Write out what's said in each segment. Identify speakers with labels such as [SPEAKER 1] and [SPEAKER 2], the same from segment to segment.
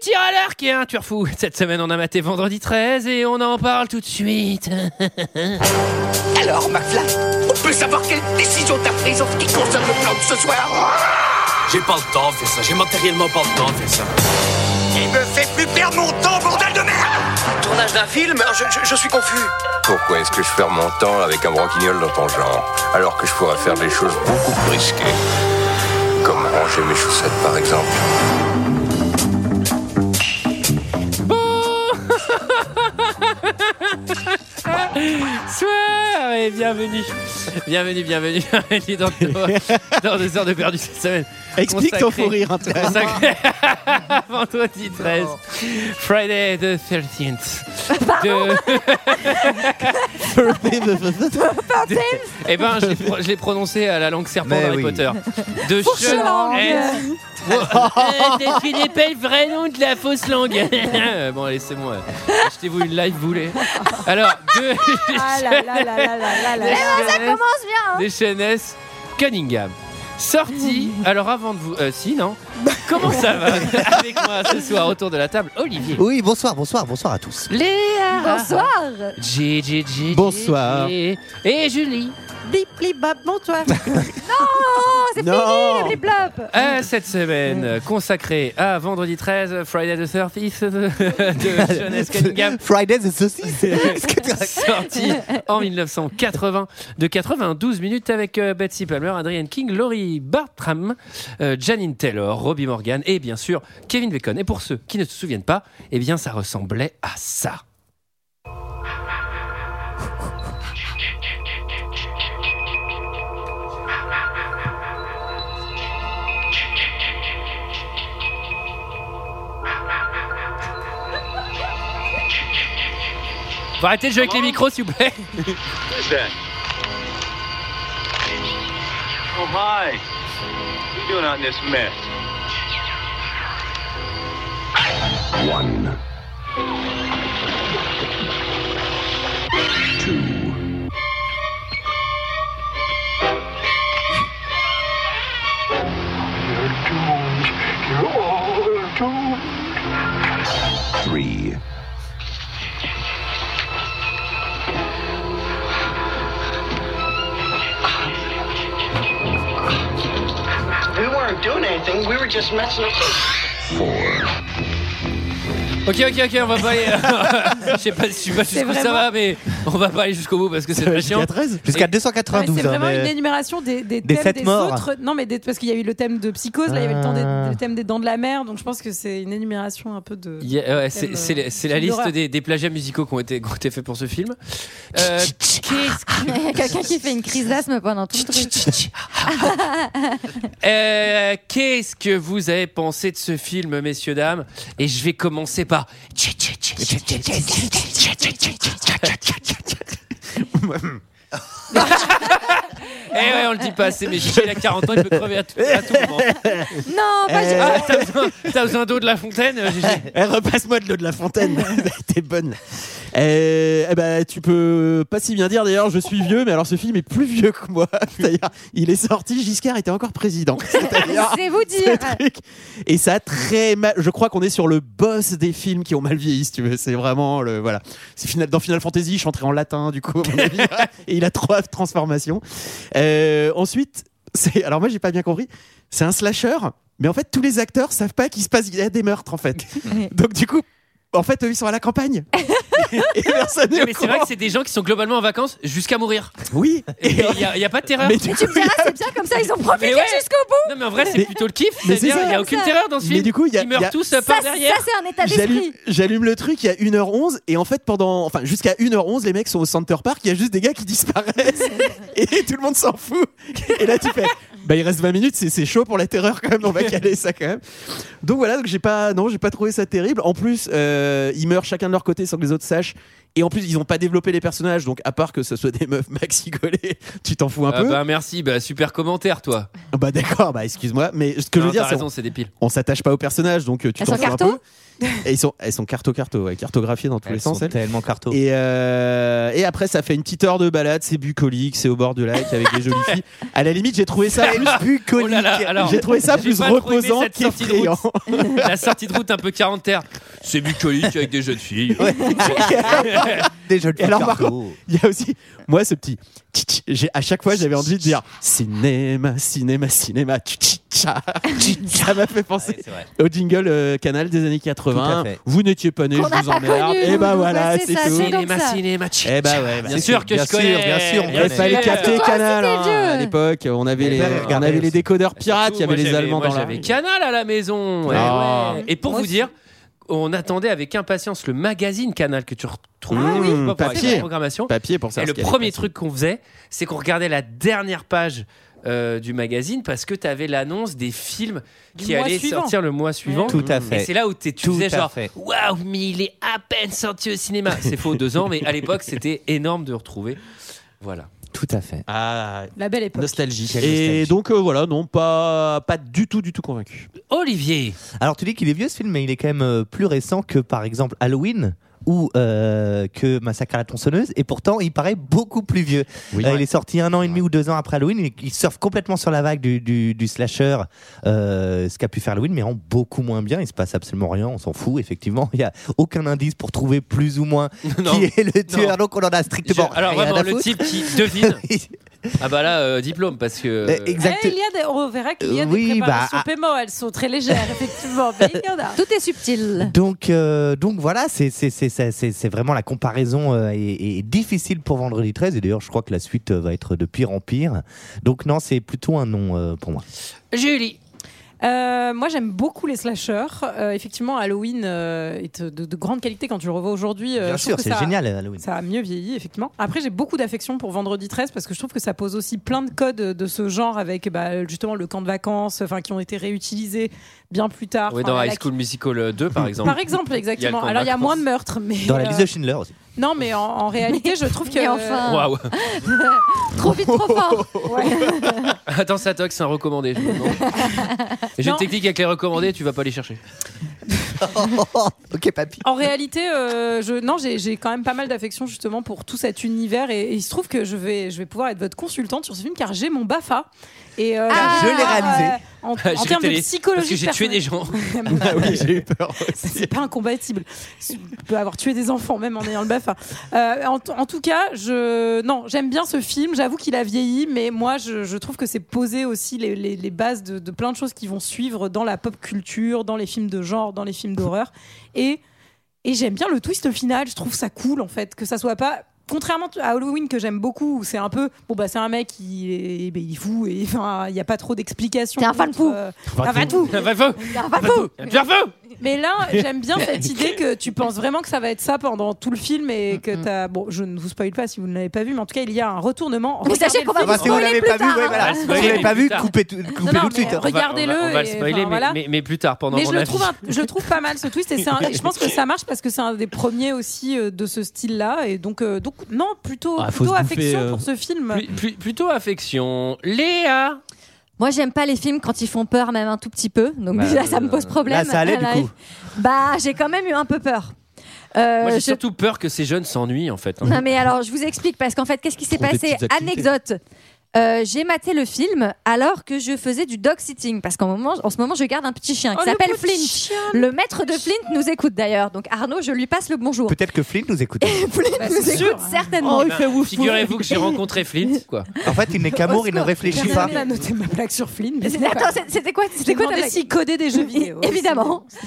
[SPEAKER 1] tir à l'arc et un tueur fou. Cette semaine, on a maté vendredi 13 et on en parle tout de suite.
[SPEAKER 2] Alors, McFly, on peut savoir quelle décision t'as prise en ce qui concerne le plan de ce soir hein
[SPEAKER 3] J'ai pas le temps de faire ça, j'ai matériellement pas le temps de faire ça.
[SPEAKER 2] Il me fait plus perdre mon temps, bordel de merde
[SPEAKER 4] Tournage d'un film je, je- je suis confus.
[SPEAKER 5] Pourquoi est-ce que je perds mon temps avec un broquignol dans ton genre, alors que je pourrais faire des choses beaucoup plus risquées Comme ranger mes chaussettes, par exemple.
[SPEAKER 1] Bonsoir et bienvenue. Bienvenue, bienvenue, bienvenue dans, dans deux heures de perdu cette semaine.
[SPEAKER 6] Explique ton
[SPEAKER 1] Consacrée-
[SPEAKER 6] fou rire, hein, Thérèse.
[SPEAKER 1] consacrée- Vendredi 13, Friday the 13th. De- Eh ben, je l'ai pro- je l'ai prononcé à la langue serpent
[SPEAKER 6] Mais
[SPEAKER 1] d'Harry
[SPEAKER 6] oui.
[SPEAKER 1] Potter. De
[SPEAKER 7] langue.
[SPEAKER 1] Tu n'es Eh, pas le vrai nom de la fausse langue. bon, allez, c'est moi. Achetez-vous une live, vous voulez. Alors, de
[SPEAKER 7] Ah là là là là là là là
[SPEAKER 1] Eh
[SPEAKER 7] là.
[SPEAKER 1] Deschenesse-
[SPEAKER 8] commence
[SPEAKER 1] hein.
[SPEAKER 8] bien.
[SPEAKER 1] Deschenesse Cunningham. Sorti, alors avant de vous. euh, si, non Comment ça va Avec moi ce soir autour de la table, Olivier.
[SPEAKER 6] Oui, bonsoir, bonsoir, bonsoir à tous.
[SPEAKER 1] Léa
[SPEAKER 8] Bonsoir.
[SPEAKER 1] J, J, J,
[SPEAKER 6] Bonsoir.
[SPEAKER 1] J. Et Julie.
[SPEAKER 7] Blip blip bap, bonsoir.
[SPEAKER 6] Non
[SPEAKER 8] Les blobs.
[SPEAKER 1] Euh, cette semaine euh, consacrée à vendredi 13, Friday the 30th de, de Jonas Cunningham,
[SPEAKER 6] Friday the saucisse Est-ce que t'as-
[SPEAKER 1] sorti en 1980 de 92 minutes avec euh, Betsy Palmer, Adrian King, Laurie Bartram, euh, Janine Taylor, Robbie Morgan et bien sûr Kevin Bacon. Et pour ceux qui ne se souviennent pas, eh bien ça ressemblait à ça. Faut arrêter de jouer avec les micros s'il vous plaît.
[SPEAKER 9] What is that? Oh, hi. What are you doing out in this mess?
[SPEAKER 5] One. Two. Three.
[SPEAKER 4] We weren't doing anything, we were just messing with
[SPEAKER 5] Four.
[SPEAKER 1] Ok, ok, ok, on va pas aller. euh, Je sais pas, je sais pas jusqu'où ça
[SPEAKER 7] vraiment-
[SPEAKER 1] va, mais on va pas aller jusqu'au bout parce que c'est très chiant.
[SPEAKER 6] Jusqu'à 13
[SPEAKER 1] Et-
[SPEAKER 6] Jusqu'à
[SPEAKER 8] Ah,
[SPEAKER 7] Mais C'est
[SPEAKER 6] 292. hein,
[SPEAKER 7] vraiment
[SPEAKER 6] mais-
[SPEAKER 7] une énumération des, des
[SPEAKER 6] Des
[SPEAKER 7] thèmes
[SPEAKER 6] sept
[SPEAKER 7] des
[SPEAKER 6] morts.
[SPEAKER 7] autres. Non, mais des- parce qu'il y a eu le thème de psychose, là, il y avait le, temps des-
[SPEAKER 6] Ah.
[SPEAKER 7] le thème des dents de la mer, donc je pense que c'est une énumération un peu de.
[SPEAKER 1] Il y a- ouais, c'est
[SPEAKER 7] Thème,
[SPEAKER 1] c'est la-
[SPEAKER 7] euh,
[SPEAKER 1] c'est la
[SPEAKER 7] film
[SPEAKER 1] liste
[SPEAKER 7] d'horreur.
[SPEAKER 1] des, des plagiats musicaux qui ont été, qui ont été faits pour ce film. Euh, qu'est-ce que-
[SPEAKER 8] Il y a quelqu'un qui fait une crise d'asthme pendant tout le truc.
[SPEAKER 1] Euh, Qu'est-ce que vous avez pensé de ce film, messieurs, dames Et je vais commencer par. Eh ouais, on le dit pas assez, mais Gigi, il a 40 ans, il peut crever à tout, à tout moment.
[SPEAKER 8] Non, pas
[SPEAKER 6] Euh,
[SPEAKER 1] Ah, T'as besoin, t'as besoin d'eau de la fontaine, euh, Gigi
[SPEAKER 6] Eh, Repasse-moi de l'eau de la fontaine. T'es bonne. Euh, eh ben, tu peux pas si bien dire d'ailleurs, je suis vieux, mais alors ce film est plus vieux que moi. C'est-à-dire, il est sorti, Giscard était encore président. C'est-à-dire,
[SPEAKER 8] Eh, C'est vous
[SPEAKER 6] ce
[SPEAKER 8] dire.
[SPEAKER 6] truc. Et ça a très mal. Je crois qu'on est sur le boss des films qui ont mal vieilli, si tu veux. C'est vraiment le. Voilà. C'est final... dans Final Fantasy, je suis entré en latin, du coup, à mon avis. Et il a trois transformations. Euh, ensuite, c'est. Alors moi, j'ai pas bien compris. C'est un slasher, mais en fait, tous les acteurs savent pas qu'il se passe. Il y a des meurtres, en fait. Donc, du coup. En fait, eux, ils sont à la campagne. et personne n'est au
[SPEAKER 1] Mais c'est vrai
[SPEAKER 6] courant.
[SPEAKER 1] que c'est des gens qui sont globalement en vacances jusqu'à mourir.
[SPEAKER 6] Oui.
[SPEAKER 1] Et il n'y a, y a pas de terreur.
[SPEAKER 6] Mais du
[SPEAKER 8] Mais tu me
[SPEAKER 6] coup, il y a-
[SPEAKER 8] diras, c'est bien comme ça, ils ont
[SPEAKER 1] Mais
[SPEAKER 8] profité
[SPEAKER 1] ouais.
[SPEAKER 8] jusqu'au bout.
[SPEAKER 1] Non, mais en vrai, c'est
[SPEAKER 6] Mais-
[SPEAKER 1] plutôt le kiff.
[SPEAKER 6] mais
[SPEAKER 1] C'est-à-dire,
[SPEAKER 6] c'est
[SPEAKER 1] il
[SPEAKER 6] ça.
[SPEAKER 1] n'y a aucune terreur dans ce
[SPEAKER 6] Mais
[SPEAKER 1] film.
[SPEAKER 6] du coup, il y a-
[SPEAKER 1] Ils
[SPEAKER 6] il y
[SPEAKER 1] meurent
[SPEAKER 6] a-
[SPEAKER 1] tous euh,
[SPEAKER 8] Ça,
[SPEAKER 1] par
[SPEAKER 8] ça,
[SPEAKER 1] derrière.
[SPEAKER 8] c'est un état
[SPEAKER 6] J'allume,
[SPEAKER 8] d'esprit.
[SPEAKER 6] j'allume le truc, il y a 1h11 et en fait pendant enfin jusqu'à 1h11 les mecs sont au Center Park, il y a juste des gars qui disparaissent et tout le monde s'en fout. Et là tu fais bah il reste 20 minutes, c'est, c'est chaud pour la terreur quand même, on va caler ça quand même. Donc voilà, donc j'ai pas non, j'ai pas trouvé ça terrible. En plus, euh, ils meurent chacun de leur côté sans que les autres sachent et en plus, ils ont pas développé les personnages, donc à part que ce soit des meufs maxi collées, tu t'en fous un
[SPEAKER 1] Ah
[SPEAKER 6] peu. Bah,
[SPEAKER 1] bah merci, bah super commentaire toi.
[SPEAKER 6] d'accord, bah excuse-moi, mais ce que je
[SPEAKER 1] Non,
[SPEAKER 6] veux dire
[SPEAKER 1] t'as
[SPEAKER 6] c'est
[SPEAKER 1] raison, c'est des piles.
[SPEAKER 6] on s'attache pas aux personnages, donc euh, tu
[SPEAKER 8] Elles
[SPEAKER 6] t'en
[SPEAKER 8] sont
[SPEAKER 6] fous un
[SPEAKER 8] cartons
[SPEAKER 6] peu. Et ils sont, elles sont carto carto, ouais, cartographiées dans tous les
[SPEAKER 10] Elles
[SPEAKER 6] sens.
[SPEAKER 10] sont
[SPEAKER 6] elles.
[SPEAKER 10] tellement carto.
[SPEAKER 6] Et, euh, et après, ça fait une petite heure de balade, c'est bucolique, c'est au bord du lac avec des jolies filles. À la limite, j'ai trouvé ça plus bucolique.
[SPEAKER 1] Oh là là, alors,
[SPEAKER 6] j'ai trouvé ça
[SPEAKER 1] j'ai
[SPEAKER 6] plus
[SPEAKER 1] pas trop aimé
[SPEAKER 6] reposant
[SPEAKER 1] cette sortie de
[SPEAKER 6] qu'effrayant.
[SPEAKER 1] La sortie de route un peu quarantaire. C'est bucolique avec des jeunes filles.
[SPEAKER 10] Des jeunes
[SPEAKER 6] Et alors, par Il y a aussi, moi, ce petit. tch, tch, J'ai, à chaque fois, j'avais envie de dire cinéma, cinéma, cinéma. tch, tch, tcha, tch, tcha. Ça m'a fait
[SPEAKER 1] Ah
[SPEAKER 6] penser au jingle euh, canal des années 80.
[SPEAKER 10] Tout à fait.
[SPEAKER 6] Vous n'étiez pas né, je
[SPEAKER 8] Qu'on n'a
[SPEAKER 6] vous
[SPEAKER 8] pas
[SPEAKER 6] emmerde.
[SPEAKER 8] connu.
[SPEAKER 6] Et bah
[SPEAKER 8] nous,
[SPEAKER 6] voilà,
[SPEAKER 8] ouais,
[SPEAKER 6] c'est
[SPEAKER 8] ça,
[SPEAKER 6] tout.
[SPEAKER 8] donc ça.
[SPEAKER 1] cinéma,
[SPEAKER 6] Eh bah ouais,
[SPEAKER 1] Bien sûr que
[SPEAKER 10] bien
[SPEAKER 1] je
[SPEAKER 10] sûr,
[SPEAKER 1] connais. eh,
[SPEAKER 10] bien sûr,
[SPEAKER 1] Bien
[SPEAKER 10] on
[SPEAKER 6] Il
[SPEAKER 10] connaît.
[SPEAKER 6] fallait
[SPEAKER 8] Ouais,
[SPEAKER 6] capter
[SPEAKER 8] ouais.
[SPEAKER 6] Canal
[SPEAKER 8] Toi,
[SPEAKER 6] hein,
[SPEAKER 8] c'était vieux.
[SPEAKER 6] à l'époque. On
[SPEAKER 1] Eh
[SPEAKER 6] avait, les,
[SPEAKER 10] fallait
[SPEAKER 6] on
[SPEAKER 10] regarder
[SPEAKER 6] avait les
[SPEAKER 10] aussi.
[SPEAKER 6] décodeurs pirates, il y
[SPEAKER 1] ben, Surtout,
[SPEAKER 6] avait
[SPEAKER 1] moi,
[SPEAKER 6] les
[SPEAKER 1] j'avais-
[SPEAKER 6] Allemands
[SPEAKER 1] moi,
[SPEAKER 6] dans la
[SPEAKER 1] J'avais
[SPEAKER 6] rue.
[SPEAKER 1] Canal à la maison. ouais.
[SPEAKER 6] Ah.
[SPEAKER 1] Et pour
[SPEAKER 7] Moi
[SPEAKER 1] vous
[SPEAKER 7] aussi.
[SPEAKER 1] dire, on attendait avec impatience le magazine Canal que tu retrouves
[SPEAKER 6] Ah oui,
[SPEAKER 1] pas pour
[SPEAKER 6] papier.
[SPEAKER 1] accéder à la programmation.
[SPEAKER 6] Papier pour ça.
[SPEAKER 1] Et le premier truc qu'on faisait, c'est qu'on regardait la dernière page euh, du magazine parce que tu avais l'annonce des films
[SPEAKER 7] Du
[SPEAKER 1] qui
[SPEAKER 7] mois
[SPEAKER 1] allaient
[SPEAKER 7] suivant.
[SPEAKER 1] sortir le mois suivant.
[SPEAKER 10] Tout à
[SPEAKER 1] Et
[SPEAKER 10] fait.
[SPEAKER 1] c'est là où t'es- tu
[SPEAKER 10] Tout
[SPEAKER 1] faisais
[SPEAKER 10] à
[SPEAKER 1] genre
[SPEAKER 10] fait.
[SPEAKER 1] Waouh, mais il est à peine sorti au cinéma. C'est faux, deux ans, mais à l'époque, c'était énorme de retrouver. Voilà.
[SPEAKER 10] Tout à fait.
[SPEAKER 6] Ah,
[SPEAKER 7] La belle époque.
[SPEAKER 10] Nostalgie.
[SPEAKER 6] et donc euh, voilà, non, pas, pas du tout, du tout convaincu.
[SPEAKER 1] Olivier,
[SPEAKER 10] Alors tu dis qu'il est vieux ce film, mais il est quand même euh, plus récent que par exemple Halloween ou euh, que Massacre à la tronçonneuse, et pourtant il paraît beaucoup plus vieux.
[SPEAKER 6] Oui.
[SPEAKER 10] Euh, il est sorti un an et demi ou deux ans après Halloween, il, il surfe complètement sur la vague du, du- du slasher, euh, ce qu'a pu faire Halloween, mais en beaucoup moins bien, il se passe absolument rien, on s'en fout, effectivement, il n'y a aucun indice pour trouver plus ou moins
[SPEAKER 1] Non.
[SPEAKER 10] qui est le tueur, donc on en a
[SPEAKER 1] Je-
[SPEAKER 10] strictement
[SPEAKER 1] alors
[SPEAKER 10] rien
[SPEAKER 1] vraiment
[SPEAKER 10] à
[SPEAKER 1] le
[SPEAKER 10] foutre.
[SPEAKER 1] type qui devine. ah bah là, euh, diplôme parce que.
[SPEAKER 10] Euh,
[SPEAKER 7] Eh,
[SPEAKER 10] Exactement.
[SPEAKER 7] il y a des, on verra qu'il y a
[SPEAKER 10] Oui,
[SPEAKER 7] des
[SPEAKER 10] bah,
[SPEAKER 7] préparations
[SPEAKER 10] ah.
[SPEAKER 7] PMO, elles sont très légères, effectivement, mais il y en a.
[SPEAKER 8] Tout est subtil.
[SPEAKER 10] Donc, euh, donc voilà, c'est- c'est- c'est c'est- c'est- c'est vraiment la comparaison euh, est, est difficile pour Vendredi 13. Et d'ailleurs, je crois que la suite euh, va être de pire en pire. Donc non, c'est plutôt un non euh, pour moi.
[SPEAKER 1] Julie.
[SPEAKER 7] Euh, moi, j'aime beaucoup les slashers. Euh, effectivement, Halloween euh, est de, de grande qualité quand tu le revois aujourd'hui. Euh,
[SPEAKER 10] Bien
[SPEAKER 7] je
[SPEAKER 10] sûr,
[SPEAKER 7] trouve que
[SPEAKER 10] c'est
[SPEAKER 7] ça-
[SPEAKER 10] génial Halloween.
[SPEAKER 7] Ça a mieux vieilli, effectivement. Après, j'ai beaucoup d'affection pour Vendredi 13 parce que je trouve que ça pose aussi plein de codes de ce genre avec bah, justement le camp de vacances, enfin qui ont été réutilisés bien plus tard.
[SPEAKER 1] Oui,
[SPEAKER 7] Enfin,
[SPEAKER 1] dans
[SPEAKER 7] la-
[SPEAKER 1] High School Musical 2, par exemple.
[SPEAKER 7] Par exemple,
[SPEAKER 1] Il y a le
[SPEAKER 7] exactement.
[SPEAKER 1] camp de
[SPEAKER 7] Alors, il y a
[SPEAKER 1] vacances.
[SPEAKER 7] moins de meurtres, mais
[SPEAKER 10] Dans la
[SPEAKER 7] euh,
[SPEAKER 10] liste de Schindler aussi.
[SPEAKER 7] non, mais en, en réalité, je trouve que
[SPEAKER 8] Mais
[SPEAKER 7] Euh,
[SPEAKER 8] enfin,
[SPEAKER 1] Waouh.
[SPEAKER 8] trop vite, trop fort.
[SPEAKER 1] Attends, ça toque, c'est un recommandé. Non. J'ai une
[SPEAKER 7] Non.
[SPEAKER 1] technique avec les recommandés, tu vas pas les chercher.
[SPEAKER 10] ok, papy.
[SPEAKER 7] En réalité, euh, je, non, j'ai j'ai quand même pas mal d'affection justement pour tout cet univers et, et il se trouve que je vais, je vais pouvoir être votre consultante sur ce film car j'ai mon Bafa. Et euh,
[SPEAKER 8] Ah,
[SPEAKER 10] je l'ai réalisé.
[SPEAKER 7] euh, en, en
[SPEAKER 1] J'ai
[SPEAKER 7] termes de
[SPEAKER 1] télé-
[SPEAKER 7] psychologie,
[SPEAKER 1] Parce que j'ai tué des gens.
[SPEAKER 7] personnelle.
[SPEAKER 6] Ah oui, j'ai eu peur.
[SPEAKER 7] c'est pas incompatible. Tu peux avoir tué des enfants même en ayant le Bafa. Euh, en, t- en tout cas, je non, j'aime bien ce film. J'avoue qu'il a vieilli, mais moi, je, je trouve que c'est posé aussi les, les- les bases de, de plein de choses qui vont suivre dans la pop culture, dans les films de genre, dans les films d'horreur. Et et j'aime bien le twist final. Je trouve ça cool en fait que ça soit pas Contrairement à Halloween que j'aime beaucoup, où c'est un peu bon bah c'est un mec il est, ben, il est fou et enfin il n'y a pas trop d'explications.
[SPEAKER 8] T'es un fan
[SPEAKER 7] contre,
[SPEAKER 8] fou.
[SPEAKER 7] euh,
[SPEAKER 8] Ah, va tout.
[SPEAKER 1] Un vrai feu
[SPEAKER 8] Ah, va tout.
[SPEAKER 1] Un vrai feu
[SPEAKER 7] mais là, j'aime bien cette idée que tu penses vraiment que ça va être ça pendant tout le film et que t'as. Bon, je ne vous spoil pas si vous ne l'avez pas vu, mais en tout cas, il y a un retournement.
[SPEAKER 8] Mais
[SPEAKER 7] Regardez
[SPEAKER 8] sachez
[SPEAKER 7] le
[SPEAKER 8] qu'on va
[SPEAKER 7] film.
[SPEAKER 8] vous
[SPEAKER 10] si vous
[SPEAKER 8] spoiler
[SPEAKER 10] l'avez
[SPEAKER 8] plus
[SPEAKER 10] pas vu,
[SPEAKER 8] tard.
[SPEAKER 10] ouais, voilà.
[SPEAKER 1] On va
[SPEAKER 10] Si vous
[SPEAKER 1] spoiler
[SPEAKER 10] l'avez pas
[SPEAKER 1] plus
[SPEAKER 10] vu,
[SPEAKER 1] tard.
[SPEAKER 10] coupez tout, coupez
[SPEAKER 7] non,
[SPEAKER 10] tout
[SPEAKER 7] mais
[SPEAKER 10] de suite.
[SPEAKER 7] on va- Regardez-le
[SPEAKER 1] On va, on va le
[SPEAKER 7] et,
[SPEAKER 1] spoiler,
[SPEAKER 7] enfin,
[SPEAKER 1] mais,
[SPEAKER 7] voilà.
[SPEAKER 1] mais- mais plus tard, pendant
[SPEAKER 7] Mais
[SPEAKER 1] mon
[SPEAKER 7] je le,
[SPEAKER 1] avis.
[SPEAKER 7] trouve un- je le trouve pas mal ce twist et, c'est un- et je pense que ça marche parce que c'est un des premiers aussi euh, de ce style-là et donc, euh, donc non plutôt,
[SPEAKER 6] Ah, faut
[SPEAKER 7] plutôt
[SPEAKER 6] se bouffer,
[SPEAKER 7] affection
[SPEAKER 6] euh,
[SPEAKER 7] pour ce film.
[SPEAKER 1] Plu- plu- plutôt affection. Léa
[SPEAKER 8] Moi, j'aime pas les films quand ils font peur, même un tout petit peu. Donc déjà, ça me pose problème.
[SPEAKER 10] Bah, euh, Là, ça allait, du
[SPEAKER 8] Là,
[SPEAKER 10] coup.
[SPEAKER 8] Bah, j'ai quand même eu un peu peur. Euh,
[SPEAKER 1] Moi, j'ai
[SPEAKER 8] je-
[SPEAKER 1] surtout peur que ces jeunes s'ennuient, en fait. hein.
[SPEAKER 8] Non, mais alors, je vous explique parce qu'en fait, qu'est-ce qui s'est
[SPEAKER 6] Trouve des
[SPEAKER 8] passé
[SPEAKER 6] petites activités.
[SPEAKER 8] Anecdote. Euh, j'ai maté le film alors que je faisais du dog sitting parce qu'en moment, en ce moment je garde un petit chien qui
[SPEAKER 7] Oh, le
[SPEAKER 8] s'appelle
[SPEAKER 7] petit
[SPEAKER 8] Flint.
[SPEAKER 7] chien.
[SPEAKER 8] Le maître de Flint nous écoute d'ailleurs. Donc Arnaud, je lui passe le bonjour.
[SPEAKER 10] Peut-être que Flynn nous écoute.
[SPEAKER 8] Flint
[SPEAKER 7] Bah,
[SPEAKER 8] nous
[SPEAKER 7] c'est sûr. Oh,
[SPEAKER 8] écoute certainement.
[SPEAKER 1] Ben, Figurez-vous que j'ai rencontré Flint, quoi.
[SPEAKER 10] En fait, il n'est qu'amour, il
[SPEAKER 7] Au
[SPEAKER 10] ne
[SPEAKER 7] secours,
[SPEAKER 10] réfléchit
[SPEAKER 7] personne
[SPEAKER 10] pas.
[SPEAKER 7] n'a noté ma plaque sur Flynn. mais
[SPEAKER 8] C'était- Attends, c'est- c'était quoi C'était quoi ta blague
[SPEAKER 7] si coder des jeux vidéo
[SPEAKER 8] Évidemment.
[SPEAKER 7] C'est-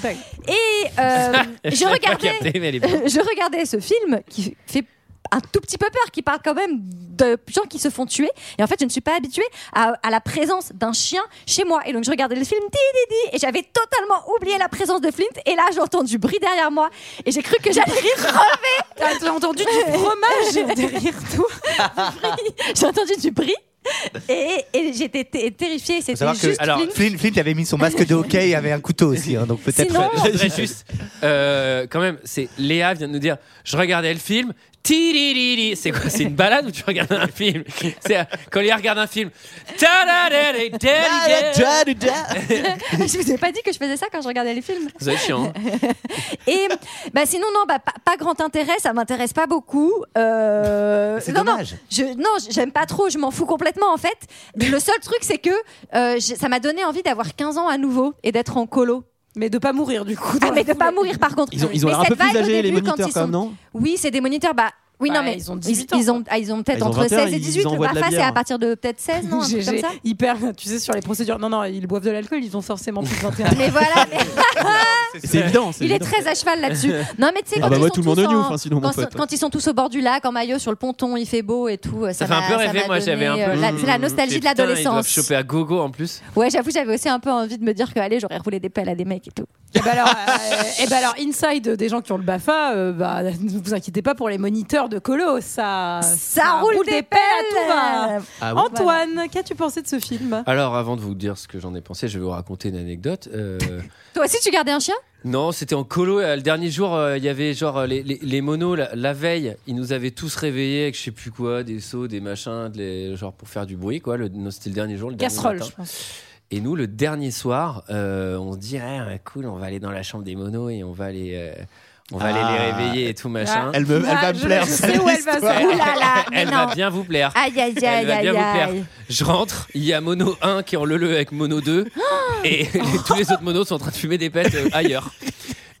[SPEAKER 8] Et
[SPEAKER 7] c'est-
[SPEAKER 8] euh, je
[SPEAKER 1] l'avais pas
[SPEAKER 8] regardais
[SPEAKER 1] capté, mais elle est bien.
[SPEAKER 8] je regardais ce film qui fait un tout petit peu peur, qui parle quand même de gens qui se font tuer. Et en fait, je ne suis pas habituée à, à la présence d'un chien chez moi. Et donc, je regardais le film Di, Di, Di, et j'avais totalement oublié la présence de Flint. Et là, j'ai entendu du bruit derrière moi et j'ai cru que j'allais rire.
[SPEAKER 7] T'as t'as entendu du fromage derrière toi
[SPEAKER 8] j'ai entendu du bruit et, et j'étais t- terrifiée.
[SPEAKER 10] Faut
[SPEAKER 8] C'était
[SPEAKER 10] savoir que
[SPEAKER 8] juste
[SPEAKER 1] alors,
[SPEAKER 8] Flint.
[SPEAKER 10] Flynn, Flynn avait mis son masque de hockey et avait un couteau aussi, hein, donc peut-être.
[SPEAKER 8] Sinon-
[SPEAKER 1] Je voudrais juste, euh, quand même, c'est Léa vient de nous dire, je regardais le film, Tidididi. C'est quoi C'est une balade ou tu regardes un film C'est euh, quand il regarde un film. Tadadadé, dadadé.
[SPEAKER 8] je vous ai pas dit que je faisais ça quand je regardais les films.
[SPEAKER 1] Vous êtes chiant. hein
[SPEAKER 8] Et bah sinon non, bah, pas, pas grand intérêt, ça m'intéresse pas beaucoup. Euh,
[SPEAKER 10] C'est
[SPEAKER 8] non, non,
[SPEAKER 10] dommage.
[SPEAKER 8] je, non, j- j'aime pas trop, je m'en fous complètement en fait. Le seul truc c'est que euh, j'ai- ça m'a donné envie d'avoir 15 ans à nouveau et d'être en colo.
[SPEAKER 7] Mais de pas mourir du coup. dans
[SPEAKER 8] Ah, mais
[SPEAKER 7] la
[SPEAKER 8] de pas
[SPEAKER 7] foulée.
[SPEAKER 8] mourir par contre.
[SPEAKER 6] Ils ont, ils ont
[SPEAKER 8] Mais
[SPEAKER 6] l'air un
[SPEAKER 8] cette
[SPEAKER 6] peu plus
[SPEAKER 8] vibe au
[SPEAKER 6] âgés, les
[SPEAKER 8] début, quand
[SPEAKER 6] moniteurs,
[SPEAKER 8] ils
[SPEAKER 6] quand même,
[SPEAKER 8] sont-
[SPEAKER 6] non
[SPEAKER 8] Oui, c'est des moniteurs. Bah oui,
[SPEAKER 7] Bah,
[SPEAKER 8] non, mais
[SPEAKER 7] ils ont 18
[SPEAKER 8] ils,
[SPEAKER 7] ans,
[SPEAKER 8] ils ont, ah, ils ont peut-être
[SPEAKER 6] Ils ont
[SPEAKER 8] entre
[SPEAKER 6] 21,
[SPEAKER 8] 16 et
[SPEAKER 6] ils
[SPEAKER 8] 18. Le
[SPEAKER 6] envoient de la hein.
[SPEAKER 8] BAFA, c'est
[SPEAKER 6] bière.
[SPEAKER 8] à partir de peut-être 16, non un truc
[SPEAKER 7] GG,
[SPEAKER 8] comme ça.
[SPEAKER 7] hyper, tu sais, sur les procédures. Non, non, ils boivent de l'alcool, ils ont forcément plus de 21
[SPEAKER 8] Mais voilà, mais
[SPEAKER 6] C'est évident. c'est
[SPEAKER 8] il est
[SPEAKER 6] évident.
[SPEAKER 8] très à cheval là-dessus. Non, mais tu sais,
[SPEAKER 6] Ah
[SPEAKER 8] quand,
[SPEAKER 6] bah
[SPEAKER 8] ils
[SPEAKER 6] moi,
[SPEAKER 8] sont
[SPEAKER 6] tout le monde
[SPEAKER 8] tous
[SPEAKER 6] au new,
[SPEAKER 8] en-
[SPEAKER 6] enfin, sinon, mon
[SPEAKER 8] quand ils sont-
[SPEAKER 6] pote.
[SPEAKER 8] quand ils sont tous au bord du lac, en maillot, sur le ponton, il fait beau et tout.
[SPEAKER 1] Ça fait un peu
[SPEAKER 8] m'a-
[SPEAKER 1] rêver,
[SPEAKER 8] m'a
[SPEAKER 1] moi
[SPEAKER 8] donné,
[SPEAKER 1] j'avais un peu. Mmh.
[SPEAKER 8] euh, la- C'est la nostalgie de
[SPEAKER 1] Putain, Ils doivent
[SPEAKER 8] l'adolescence.
[SPEAKER 1] choper à gogo en plus.
[SPEAKER 8] Ouais, j'avoue, j'avais aussi un peu envie de me dire que allez, j'aurais roulé des pelles à des mecs et tout.
[SPEAKER 7] Et bah alors, euh, eh ben alors, inside euh, des gens qui ont le BAFA, euh, bah, ne vous inquiétez pas pour les moniteurs de colo, ça, Ah, pelles à tout va.
[SPEAKER 6] Ah bon
[SPEAKER 7] Antoine, qu'as-tu pensé de ce film
[SPEAKER 1] Alors, avant de vous dire ce que j'en ai pensé, je vais vous raconter une anecdote. Euh,
[SPEAKER 8] Toi aussi, tu gardais un chien
[SPEAKER 1] non, c'était en colo. euh, Le dernier jour, euh, il y avait genre euh, les, les, les monos, la, la veille, ils nous avaient tous réveillés avec je sais plus quoi, des seaux, des machins, de les- genre pour faire du bruit, quoi. Le- non, C'était le dernier jour, le dernier
[SPEAKER 7] Casserole,
[SPEAKER 1] matin.
[SPEAKER 7] je pense.
[SPEAKER 1] Et nous, le dernier soir, euh, on se dit, ah, ouais, cool, on va aller dans la chambre des monos et on va aller, euh, on va
[SPEAKER 6] Ah.
[SPEAKER 1] aller les réveiller et tout, machin.
[SPEAKER 6] Elle, me, elle
[SPEAKER 7] Ah,
[SPEAKER 6] va me
[SPEAKER 7] je-
[SPEAKER 6] plaire.
[SPEAKER 7] je sais où elle va se-
[SPEAKER 6] cette histoire.
[SPEAKER 8] Ouh là là, mais
[SPEAKER 1] Elle va
[SPEAKER 8] non.
[SPEAKER 1] bien vous plaire.
[SPEAKER 8] Aïe, aïe,
[SPEAKER 1] Elle
[SPEAKER 8] aïe,
[SPEAKER 1] va bien
[SPEAKER 8] aïe,
[SPEAKER 1] vous plaire.
[SPEAKER 8] aïe.
[SPEAKER 1] Je rentre, il y a Mono 1 qui est en le-le avec Mono 2 et les- tous les autres monos sont en train de fumer des pètes euh, ailleurs.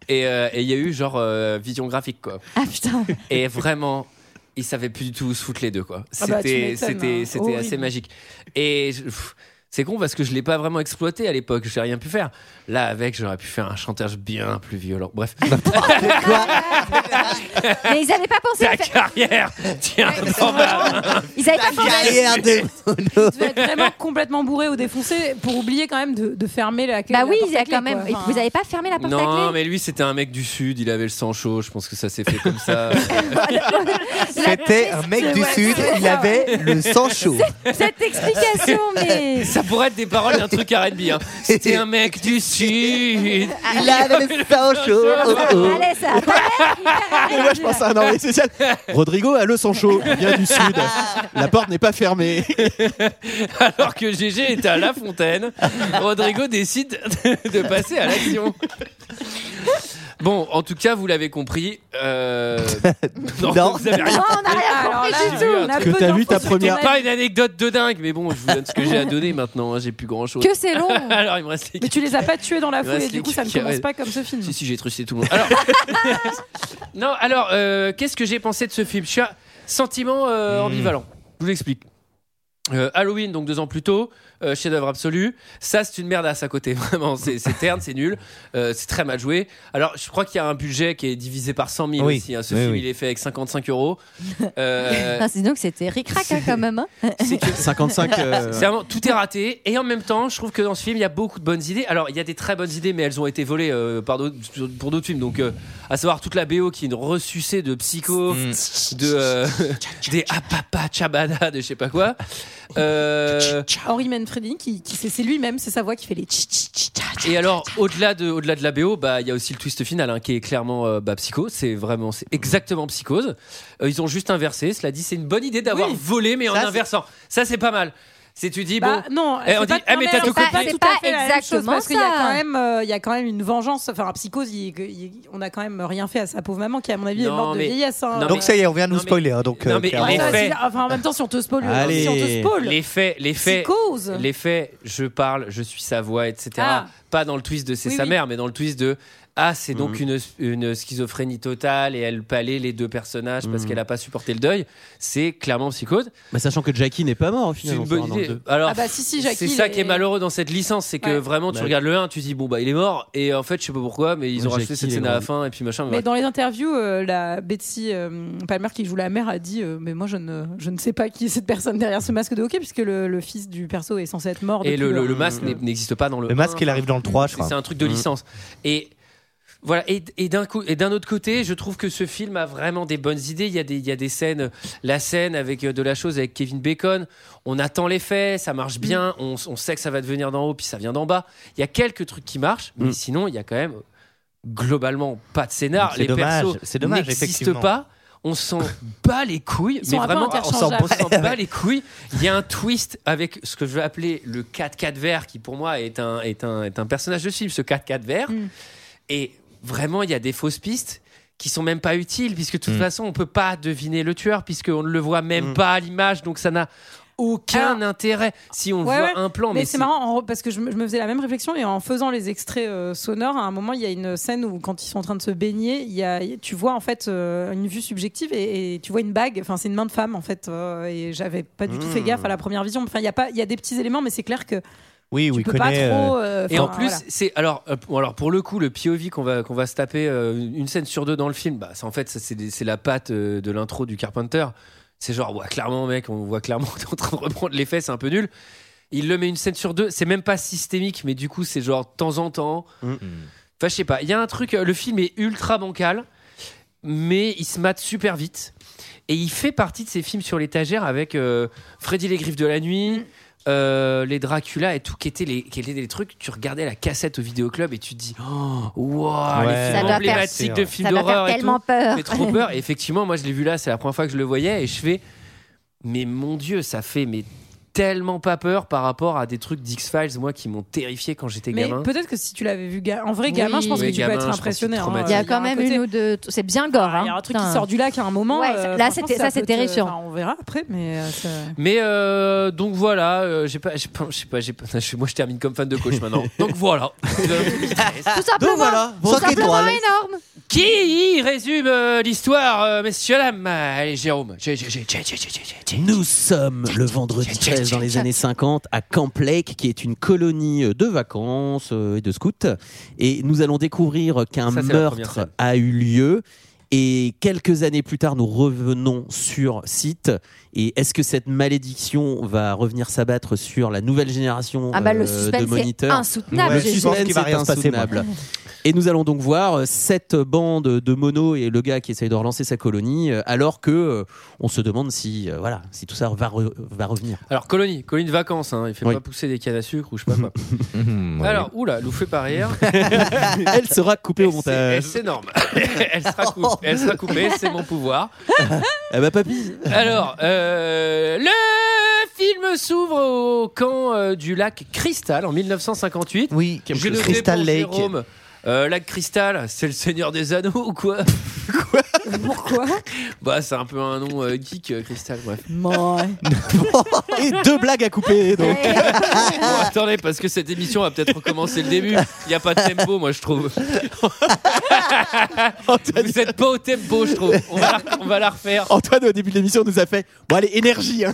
[SPEAKER 1] Et euh, et il y a eu genre euh, vision graphique quoi.
[SPEAKER 8] Ah putain.
[SPEAKER 1] Et vraiment, ils savaient plus du tout où se foutre les deux quoi.
[SPEAKER 7] Ah bah,
[SPEAKER 1] C'était
[SPEAKER 7] tu m'étonnes,
[SPEAKER 1] c'était
[SPEAKER 7] hein.
[SPEAKER 1] c'était
[SPEAKER 7] Horrible.
[SPEAKER 1] assez magique. Et je- pff, c'est con parce que je l'ai pas vraiment exploité à l'époque, j'ai rien pu faire. Là avec, j'aurais pu faire un chantage bien plus violent. Bref,
[SPEAKER 8] Mais ils avaient pas pensé
[SPEAKER 1] ta
[SPEAKER 8] à faire.
[SPEAKER 1] carrière. Tiens, t'en vas.
[SPEAKER 8] Ils avaient pas pensé.
[SPEAKER 1] hein.
[SPEAKER 10] Carrière de mono.
[SPEAKER 7] Tu vas être vraiment complètement bourré ou défoncé pour oublier quand même de, de fermer la
[SPEAKER 8] Bah
[SPEAKER 7] la
[SPEAKER 8] oui,
[SPEAKER 7] porte
[SPEAKER 8] il y
[SPEAKER 7] à
[SPEAKER 8] a
[SPEAKER 7] clé,
[SPEAKER 8] quand même.
[SPEAKER 7] quoi. Enfin,
[SPEAKER 8] Vous avez pas fermé la porte à clé
[SPEAKER 1] Non, mais lui c'était un mec du sud, il avait le sang chaud, je pense que ça s'est fait comme ça.
[SPEAKER 10] C'était un mec du
[SPEAKER 8] Ouais,
[SPEAKER 10] sud,
[SPEAKER 8] c'est
[SPEAKER 10] il
[SPEAKER 8] ça.
[SPEAKER 10] avait le sang chaud.
[SPEAKER 8] Cette explication, mais.
[SPEAKER 1] Ça pourrait être des paroles d'un truc R&B. Hein. C'était un mec du sud.
[SPEAKER 10] Il avait le sang chaud. oh, oh.
[SPEAKER 8] Allez, ça va pas être hyper
[SPEAKER 6] Et moi, je pense à un envoyé spécial. Rodrigo a le sang chaud, il vient du sud. La porte n'est pas fermée.
[SPEAKER 1] Alors que GG est à La Fontaine, Rodrigo décide de passer à l'action. Bon, en tout cas, vous l'avez compris. euh, Non,
[SPEAKER 10] Non.
[SPEAKER 1] vous avez rien.
[SPEAKER 7] Oh,
[SPEAKER 8] Non, on n'a rien
[SPEAKER 7] Ah, alors
[SPEAKER 8] compris
[SPEAKER 7] là, euh,
[SPEAKER 8] du
[SPEAKER 1] j'ai
[SPEAKER 8] tout.
[SPEAKER 1] vu un
[SPEAKER 7] on a
[SPEAKER 1] truc.
[SPEAKER 7] peu
[SPEAKER 6] Que t'as vu
[SPEAKER 7] d'infos
[SPEAKER 6] ta
[SPEAKER 7] sur
[SPEAKER 6] première-
[SPEAKER 7] ton
[SPEAKER 1] Pas
[SPEAKER 7] avis.
[SPEAKER 1] une anecdote de dingue, mais bon, je vous donne ce que j'ai à donner maintenant. hein, j'ai plus grand chose.
[SPEAKER 8] Que c'est long.
[SPEAKER 1] Alors, il me reste les
[SPEAKER 7] Mais tu les as pas tués dans la
[SPEAKER 1] Il reste
[SPEAKER 7] foulée, du
[SPEAKER 1] les
[SPEAKER 7] coup ça ne
[SPEAKER 1] qui-
[SPEAKER 7] commence
[SPEAKER 1] ouais.
[SPEAKER 7] pas comme ce film.
[SPEAKER 1] Si, si, j'ai trucidé tout le monde. Alors, non, alors, euh, qu'est-ce que j'ai pensé de ce film Je suis à- sentiment euh, ambivalent. Je vous l'explique. Euh, Halloween, donc deux ans plus tôt, euh, chef-d'œuvre absolu. Ça, c'est une merdasse à côté, vraiment. C'est c'est terne, c'est nul, euh, c'est très mal joué. Alors, je crois qu'il y a un budget qui est divisé par 100 000
[SPEAKER 10] Oui.
[SPEAKER 1] aussi. hein. Ce
[SPEAKER 10] Oui,
[SPEAKER 1] film,
[SPEAKER 10] oui.
[SPEAKER 1] il est fait avec 55 euros. Euh,
[SPEAKER 8] Non, Ah, c'est donc c'était ric-rac hein, quand même. hein.
[SPEAKER 1] c'est que-
[SPEAKER 6] 55. euh,
[SPEAKER 1] c'est vraiment, tout est raté. Et en même temps, je trouve que dans ce film, il y a beaucoup de bonnes idées. Alors, il y a des très bonnes idées, mais elles ont été volées euh, par d'autres- pour d'autres films. Donc, euh, à savoir toute la BO qui est une ressucée de psycho,
[SPEAKER 10] Mm.
[SPEAKER 1] de, euh, des apapa chabada, de je sais pas quoi. Euh,
[SPEAKER 7] Henri Manfredi, qui, qui c'est c'est lui-même, c'est sa voix qui fait les tch, tch, tch, tcha, tcha.
[SPEAKER 1] et alors, au-delà de, au-delà de la BO, bah, il y a aussi le twist final hein, qui est clairement euh, bah, psycho. C'est vraiment, c'est exactement psychose. Euh, ils ont juste inversé. Cela dit, c'est une bonne idée d'avoir
[SPEAKER 7] Oui.
[SPEAKER 1] volé, mais en
[SPEAKER 10] Ça, c'est-
[SPEAKER 1] inversant. Ça, c'est pas mal. C'est tu dis, bon.
[SPEAKER 7] Bah, non,
[SPEAKER 1] Eh, on
[SPEAKER 7] c'est
[SPEAKER 1] dit,
[SPEAKER 7] pas-
[SPEAKER 1] eh, mais
[SPEAKER 7] non,
[SPEAKER 1] t'as tout
[SPEAKER 7] c'est pas-
[SPEAKER 1] compris.
[SPEAKER 7] C'est pas
[SPEAKER 8] C'est pas
[SPEAKER 7] exactement
[SPEAKER 8] exactement
[SPEAKER 7] parce qu'il y a
[SPEAKER 8] ça.
[SPEAKER 7] quand même, euh, il y a quand même une vengeance. Enfin, un psychose, il- il- on a quand même rien fait à sa pauvre maman qui, à mon avis, est
[SPEAKER 1] Non,
[SPEAKER 7] morte
[SPEAKER 1] mais-
[SPEAKER 7] de vieillesse. hein.
[SPEAKER 1] non,
[SPEAKER 10] Donc ça y est, on vient de
[SPEAKER 1] Non,
[SPEAKER 10] nous
[SPEAKER 1] mais-
[SPEAKER 10] spoiler. hein, Donc,
[SPEAKER 1] Non,
[SPEAKER 10] euh,
[SPEAKER 1] mais-
[SPEAKER 10] clairement.
[SPEAKER 1] les
[SPEAKER 7] Ouais, ça,
[SPEAKER 1] faits.
[SPEAKER 7] c'est- Enfin, en même temps, si on te spoil, euh,
[SPEAKER 6] Allez.
[SPEAKER 7] si on te spoil,
[SPEAKER 1] Les faits, les faits,
[SPEAKER 7] psychose.
[SPEAKER 1] les faits, je parle, je suis sa voix, etc.
[SPEAKER 7] Ah.
[SPEAKER 1] Pas dans le twist de c'est
[SPEAKER 7] Oui,
[SPEAKER 1] sa
[SPEAKER 7] oui.
[SPEAKER 1] mère, mais dans le twist de ah, c'est
[SPEAKER 6] Mm.
[SPEAKER 1] donc une, une schizophrénie totale et elle palait les deux personnages
[SPEAKER 6] Mm.
[SPEAKER 1] parce qu'elle a pas supporté le deuil. C'est clairement psychose.
[SPEAKER 6] bah, sachant que Jackie n'est pas mort,
[SPEAKER 1] C'est
[SPEAKER 6] finalement.
[SPEAKER 1] une bonne
[SPEAKER 6] enfin, dans le
[SPEAKER 1] idée.
[SPEAKER 6] deux.
[SPEAKER 1] Alors,
[SPEAKER 7] Ah bah si, si, Jackie,
[SPEAKER 1] c'est ça
[SPEAKER 7] il
[SPEAKER 1] qui est
[SPEAKER 7] est-
[SPEAKER 1] malheureux dans cette licence, c'est que
[SPEAKER 7] Ouais.
[SPEAKER 1] vraiment tu
[SPEAKER 6] Bah,
[SPEAKER 1] regardes le 1, tu dis bon bah il est mort et en fait je sais pas pourquoi, mais ils
[SPEAKER 6] Ouais,
[SPEAKER 1] ont rajouté
[SPEAKER 6] Jackie,
[SPEAKER 1] cette
[SPEAKER 6] il est
[SPEAKER 1] scène à la
[SPEAKER 6] mort.
[SPEAKER 1] fin et puis machin.
[SPEAKER 7] Mais
[SPEAKER 1] voilà.
[SPEAKER 7] dans les interviews, euh, la Betsy euh, Palmer qui joue la mère a dit euh, mais moi je ne je ne sais pas qui est cette personne derrière ce masque de hockey puisque le, le fils du perso est censé être mort.
[SPEAKER 1] Et
[SPEAKER 7] depuis euh,
[SPEAKER 1] le, le-
[SPEAKER 7] un-
[SPEAKER 1] le masque n'est- n'existe pas dans le.
[SPEAKER 10] Le masque,
[SPEAKER 1] un.
[SPEAKER 10] il arrive dans le 3, je
[SPEAKER 1] C'est-
[SPEAKER 10] crois.
[SPEAKER 1] C'est un truc de licence. Et voilà. Et, et d'un coup, et d'un autre côté, je trouve que ce film a vraiment des bonnes idées. Il y a des, il y a des scènes, la scène avec euh, de la chose avec Kevin Bacon. On attend les faits, ça marche bien. On, s- on sait que ça va devenir d'en haut, puis ça vient d'en bas. Il y a quelques trucs qui marchent, mais
[SPEAKER 6] Mm.
[SPEAKER 1] sinon, il y a quand même globalement pas de scénar.
[SPEAKER 10] C'est
[SPEAKER 1] Les
[SPEAKER 10] dommage,
[SPEAKER 1] persos
[SPEAKER 10] c'est dommage,
[SPEAKER 1] n'existent
[SPEAKER 10] effectivement.
[SPEAKER 1] pas. on s'en bat les couilles,
[SPEAKER 7] Ils
[SPEAKER 1] mais
[SPEAKER 7] sont un peu
[SPEAKER 1] vraiment, on s'en on
[SPEAKER 7] interchangeables.
[SPEAKER 1] s'en bat les couilles. Il y a un twist avec ce que je vais appeler le 4-4 vert, qui pour moi est un, est un, est un personnage de film, ce 4-4 vert.
[SPEAKER 7] Mm.
[SPEAKER 1] Et vraiment, il y a des fausses pistes qui sont même pas utiles, puisque de toute
[SPEAKER 10] Mm.
[SPEAKER 1] façon, on peut pas deviner le tueur, puisqu'on ne le voit même
[SPEAKER 6] Mm.
[SPEAKER 1] pas à l'image, donc ça n'a aucun intérêt si on
[SPEAKER 7] Ouais,
[SPEAKER 1] voit
[SPEAKER 7] ouais.
[SPEAKER 1] un plan.
[SPEAKER 7] Mais,
[SPEAKER 1] Mais,
[SPEAKER 7] c'est marrant en re- parce que je me, je me faisais la même réflexion et en faisant les extraits euh, sonores, à un moment il y a une scène où quand ils sont en train de se baigner, il y a, il y a- tu vois en fait euh, une vue subjective et, et tu vois une bague. Enfin c'est une main de femme en fait euh, et j'avais pas du tout fait
[SPEAKER 6] Mmh.
[SPEAKER 7] gaffe à la première vision. Enfin il y a pas, il y a des petits éléments mais c'est clair que
[SPEAKER 10] Oui,
[SPEAKER 7] tu
[SPEAKER 10] oui,
[SPEAKER 7] peux pas
[SPEAKER 10] connaît. euh,
[SPEAKER 7] trop. euh,
[SPEAKER 1] Et en
[SPEAKER 7] enfin,
[SPEAKER 1] plus,
[SPEAKER 7] voilà.
[SPEAKER 1] c'est alors, euh, bon, alors pour le coup, le POV qu'on va qu'on va se taper euh, une scène sur deux dans le film, bah, ça, en fait, ça, c'est des- c'est la patte euh, de l'intro du Carpenter. C'est genre, ouais, clairement, mec, on voit clairement que t'es en train de reprendre les faits, c'est un peu nul. Il le met une scène sur deux, c'est même pas systémique, mais du coup, c'est genre de temps en temps. Enfin, je sais pas. Il y a un truc. euh, Le film est ultra bancal, mais il se mate super vite. Et il fait partie de ces films sur l'étagère avec euh, Freddy les Griffes de la Nuit, euh, les Dracula et tout, qui étaient, les, qui étaient des trucs. Tu regardais la cassette au vidéoclub et tu te dis Oh, wow,
[SPEAKER 10] Ouais.
[SPEAKER 1] les
[SPEAKER 10] Ça
[SPEAKER 1] films
[SPEAKER 10] doit
[SPEAKER 1] emblématiques
[SPEAKER 10] faire-
[SPEAKER 1] de
[SPEAKER 8] Ça
[SPEAKER 1] films
[SPEAKER 8] va faire
[SPEAKER 1] d'horreur et
[SPEAKER 8] tellement
[SPEAKER 1] tout.
[SPEAKER 8] peur.
[SPEAKER 1] C'est trop peur. Et effectivement, moi, je l'ai vu là, c'est la première fois que je le voyais et je fais Mais mon Dieu, ça fait mais tellement pas peur par rapport à des trucs d'X-Files, moi, qui m'ont terrifié quand j'étais
[SPEAKER 7] Mais
[SPEAKER 1] gamin.
[SPEAKER 7] peut-être que si tu l'avais vu ga- en vrai
[SPEAKER 8] Oui.
[SPEAKER 7] gamin, je pense
[SPEAKER 1] Oui,
[SPEAKER 7] que tu
[SPEAKER 1] gamin,
[SPEAKER 7] peux
[SPEAKER 1] je
[SPEAKER 7] être
[SPEAKER 1] pense que
[SPEAKER 7] impressionné.
[SPEAKER 1] c'est
[SPEAKER 7] hein.
[SPEAKER 1] traumatisé.
[SPEAKER 8] Il y a quand
[SPEAKER 7] un
[SPEAKER 8] même
[SPEAKER 7] côté- Ah,
[SPEAKER 8] une ou deux. C'est bien gore. hein.
[SPEAKER 7] Il y a un truc qui sort du lac à un moment.
[SPEAKER 8] Ouais,
[SPEAKER 7] euh,
[SPEAKER 8] là,
[SPEAKER 7] franchement,
[SPEAKER 8] c'était- ça,
[SPEAKER 7] peut
[SPEAKER 8] c'était
[SPEAKER 7] te-
[SPEAKER 8] réassurant.
[SPEAKER 7] enfin, on verra après, mais euh, ça-
[SPEAKER 1] Mais euh, donc voilà, euh, j'ai pas, j'ai pas, je sais pas, j'ai pas, je suis- moi je termine comme fan de coach maintenant. Donc voilà.
[SPEAKER 8] Tout simplement.
[SPEAKER 6] Donc voilà,
[SPEAKER 8] Tout
[SPEAKER 6] vos
[SPEAKER 8] simplement
[SPEAKER 6] étoiles.
[SPEAKER 8] énorme.
[SPEAKER 1] Qui résume euh, l'histoire, euh, messieurs dames Allez Jérôme. J'ai- j'ai- j'ai- j'ai- j'ai- j'ai- j'ai- j'ai-
[SPEAKER 6] Nous sommes le vendredi 13 dans les années 50 à Camp Lake, qui est une colonie euh, de vacances euh, et de scouts. Et nous allons découvrir qu'un
[SPEAKER 1] Ça, c'est la première
[SPEAKER 6] meurtre
[SPEAKER 1] scène.
[SPEAKER 6] a eu lieu. Et quelques années plus tard, nous revenons sur site. Et est-ce que cette malédiction va revenir s'abattre sur la nouvelle génération
[SPEAKER 8] Ah bah
[SPEAKER 6] euh,
[SPEAKER 8] le
[SPEAKER 6] de
[SPEAKER 8] suspense c'est
[SPEAKER 6] moniteurs
[SPEAKER 8] insoutenable.
[SPEAKER 10] Ouais,
[SPEAKER 6] le
[SPEAKER 10] je
[SPEAKER 8] Jésus.
[SPEAKER 10] pense
[SPEAKER 6] suspense
[SPEAKER 10] qu'il va
[SPEAKER 6] est
[SPEAKER 10] rien se passer, moi.
[SPEAKER 6] insoutenable. Et nous allons donc voir euh, cette bande de mono et le gars qui essaye de relancer sa colonie, euh, alors que euh, on se demande si euh, voilà si tout ça va, re- va revenir.
[SPEAKER 1] Alors colonie, colonie de vacances. Hein, il fait
[SPEAKER 6] Oui.
[SPEAKER 1] pas pousser des cannes à sucre ou je sais pas quoi.
[SPEAKER 10] Mhm, ouais.
[SPEAKER 1] Alors oula, louffé par ailleurs.
[SPEAKER 6] Elle sera coupée au
[SPEAKER 1] Elle, c'est- elle,
[SPEAKER 6] montage.
[SPEAKER 1] C'est énorme. elle sera coupée. Elle sera coupée. C'est mon pouvoir.
[SPEAKER 6] Ah bah papy,
[SPEAKER 1] Alors, euh, le film s'ouvre au camp euh, du lac Cristal en 1958.
[SPEAKER 10] Oui,
[SPEAKER 1] Je notais
[SPEAKER 10] Crystal
[SPEAKER 1] pour
[SPEAKER 10] Lake.
[SPEAKER 1] Jérôme, euh, lac Cristal, c'est le Seigneur des Anneaux ou quoi
[SPEAKER 7] Pourquoi
[SPEAKER 1] Bah, c'est un peu un nom euh, geek, euh, Cristal, bref.
[SPEAKER 6] et deux blagues à couper. Donc.
[SPEAKER 1] Bon, attendez, parce que cette émission va peut-être recommencer le début. Il n'y a pas de tempo, moi, je trouve. Vous n'êtes pas au tempo, je trouve. On va la, on va la refaire.
[SPEAKER 6] Antoine au début de l'émission nous a fait bon allez énergie. hein.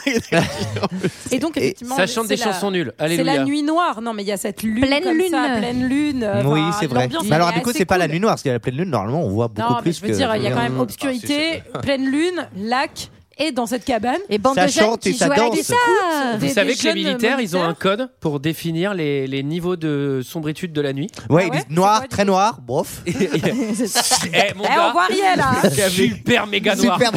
[SPEAKER 7] Et donc, effectivement,
[SPEAKER 1] Ça chante
[SPEAKER 7] c'est
[SPEAKER 1] des
[SPEAKER 7] la-
[SPEAKER 1] chansons nulles.
[SPEAKER 7] C'est la
[SPEAKER 1] Alléluia.
[SPEAKER 7] nuit noire. Non, mais il y a cette lune.
[SPEAKER 8] Pleine
[SPEAKER 7] comme
[SPEAKER 8] lune.
[SPEAKER 7] Ça, pleine lune. euh,
[SPEAKER 10] oui,
[SPEAKER 7] enfin,
[SPEAKER 10] c'est vrai.
[SPEAKER 7] l'ambiance,
[SPEAKER 10] Mais alors,
[SPEAKER 7] elle est
[SPEAKER 10] du coup,
[SPEAKER 7] assez
[SPEAKER 10] c'est pas la
[SPEAKER 7] cool.
[SPEAKER 10] nuit noire, parce que la pleine lune, normalement, on voit beaucoup
[SPEAKER 7] Non, mais
[SPEAKER 10] plus.
[SPEAKER 7] je veux
[SPEAKER 10] que-
[SPEAKER 7] dire, il y a quand même
[SPEAKER 10] Mm.
[SPEAKER 7] obscurité, pleine lune, lac, et dans cette cabane.
[SPEAKER 8] Et bande
[SPEAKER 10] Ça
[SPEAKER 8] de jeunes
[SPEAKER 10] chante et
[SPEAKER 8] qui
[SPEAKER 10] ça
[SPEAKER 8] jouent à la
[SPEAKER 10] danse.
[SPEAKER 8] guitare.
[SPEAKER 1] Vous
[SPEAKER 7] des-
[SPEAKER 1] savez
[SPEAKER 7] des
[SPEAKER 1] que les
[SPEAKER 7] jeunes
[SPEAKER 1] militaires, ils ont
[SPEAKER 7] moniteurs.
[SPEAKER 1] un code pour définir les, les niveaux de sombritude de la nuit.
[SPEAKER 10] Ouais,
[SPEAKER 7] Ah
[SPEAKER 10] ils
[SPEAKER 7] ouais,
[SPEAKER 10] disent
[SPEAKER 7] c'est
[SPEAKER 10] noir,
[SPEAKER 7] quoi,
[SPEAKER 10] très
[SPEAKER 7] du coup
[SPEAKER 10] noir, bof.
[SPEAKER 1] Eh, mon
[SPEAKER 7] Eh,
[SPEAKER 1] gars,
[SPEAKER 7] on voit rien là.
[SPEAKER 1] super méga noir.
[SPEAKER 10] Super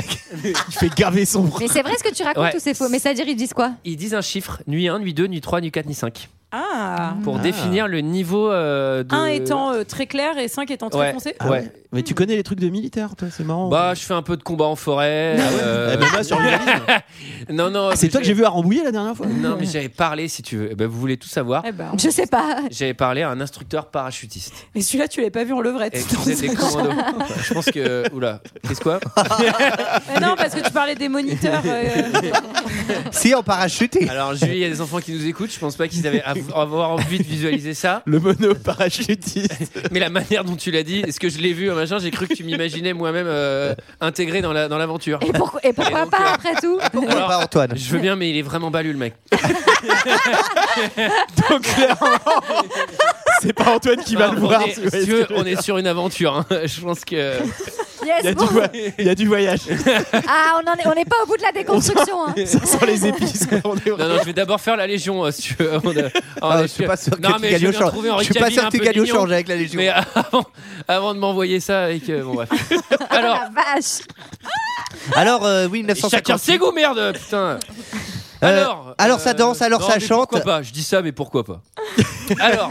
[SPEAKER 6] Il fait gaver son bras.
[SPEAKER 8] Mais c'est vrai ce que tu racontes
[SPEAKER 1] Ouais.
[SPEAKER 8] ou c'est faux Mais c'est-à-dire, ils disent quoi
[SPEAKER 1] Ils disent un chiffre, nuit 1, nuit 2, nuit 3, nuit 4, nuit 5,
[SPEAKER 7] Ah.
[SPEAKER 1] pour
[SPEAKER 6] Ah.
[SPEAKER 1] définir le niveau euh, de...
[SPEAKER 7] Un étant euh, très clair et cinq étant très
[SPEAKER 1] Ouais,
[SPEAKER 7] foncé.
[SPEAKER 6] Ah
[SPEAKER 1] ouais.
[SPEAKER 6] Mais tu connais les trucs de militaires toi, c'est marrant.
[SPEAKER 1] Bah, je fais un peu de combat en forêt. euh,
[SPEAKER 6] Eh ben, moi, sur le livre.
[SPEAKER 1] Non, non.
[SPEAKER 6] c'est toi que j'ai
[SPEAKER 1] j'ai-
[SPEAKER 6] vu à Rambouillet la dernière fois.
[SPEAKER 1] Non, mais j'avais parlé, si tu veux. Eh ben, vous voulez tout savoir.
[SPEAKER 7] Eh ben,
[SPEAKER 8] Je sais pas.
[SPEAKER 1] J'avais parlé à un instructeur parachutiste.
[SPEAKER 7] mais celui-là, tu l'as pas vu en levrette.
[SPEAKER 1] Et qui faisait des commandos. Je pense que. Oula, qu'est-ce quoi
[SPEAKER 7] Mais non, parce que tu parlais des moniteurs. euh,
[SPEAKER 10] si, en parachute. et-
[SPEAKER 1] Alors, Julie, il y a des enfants qui nous écoutent. Je pense pas qu'ils avaient à avoir envie de visualiser ça.
[SPEAKER 6] Le mono parachutiste.
[SPEAKER 1] Mais la manière dont tu l'as dit, est-ce que je l'ai vu, machin, j'ai cru que tu m'imaginais moi-même euh, intégré dans la- dans l'aventure.
[SPEAKER 8] Et, pourquoi- et pourquoi
[SPEAKER 1] Et donc,
[SPEAKER 8] pas
[SPEAKER 1] euh,
[SPEAKER 8] après tout
[SPEAKER 6] Ah,
[SPEAKER 10] Pourquoi
[SPEAKER 1] Alors,
[SPEAKER 10] pas, Antoine
[SPEAKER 1] Je veux bien, mais il est vraiment balu le mec.
[SPEAKER 6] Donc clairement, c'est pas Antoine qui va
[SPEAKER 1] Enfin,
[SPEAKER 6] le
[SPEAKER 1] on
[SPEAKER 6] voir.
[SPEAKER 1] est-
[SPEAKER 6] tu vois
[SPEAKER 1] si
[SPEAKER 6] ce
[SPEAKER 1] tu veux,
[SPEAKER 6] que je veux
[SPEAKER 1] on
[SPEAKER 6] dire.
[SPEAKER 1] est sur une aventure. hein. Je pense que.
[SPEAKER 6] Il y a
[SPEAKER 8] Yes,
[SPEAKER 6] du
[SPEAKER 8] bon.
[SPEAKER 6] voi- il y a du voyage.
[SPEAKER 8] Ah, on en est- on n'est pas au bout de la déconstruction. hein.
[SPEAKER 6] Ça sent les épices. On est-
[SPEAKER 1] Non, non, je vais d'abord faire la Légion. euh, si tu veux. On, euh, on
[SPEAKER 10] Ah,
[SPEAKER 1] a-
[SPEAKER 10] Je suis pas sûr
[SPEAKER 1] Non,
[SPEAKER 10] que
[SPEAKER 1] mais
[SPEAKER 10] tu
[SPEAKER 1] je
[SPEAKER 10] gagnes au
[SPEAKER 1] viens de
[SPEAKER 10] change.
[SPEAKER 1] trouver un
[SPEAKER 10] Je suis pas
[SPEAKER 1] Ricabine
[SPEAKER 10] sûr
[SPEAKER 1] un
[SPEAKER 10] que tu
[SPEAKER 1] peu
[SPEAKER 10] gagnes au
[SPEAKER 1] mignon.
[SPEAKER 10] change avec la Légion.
[SPEAKER 1] Mais avant, avant de m'envoyer ça avec. euh, bon, bref. Alors,
[SPEAKER 8] Oh La vache.
[SPEAKER 10] Alors, euh, oui,
[SPEAKER 1] chacun
[SPEAKER 10] 1950.
[SPEAKER 1] ses goûts, merde, putain.
[SPEAKER 10] Euh,
[SPEAKER 1] Alors, euh,
[SPEAKER 10] alors ça danse, alors
[SPEAKER 1] non,
[SPEAKER 10] ça
[SPEAKER 1] mais
[SPEAKER 10] chante.
[SPEAKER 1] Pourquoi pas Je dis ça, mais pourquoi pas Alors,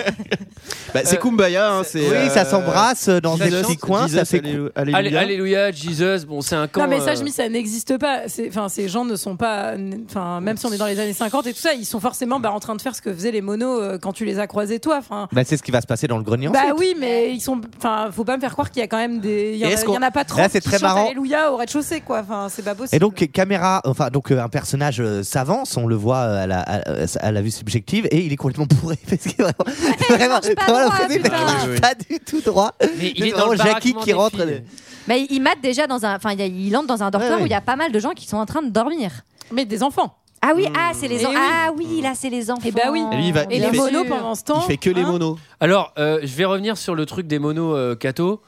[SPEAKER 6] Bah, c'est
[SPEAKER 1] Euh,
[SPEAKER 6] Kumbaya, hein, c'est.
[SPEAKER 10] Oui, ça s'embrasse dans des petits coins, ça fait
[SPEAKER 1] allé-
[SPEAKER 6] Alléluia.
[SPEAKER 1] Alléluia, Jesus, bon, c'est un camp.
[SPEAKER 7] Non mais ça,
[SPEAKER 1] euh,
[SPEAKER 7] je mis ça n'existe pas. C'est- Enfin, ces gens ne sont pas. Enfin, même si on est dans les années 50 et tout ça, ils sont forcément bah, en train de faire ce que faisaient les monos euh, quand tu les as croisés toi. Enfin,
[SPEAKER 10] Bah, c'est ce qui va se passer dans le grenier.
[SPEAKER 7] bah
[SPEAKER 10] ensuite.
[SPEAKER 7] oui, mais ils sont. Enfin, faut pas me faire croire qu'il y a quand même des. Il y, en
[SPEAKER 10] Et
[SPEAKER 7] a-
[SPEAKER 10] est-ce
[SPEAKER 7] il y en a pas trop.
[SPEAKER 10] c'est très marrant.
[SPEAKER 7] Alléluia au rez-de-chaussée quoi. Enfin, c'est pas possible.
[SPEAKER 10] Et donc caméra, enfin donc euh, un personnage euh, s'avance, on le voit euh, à la, à, euh, à la vue subjective et il est complètement bourré parce que
[SPEAKER 7] Eh,
[SPEAKER 10] vraiment,
[SPEAKER 8] marche pas
[SPEAKER 10] vraiment,
[SPEAKER 8] droit,
[SPEAKER 10] l'impression
[SPEAKER 8] putain.
[SPEAKER 10] qu'il marche pas du tout droit.
[SPEAKER 1] mais il
[SPEAKER 10] C'est
[SPEAKER 1] est dans le
[SPEAKER 10] vraiment Jackie
[SPEAKER 1] baraquement
[SPEAKER 10] qui
[SPEAKER 1] des
[SPEAKER 10] rentre.
[SPEAKER 1] filles.
[SPEAKER 8] Bah, il il mate déjà dans un. Enfin, il y a- il entre dans un dortoir
[SPEAKER 10] Ouais, ouais.
[SPEAKER 8] où il y a pas mal de gens qui sont en train de dormir.
[SPEAKER 7] Mais des enfants.
[SPEAKER 8] Ah oui, ah, c'est les
[SPEAKER 7] Eh
[SPEAKER 8] en-
[SPEAKER 7] oui.
[SPEAKER 8] Ah oui, là, c'est les enfants.
[SPEAKER 7] Eh bah oui.
[SPEAKER 6] Et lui, il va-
[SPEAKER 7] Et
[SPEAKER 6] Il
[SPEAKER 7] les
[SPEAKER 6] fait-
[SPEAKER 7] monos pendant ce temps.
[SPEAKER 6] Il fait que les
[SPEAKER 7] hein.
[SPEAKER 6] monos.
[SPEAKER 1] Alors, euh, je vais revenir sur le truc des monos euh, Kato.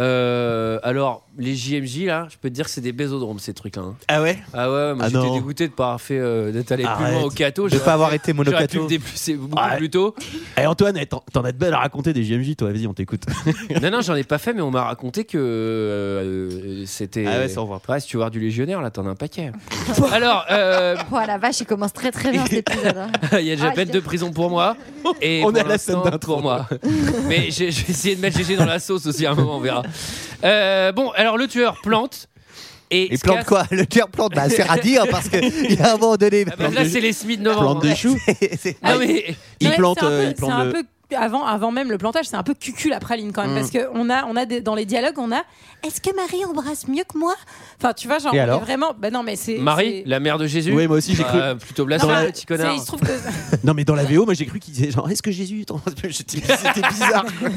[SPEAKER 1] Euh, alors, les JMJ, là, je peux te dire que c'est des bésodromes, ces trucs-là. hein.
[SPEAKER 6] Ah ouais
[SPEAKER 1] Ah ouais, ouais, moi
[SPEAKER 6] Ah
[SPEAKER 1] j'étais
[SPEAKER 6] non.
[SPEAKER 1] dégoûté de pas avoir fait, euh, d'être allé plus
[SPEAKER 6] Arrête.
[SPEAKER 1] loin au Kato.
[SPEAKER 10] De pas avoir été
[SPEAKER 1] J'aurais pu
[SPEAKER 10] monocato.
[SPEAKER 1] le déplucer beaucoup
[SPEAKER 6] Ouais.
[SPEAKER 1] plus tôt.
[SPEAKER 6] Et Antoine, eh, t'en t'en as de belles à raconter des JMJ, toi, vas-y, on t'écoute.
[SPEAKER 1] Non, non, j'en ai pas fait, mais on m'a raconté que euh, euh, c'était.
[SPEAKER 6] Ah ouais, ça, on voit
[SPEAKER 1] Ouais, si tu veux voir du légionnaire, là, t'en as un paquet. Alors, euh,
[SPEAKER 8] Oh la vache, il commence très très bien cet épisode. hein.
[SPEAKER 1] il y a déjà
[SPEAKER 8] Ah,
[SPEAKER 1] peine
[SPEAKER 8] je-
[SPEAKER 1] de prison pour moi. Et
[SPEAKER 6] On
[SPEAKER 1] pour
[SPEAKER 6] est à la scène
[SPEAKER 1] l'instant,
[SPEAKER 6] d'intro.
[SPEAKER 1] pour moi. Mais j'ai- je vais essayer de mettre GG dans la sauce aussi à un moment, on verra. Euh, bon, alors le tueur plante. Et,
[SPEAKER 10] Et plante quoi Le tueur plante, bah c'est à dire parce qu'il y a un moment donné.
[SPEAKER 1] Ah bah, là, c'est les Smith de novembre.
[SPEAKER 6] Plante des choux.
[SPEAKER 10] c'est-
[SPEAKER 1] Ah mais
[SPEAKER 6] Il
[SPEAKER 7] Ouais,
[SPEAKER 6] plante,
[SPEAKER 7] c'est un
[SPEAKER 6] euh,
[SPEAKER 7] peu-
[SPEAKER 6] il plante
[SPEAKER 7] c'est un
[SPEAKER 6] le- Mm.
[SPEAKER 7] peu avant, avant même le plantage, c'est un peu cucul la praline quand même, parce que on a, on a des- dans les dialogues, on a Est-ce que Marie embrasse mieux que moi Enfin, tu vois, genre,
[SPEAKER 10] Et
[SPEAKER 7] on est
[SPEAKER 10] alors
[SPEAKER 7] vraiment. Bah non, mais c'est.
[SPEAKER 1] Marie,
[SPEAKER 7] c'est-
[SPEAKER 1] la mère de Jésus.
[SPEAKER 6] Oui, moi aussi, j'ai cru.
[SPEAKER 1] Ah, plutôt
[SPEAKER 7] Non,
[SPEAKER 1] blasphème,
[SPEAKER 7] mais
[SPEAKER 1] le petit connard.
[SPEAKER 7] c'est- Il se trouve que.
[SPEAKER 6] Non, mais dans la VO, moi, j'ai cru qu'il disait genre, est-ce que Jésus t'en- J'étais- C'était bizarre. quoi.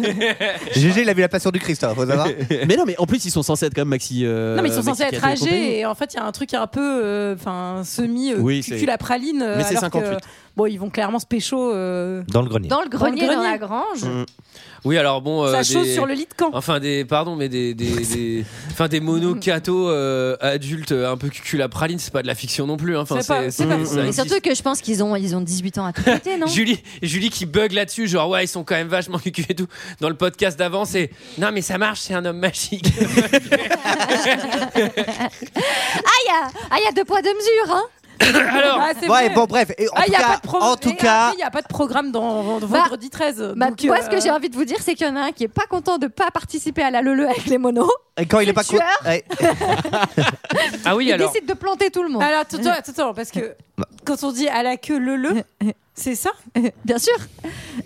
[SPEAKER 10] GG, il a vu la passion du Christ, hein, faut savoir.
[SPEAKER 6] mais non, mais en plus, ils sont censés être comme Maxi. euh,
[SPEAKER 7] non, mais ils sont
[SPEAKER 6] Maxi
[SPEAKER 7] censés être
[SPEAKER 6] Cato et compagnie.
[SPEAKER 7] âgés, et en fait, il y a un truc un peu. euh, Enfin, semi euh,
[SPEAKER 6] Oui, c'est-
[SPEAKER 7] cucul la praline. euh,
[SPEAKER 6] Mais c'est
[SPEAKER 7] alors
[SPEAKER 6] 58.
[SPEAKER 7] que, bon, ils vont clairement se pécho. euh,
[SPEAKER 10] Dans le grenier.
[SPEAKER 8] Dans le grenier, dans,
[SPEAKER 7] grenier.
[SPEAKER 8] la grange.
[SPEAKER 1] Oui, alors bon.
[SPEAKER 7] ça
[SPEAKER 1] euh,
[SPEAKER 7] chose
[SPEAKER 1] des-
[SPEAKER 7] sur le lit de camp.
[SPEAKER 1] Enfin des pardon mais des des, des enfin des monocato adultes euh, un peu cucul à praline c'est pas de la fiction non plus hein. enfin
[SPEAKER 7] C'est pas- c'est pas
[SPEAKER 1] ça
[SPEAKER 7] possible.
[SPEAKER 8] Et
[SPEAKER 1] existe.
[SPEAKER 8] surtout que je pense qu'ils ont, ils ont 18 ans à tout côté, non
[SPEAKER 1] Julie Julie qui bug là-dessus genre ouais ils sont quand même vachement cucul et tout dans le podcast d'avant c'est non mais ça marche c'est un homme magique
[SPEAKER 8] Ah, il y a- ah, il y a deux poids, deux mesures, hein
[SPEAKER 1] alors
[SPEAKER 7] Ah, c'est
[SPEAKER 10] Ouais,
[SPEAKER 7] vrai.
[SPEAKER 10] bon, bref. Et en
[SPEAKER 7] Ah, il
[SPEAKER 10] tout
[SPEAKER 7] n'y a
[SPEAKER 10] cas,
[SPEAKER 7] pas de pro-
[SPEAKER 10] en tout
[SPEAKER 7] et
[SPEAKER 10] cas,
[SPEAKER 7] après, il y a pas de programme dans, dans
[SPEAKER 8] Bah,
[SPEAKER 7] vendredi 13.
[SPEAKER 8] Bah,
[SPEAKER 7] donc,
[SPEAKER 8] moi, ce
[SPEAKER 7] euh,
[SPEAKER 8] que j'ai envie de vous dire, c'est qu'il y en a un qui est pas content de pas participer à la Leleu avec les monos.
[SPEAKER 10] et quand il est pas
[SPEAKER 8] tueur.
[SPEAKER 10] con- Ouais.
[SPEAKER 1] ah oui
[SPEAKER 8] il
[SPEAKER 1] alors
[SPEAKER 8] décide de planter tout le monde.
[SPEAKER 7] Ah, Alors, attends, attends, attends, parce que
[SPEAKER 10] Bah.
[SPEAKER 7] quand on dit à la queue le le, c'est ça
[SPEAKER 8] Bien sûr.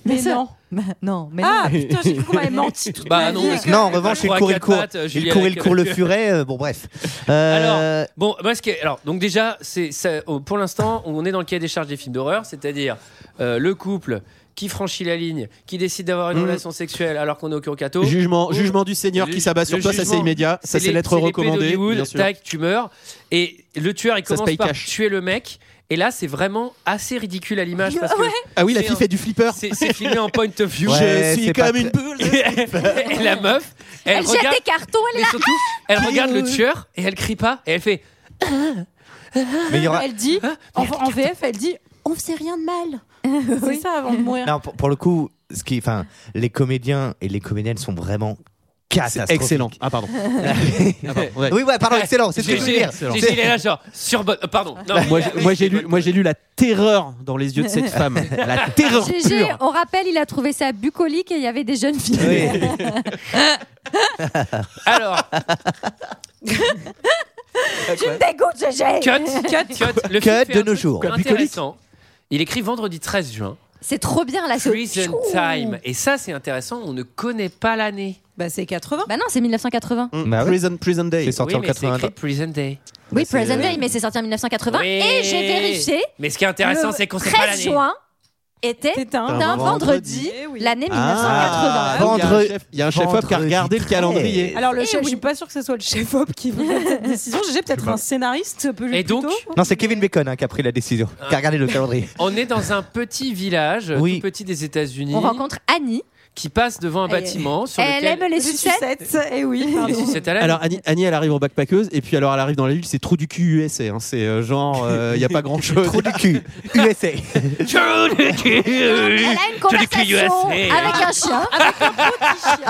[SPEAKER 7] Mais
[SPEAKER 8] Bien sûr.
[SPEAKER 7] non.
[SPEAKER 8] Bah, non, mais
[SPEAKER 7] Ah
[SPEAKER 8] non.
[SPEAKER 7] putain, j'ai cru qu'on m'avait menti. toute
[SPEAKER 1] Bah
[SPEAKER 7] ma
[SPEAKER 1] non,
[SPEAKER 7] vie.
[SPEAKER 1] parce que-
[SPEAKER 10] Non, en revanche, il
[SPEAKER 1] Trois,
[SPEAKER 10] courait le
[SPEAKER 1] quatre
[SPEAKER 10] court.
[SPEAKER 1] pattes, euh, Julie
[SPEAKER 10] Il courait
[SPEAKER 1] avec
[SPEAKER 10] le court le
[SPEAKER 1] queue.
[SPEAKER 10] furet, euh, bon, bref. Euh,
[SPEAKER 1] Bon, moi, ce qui est- alors, donc déjà, c'est ça- oh, pour l'instant, on est dans le cas des charges des films d'horreur, c'est-à-dire euh, le couple qui franchit la ligne, qui décide d'avoir
[SPEAKER 10] Mm.
[SPEAKER 1] une
[SPEAKER 6] Mhm.
[SPEAKER 1] relation sexuelle alors qu'on est au Kurkato.
[SPEAKER 6] Jugement,
[SPEAKER 1] Oh.
[SPEAKER 6] jugement du Seigneur
[SPEAKER 1] Le-
[SPEAKER 6] qui s'abat sur
[SPEAKER 1] le
[SPEAKER 6] toi, ça c'est
[SPEAKER 1] jugement.
[SPEAKER 6] immédiat. Ça c'est
[SPEAKER 1] les-
[SPEAKER 6] l'être
[SPEAKER 1] les pédos
[SPEAKER 6] recommandé.
[SPEAKER 1] d'Hollywood,
[SPEAKER 6] bien sûr.
[SPEAKER 1] tac, tu meurs. Et le tueur, il
[SPEAKER 6] Ça se
[SPEAKER 1] commence
[SPEAKER 6] paye
[SPEAKER 1] par
[SPEAKER 6] cash.
[SPEAKER 1] tuer le mec. Et là, c'est vraiment assez ridicule à l'image parce que
[SPEAKER 6] Ah oui, la
[SPEAKER 1] C'est
[SPEAKER 6] fille
[SPEAKER 1] un-
[SPEAKER 6] fait du flipper.
[SPEAKER 1] c'est c'est filmé en point of view.
[SPEAKER 10] Ouais,
[SPEAKER 6] je suis
[SPEAKER 10] c'est pas
[SPEAKER 6] comme
[SPEAKER 10] très-
[SPEAKER 6] une boule.
[SPEAKER 1] et la meuf, elle,
[SPEAKER 8] Elle jette
[SPEAKER 1] regarde,
[SPEAKER 8] des cartons, elle
[SPEAKER 1] mais
[SPEAKER 8] est là.
[SPEAKER 1] surtout, elle regarde le tueur et elle crie pas et elle fait
[SPEAKER 10] mais il y aura. Hein
[SPEAKER 7] Elle dit, en, en VF, elle dit, on faisait rien de mal. C'est ça avant de mourir.
[SPEAKER 10] Non, pour, pour le coup, ce qui, enfin, les comédiens et les comédiennes sont vraiment catastrophiques.
[SPEAKER 6] Excellent. Ah pardon. Ah, pardon, ouais.
[SPEAKER 10] Oui, ouais, pardon, excellent. C'est ce que je veux
[SPEAKER 1] GG,
[SPEAKER 10] dire.
[SPEAKER 1] GG, il est là genre sur euh, pardon. Non, mais-
[SPEAKER 6] Moi, j'ai- moi, j'ai lu, moi j'ai lu la terreur dans les yeux de cette femme. La terreur
[SPEAKER 8] GG,
[SPEAKER 6] pure.
[SPEAKER 8] on rappelle, il a trouvé ça bucolique et il y avait des jeunes filles.
[SPEAKER 10] Oui.
[SPEAKER 1] Alors,
[SPEAKER 8] Tu me dégoûtes, GG.
[SPEAKER 1] Cut, cut, cut. Le
[SPEAKER 10] Cut
[SPEAKER 1] film fait un
[SPEAKER 10] de nos
[SPEAKER 1] truc
[SPEAKER 10] jours.
[SPEAKER 1] Intéressant. Il écrit vendredi 13 juin.
[SPEAKER 8] Bah, C'est trop bien là. ce-
[SPEAKER 1] Prison
[SPEAKER 8] Chou.
[SPEAKER 1] Time. Et ça, c'est intéressant. On ne connaît pas l'année.
[SPEAKER 7] Bah c'est 80.
[SPEAKER 8] Bah non, c'est 1980.
[SPEAKER 6] Mm,
[SPEAKER 10] Bah ouais.
[SPEAKER 6] prison, prison Day.
[SPEAKER 10] C'est sorti
[SPEAKER 1] Oui,
[SPEAKER 10] en
[SPEAKER 1] mais c'est
[SPEAKER 10] 80.
[SPEAKER 1] écrit Prison Day.
[SPEAKER 7] Bah,
[SPEAKER 8] Oui,
[SPEAKER 6] c'est-
[SPEAKER 8] Present Day, mais c'est sorti en 1980.
[SPEAKER 1] Oui.
[SPEAKER 8] Et j'ai vérifié.
[SPEAKER 1] Mais ce qui est intéressant,
[SPEAKER 8] le
[SPEAKER 1] c'est qu'on sait pas
[SPEAKER 8] 13
[SPEAKER 1] l'année.
[SPEAKER 8] juin était
[SPEAKER 7] C'est un.
[SPEAKER 8] un vendredi,
[SPEAKER 6] vendredi.
[SPEAKER 7] Eh oui.
[SPEAKER 8] l'année 1980.
[SPEAKER 6] Ah,
[SPEAKER 10] oui, il y a un
[SPEAKER 6] vendredi-
[SPEAKER 10] chef-
[SPEAKER 6] Il y a un chef-op qui a
[SPEAKER 10] vendredi
[SPEAKER 6] regardé le
[SPEAKER 10] 13.
[SPEAKER 6] calendrier.
[SPEAKER 7] Alors le
[SPEAKER 8] Eh
[SPEAKER 7] chef,
[SPEAKER 8] oui.
[SPEAKER 7] je suis pas sûr que ce soit le chef op qui prend cette décision. J'ai peut-être un
[SPEAKER 6] bah-
[SPEAKER 7] scénariste. peut-
[SPEAKER 1] Et donc,
[SPEAKER 7] plutôt.
[SPEAKER 10] Non, c'est Kevin Bacon hein, qui a pris la décision, qui a regardé le calendrier.
[SPEAKER 1] On est dans un petit village,
[SPEAKER 10] Oui.
[SPEAKER 1] tout petit des États-Unis,
[SPEAKER 8] On rencontre Annie.
[SPEAKER 1] qui passe devant un
[SPEAKER 8] Elle-
[SPEAKER 1] bâtiment sur
[SPEAKER 8] Elle
[SPEAKER 1] lequel.
[SPEAKER 8] aime les
[SPEAKER 7] Les
[SPEAKER 8] sucettes.
[SPEAKER 7] sucettes. Et Eh oui.
[SPEAKER 1] Et
[SPEAKER 7] pardon.
[SPEAKER 1] sur cette haleine.
[SPEAKER 6] Alors Annie, Annie, elle arrive en backpackeuse et puis alors elle arrive dans la ville, c'est trou du cul USA. hein. C'est euh, genre, il n'y a pas grand chose.
[SPEAKER 10] Trou du cul, USA.
[SPEAKER 8] Elle a une conversation
[SPEAKER 1] USA.
[SPEAKER 8] avec
[SPEAKER 7] Ah,
[SPEAKER 8] un chien.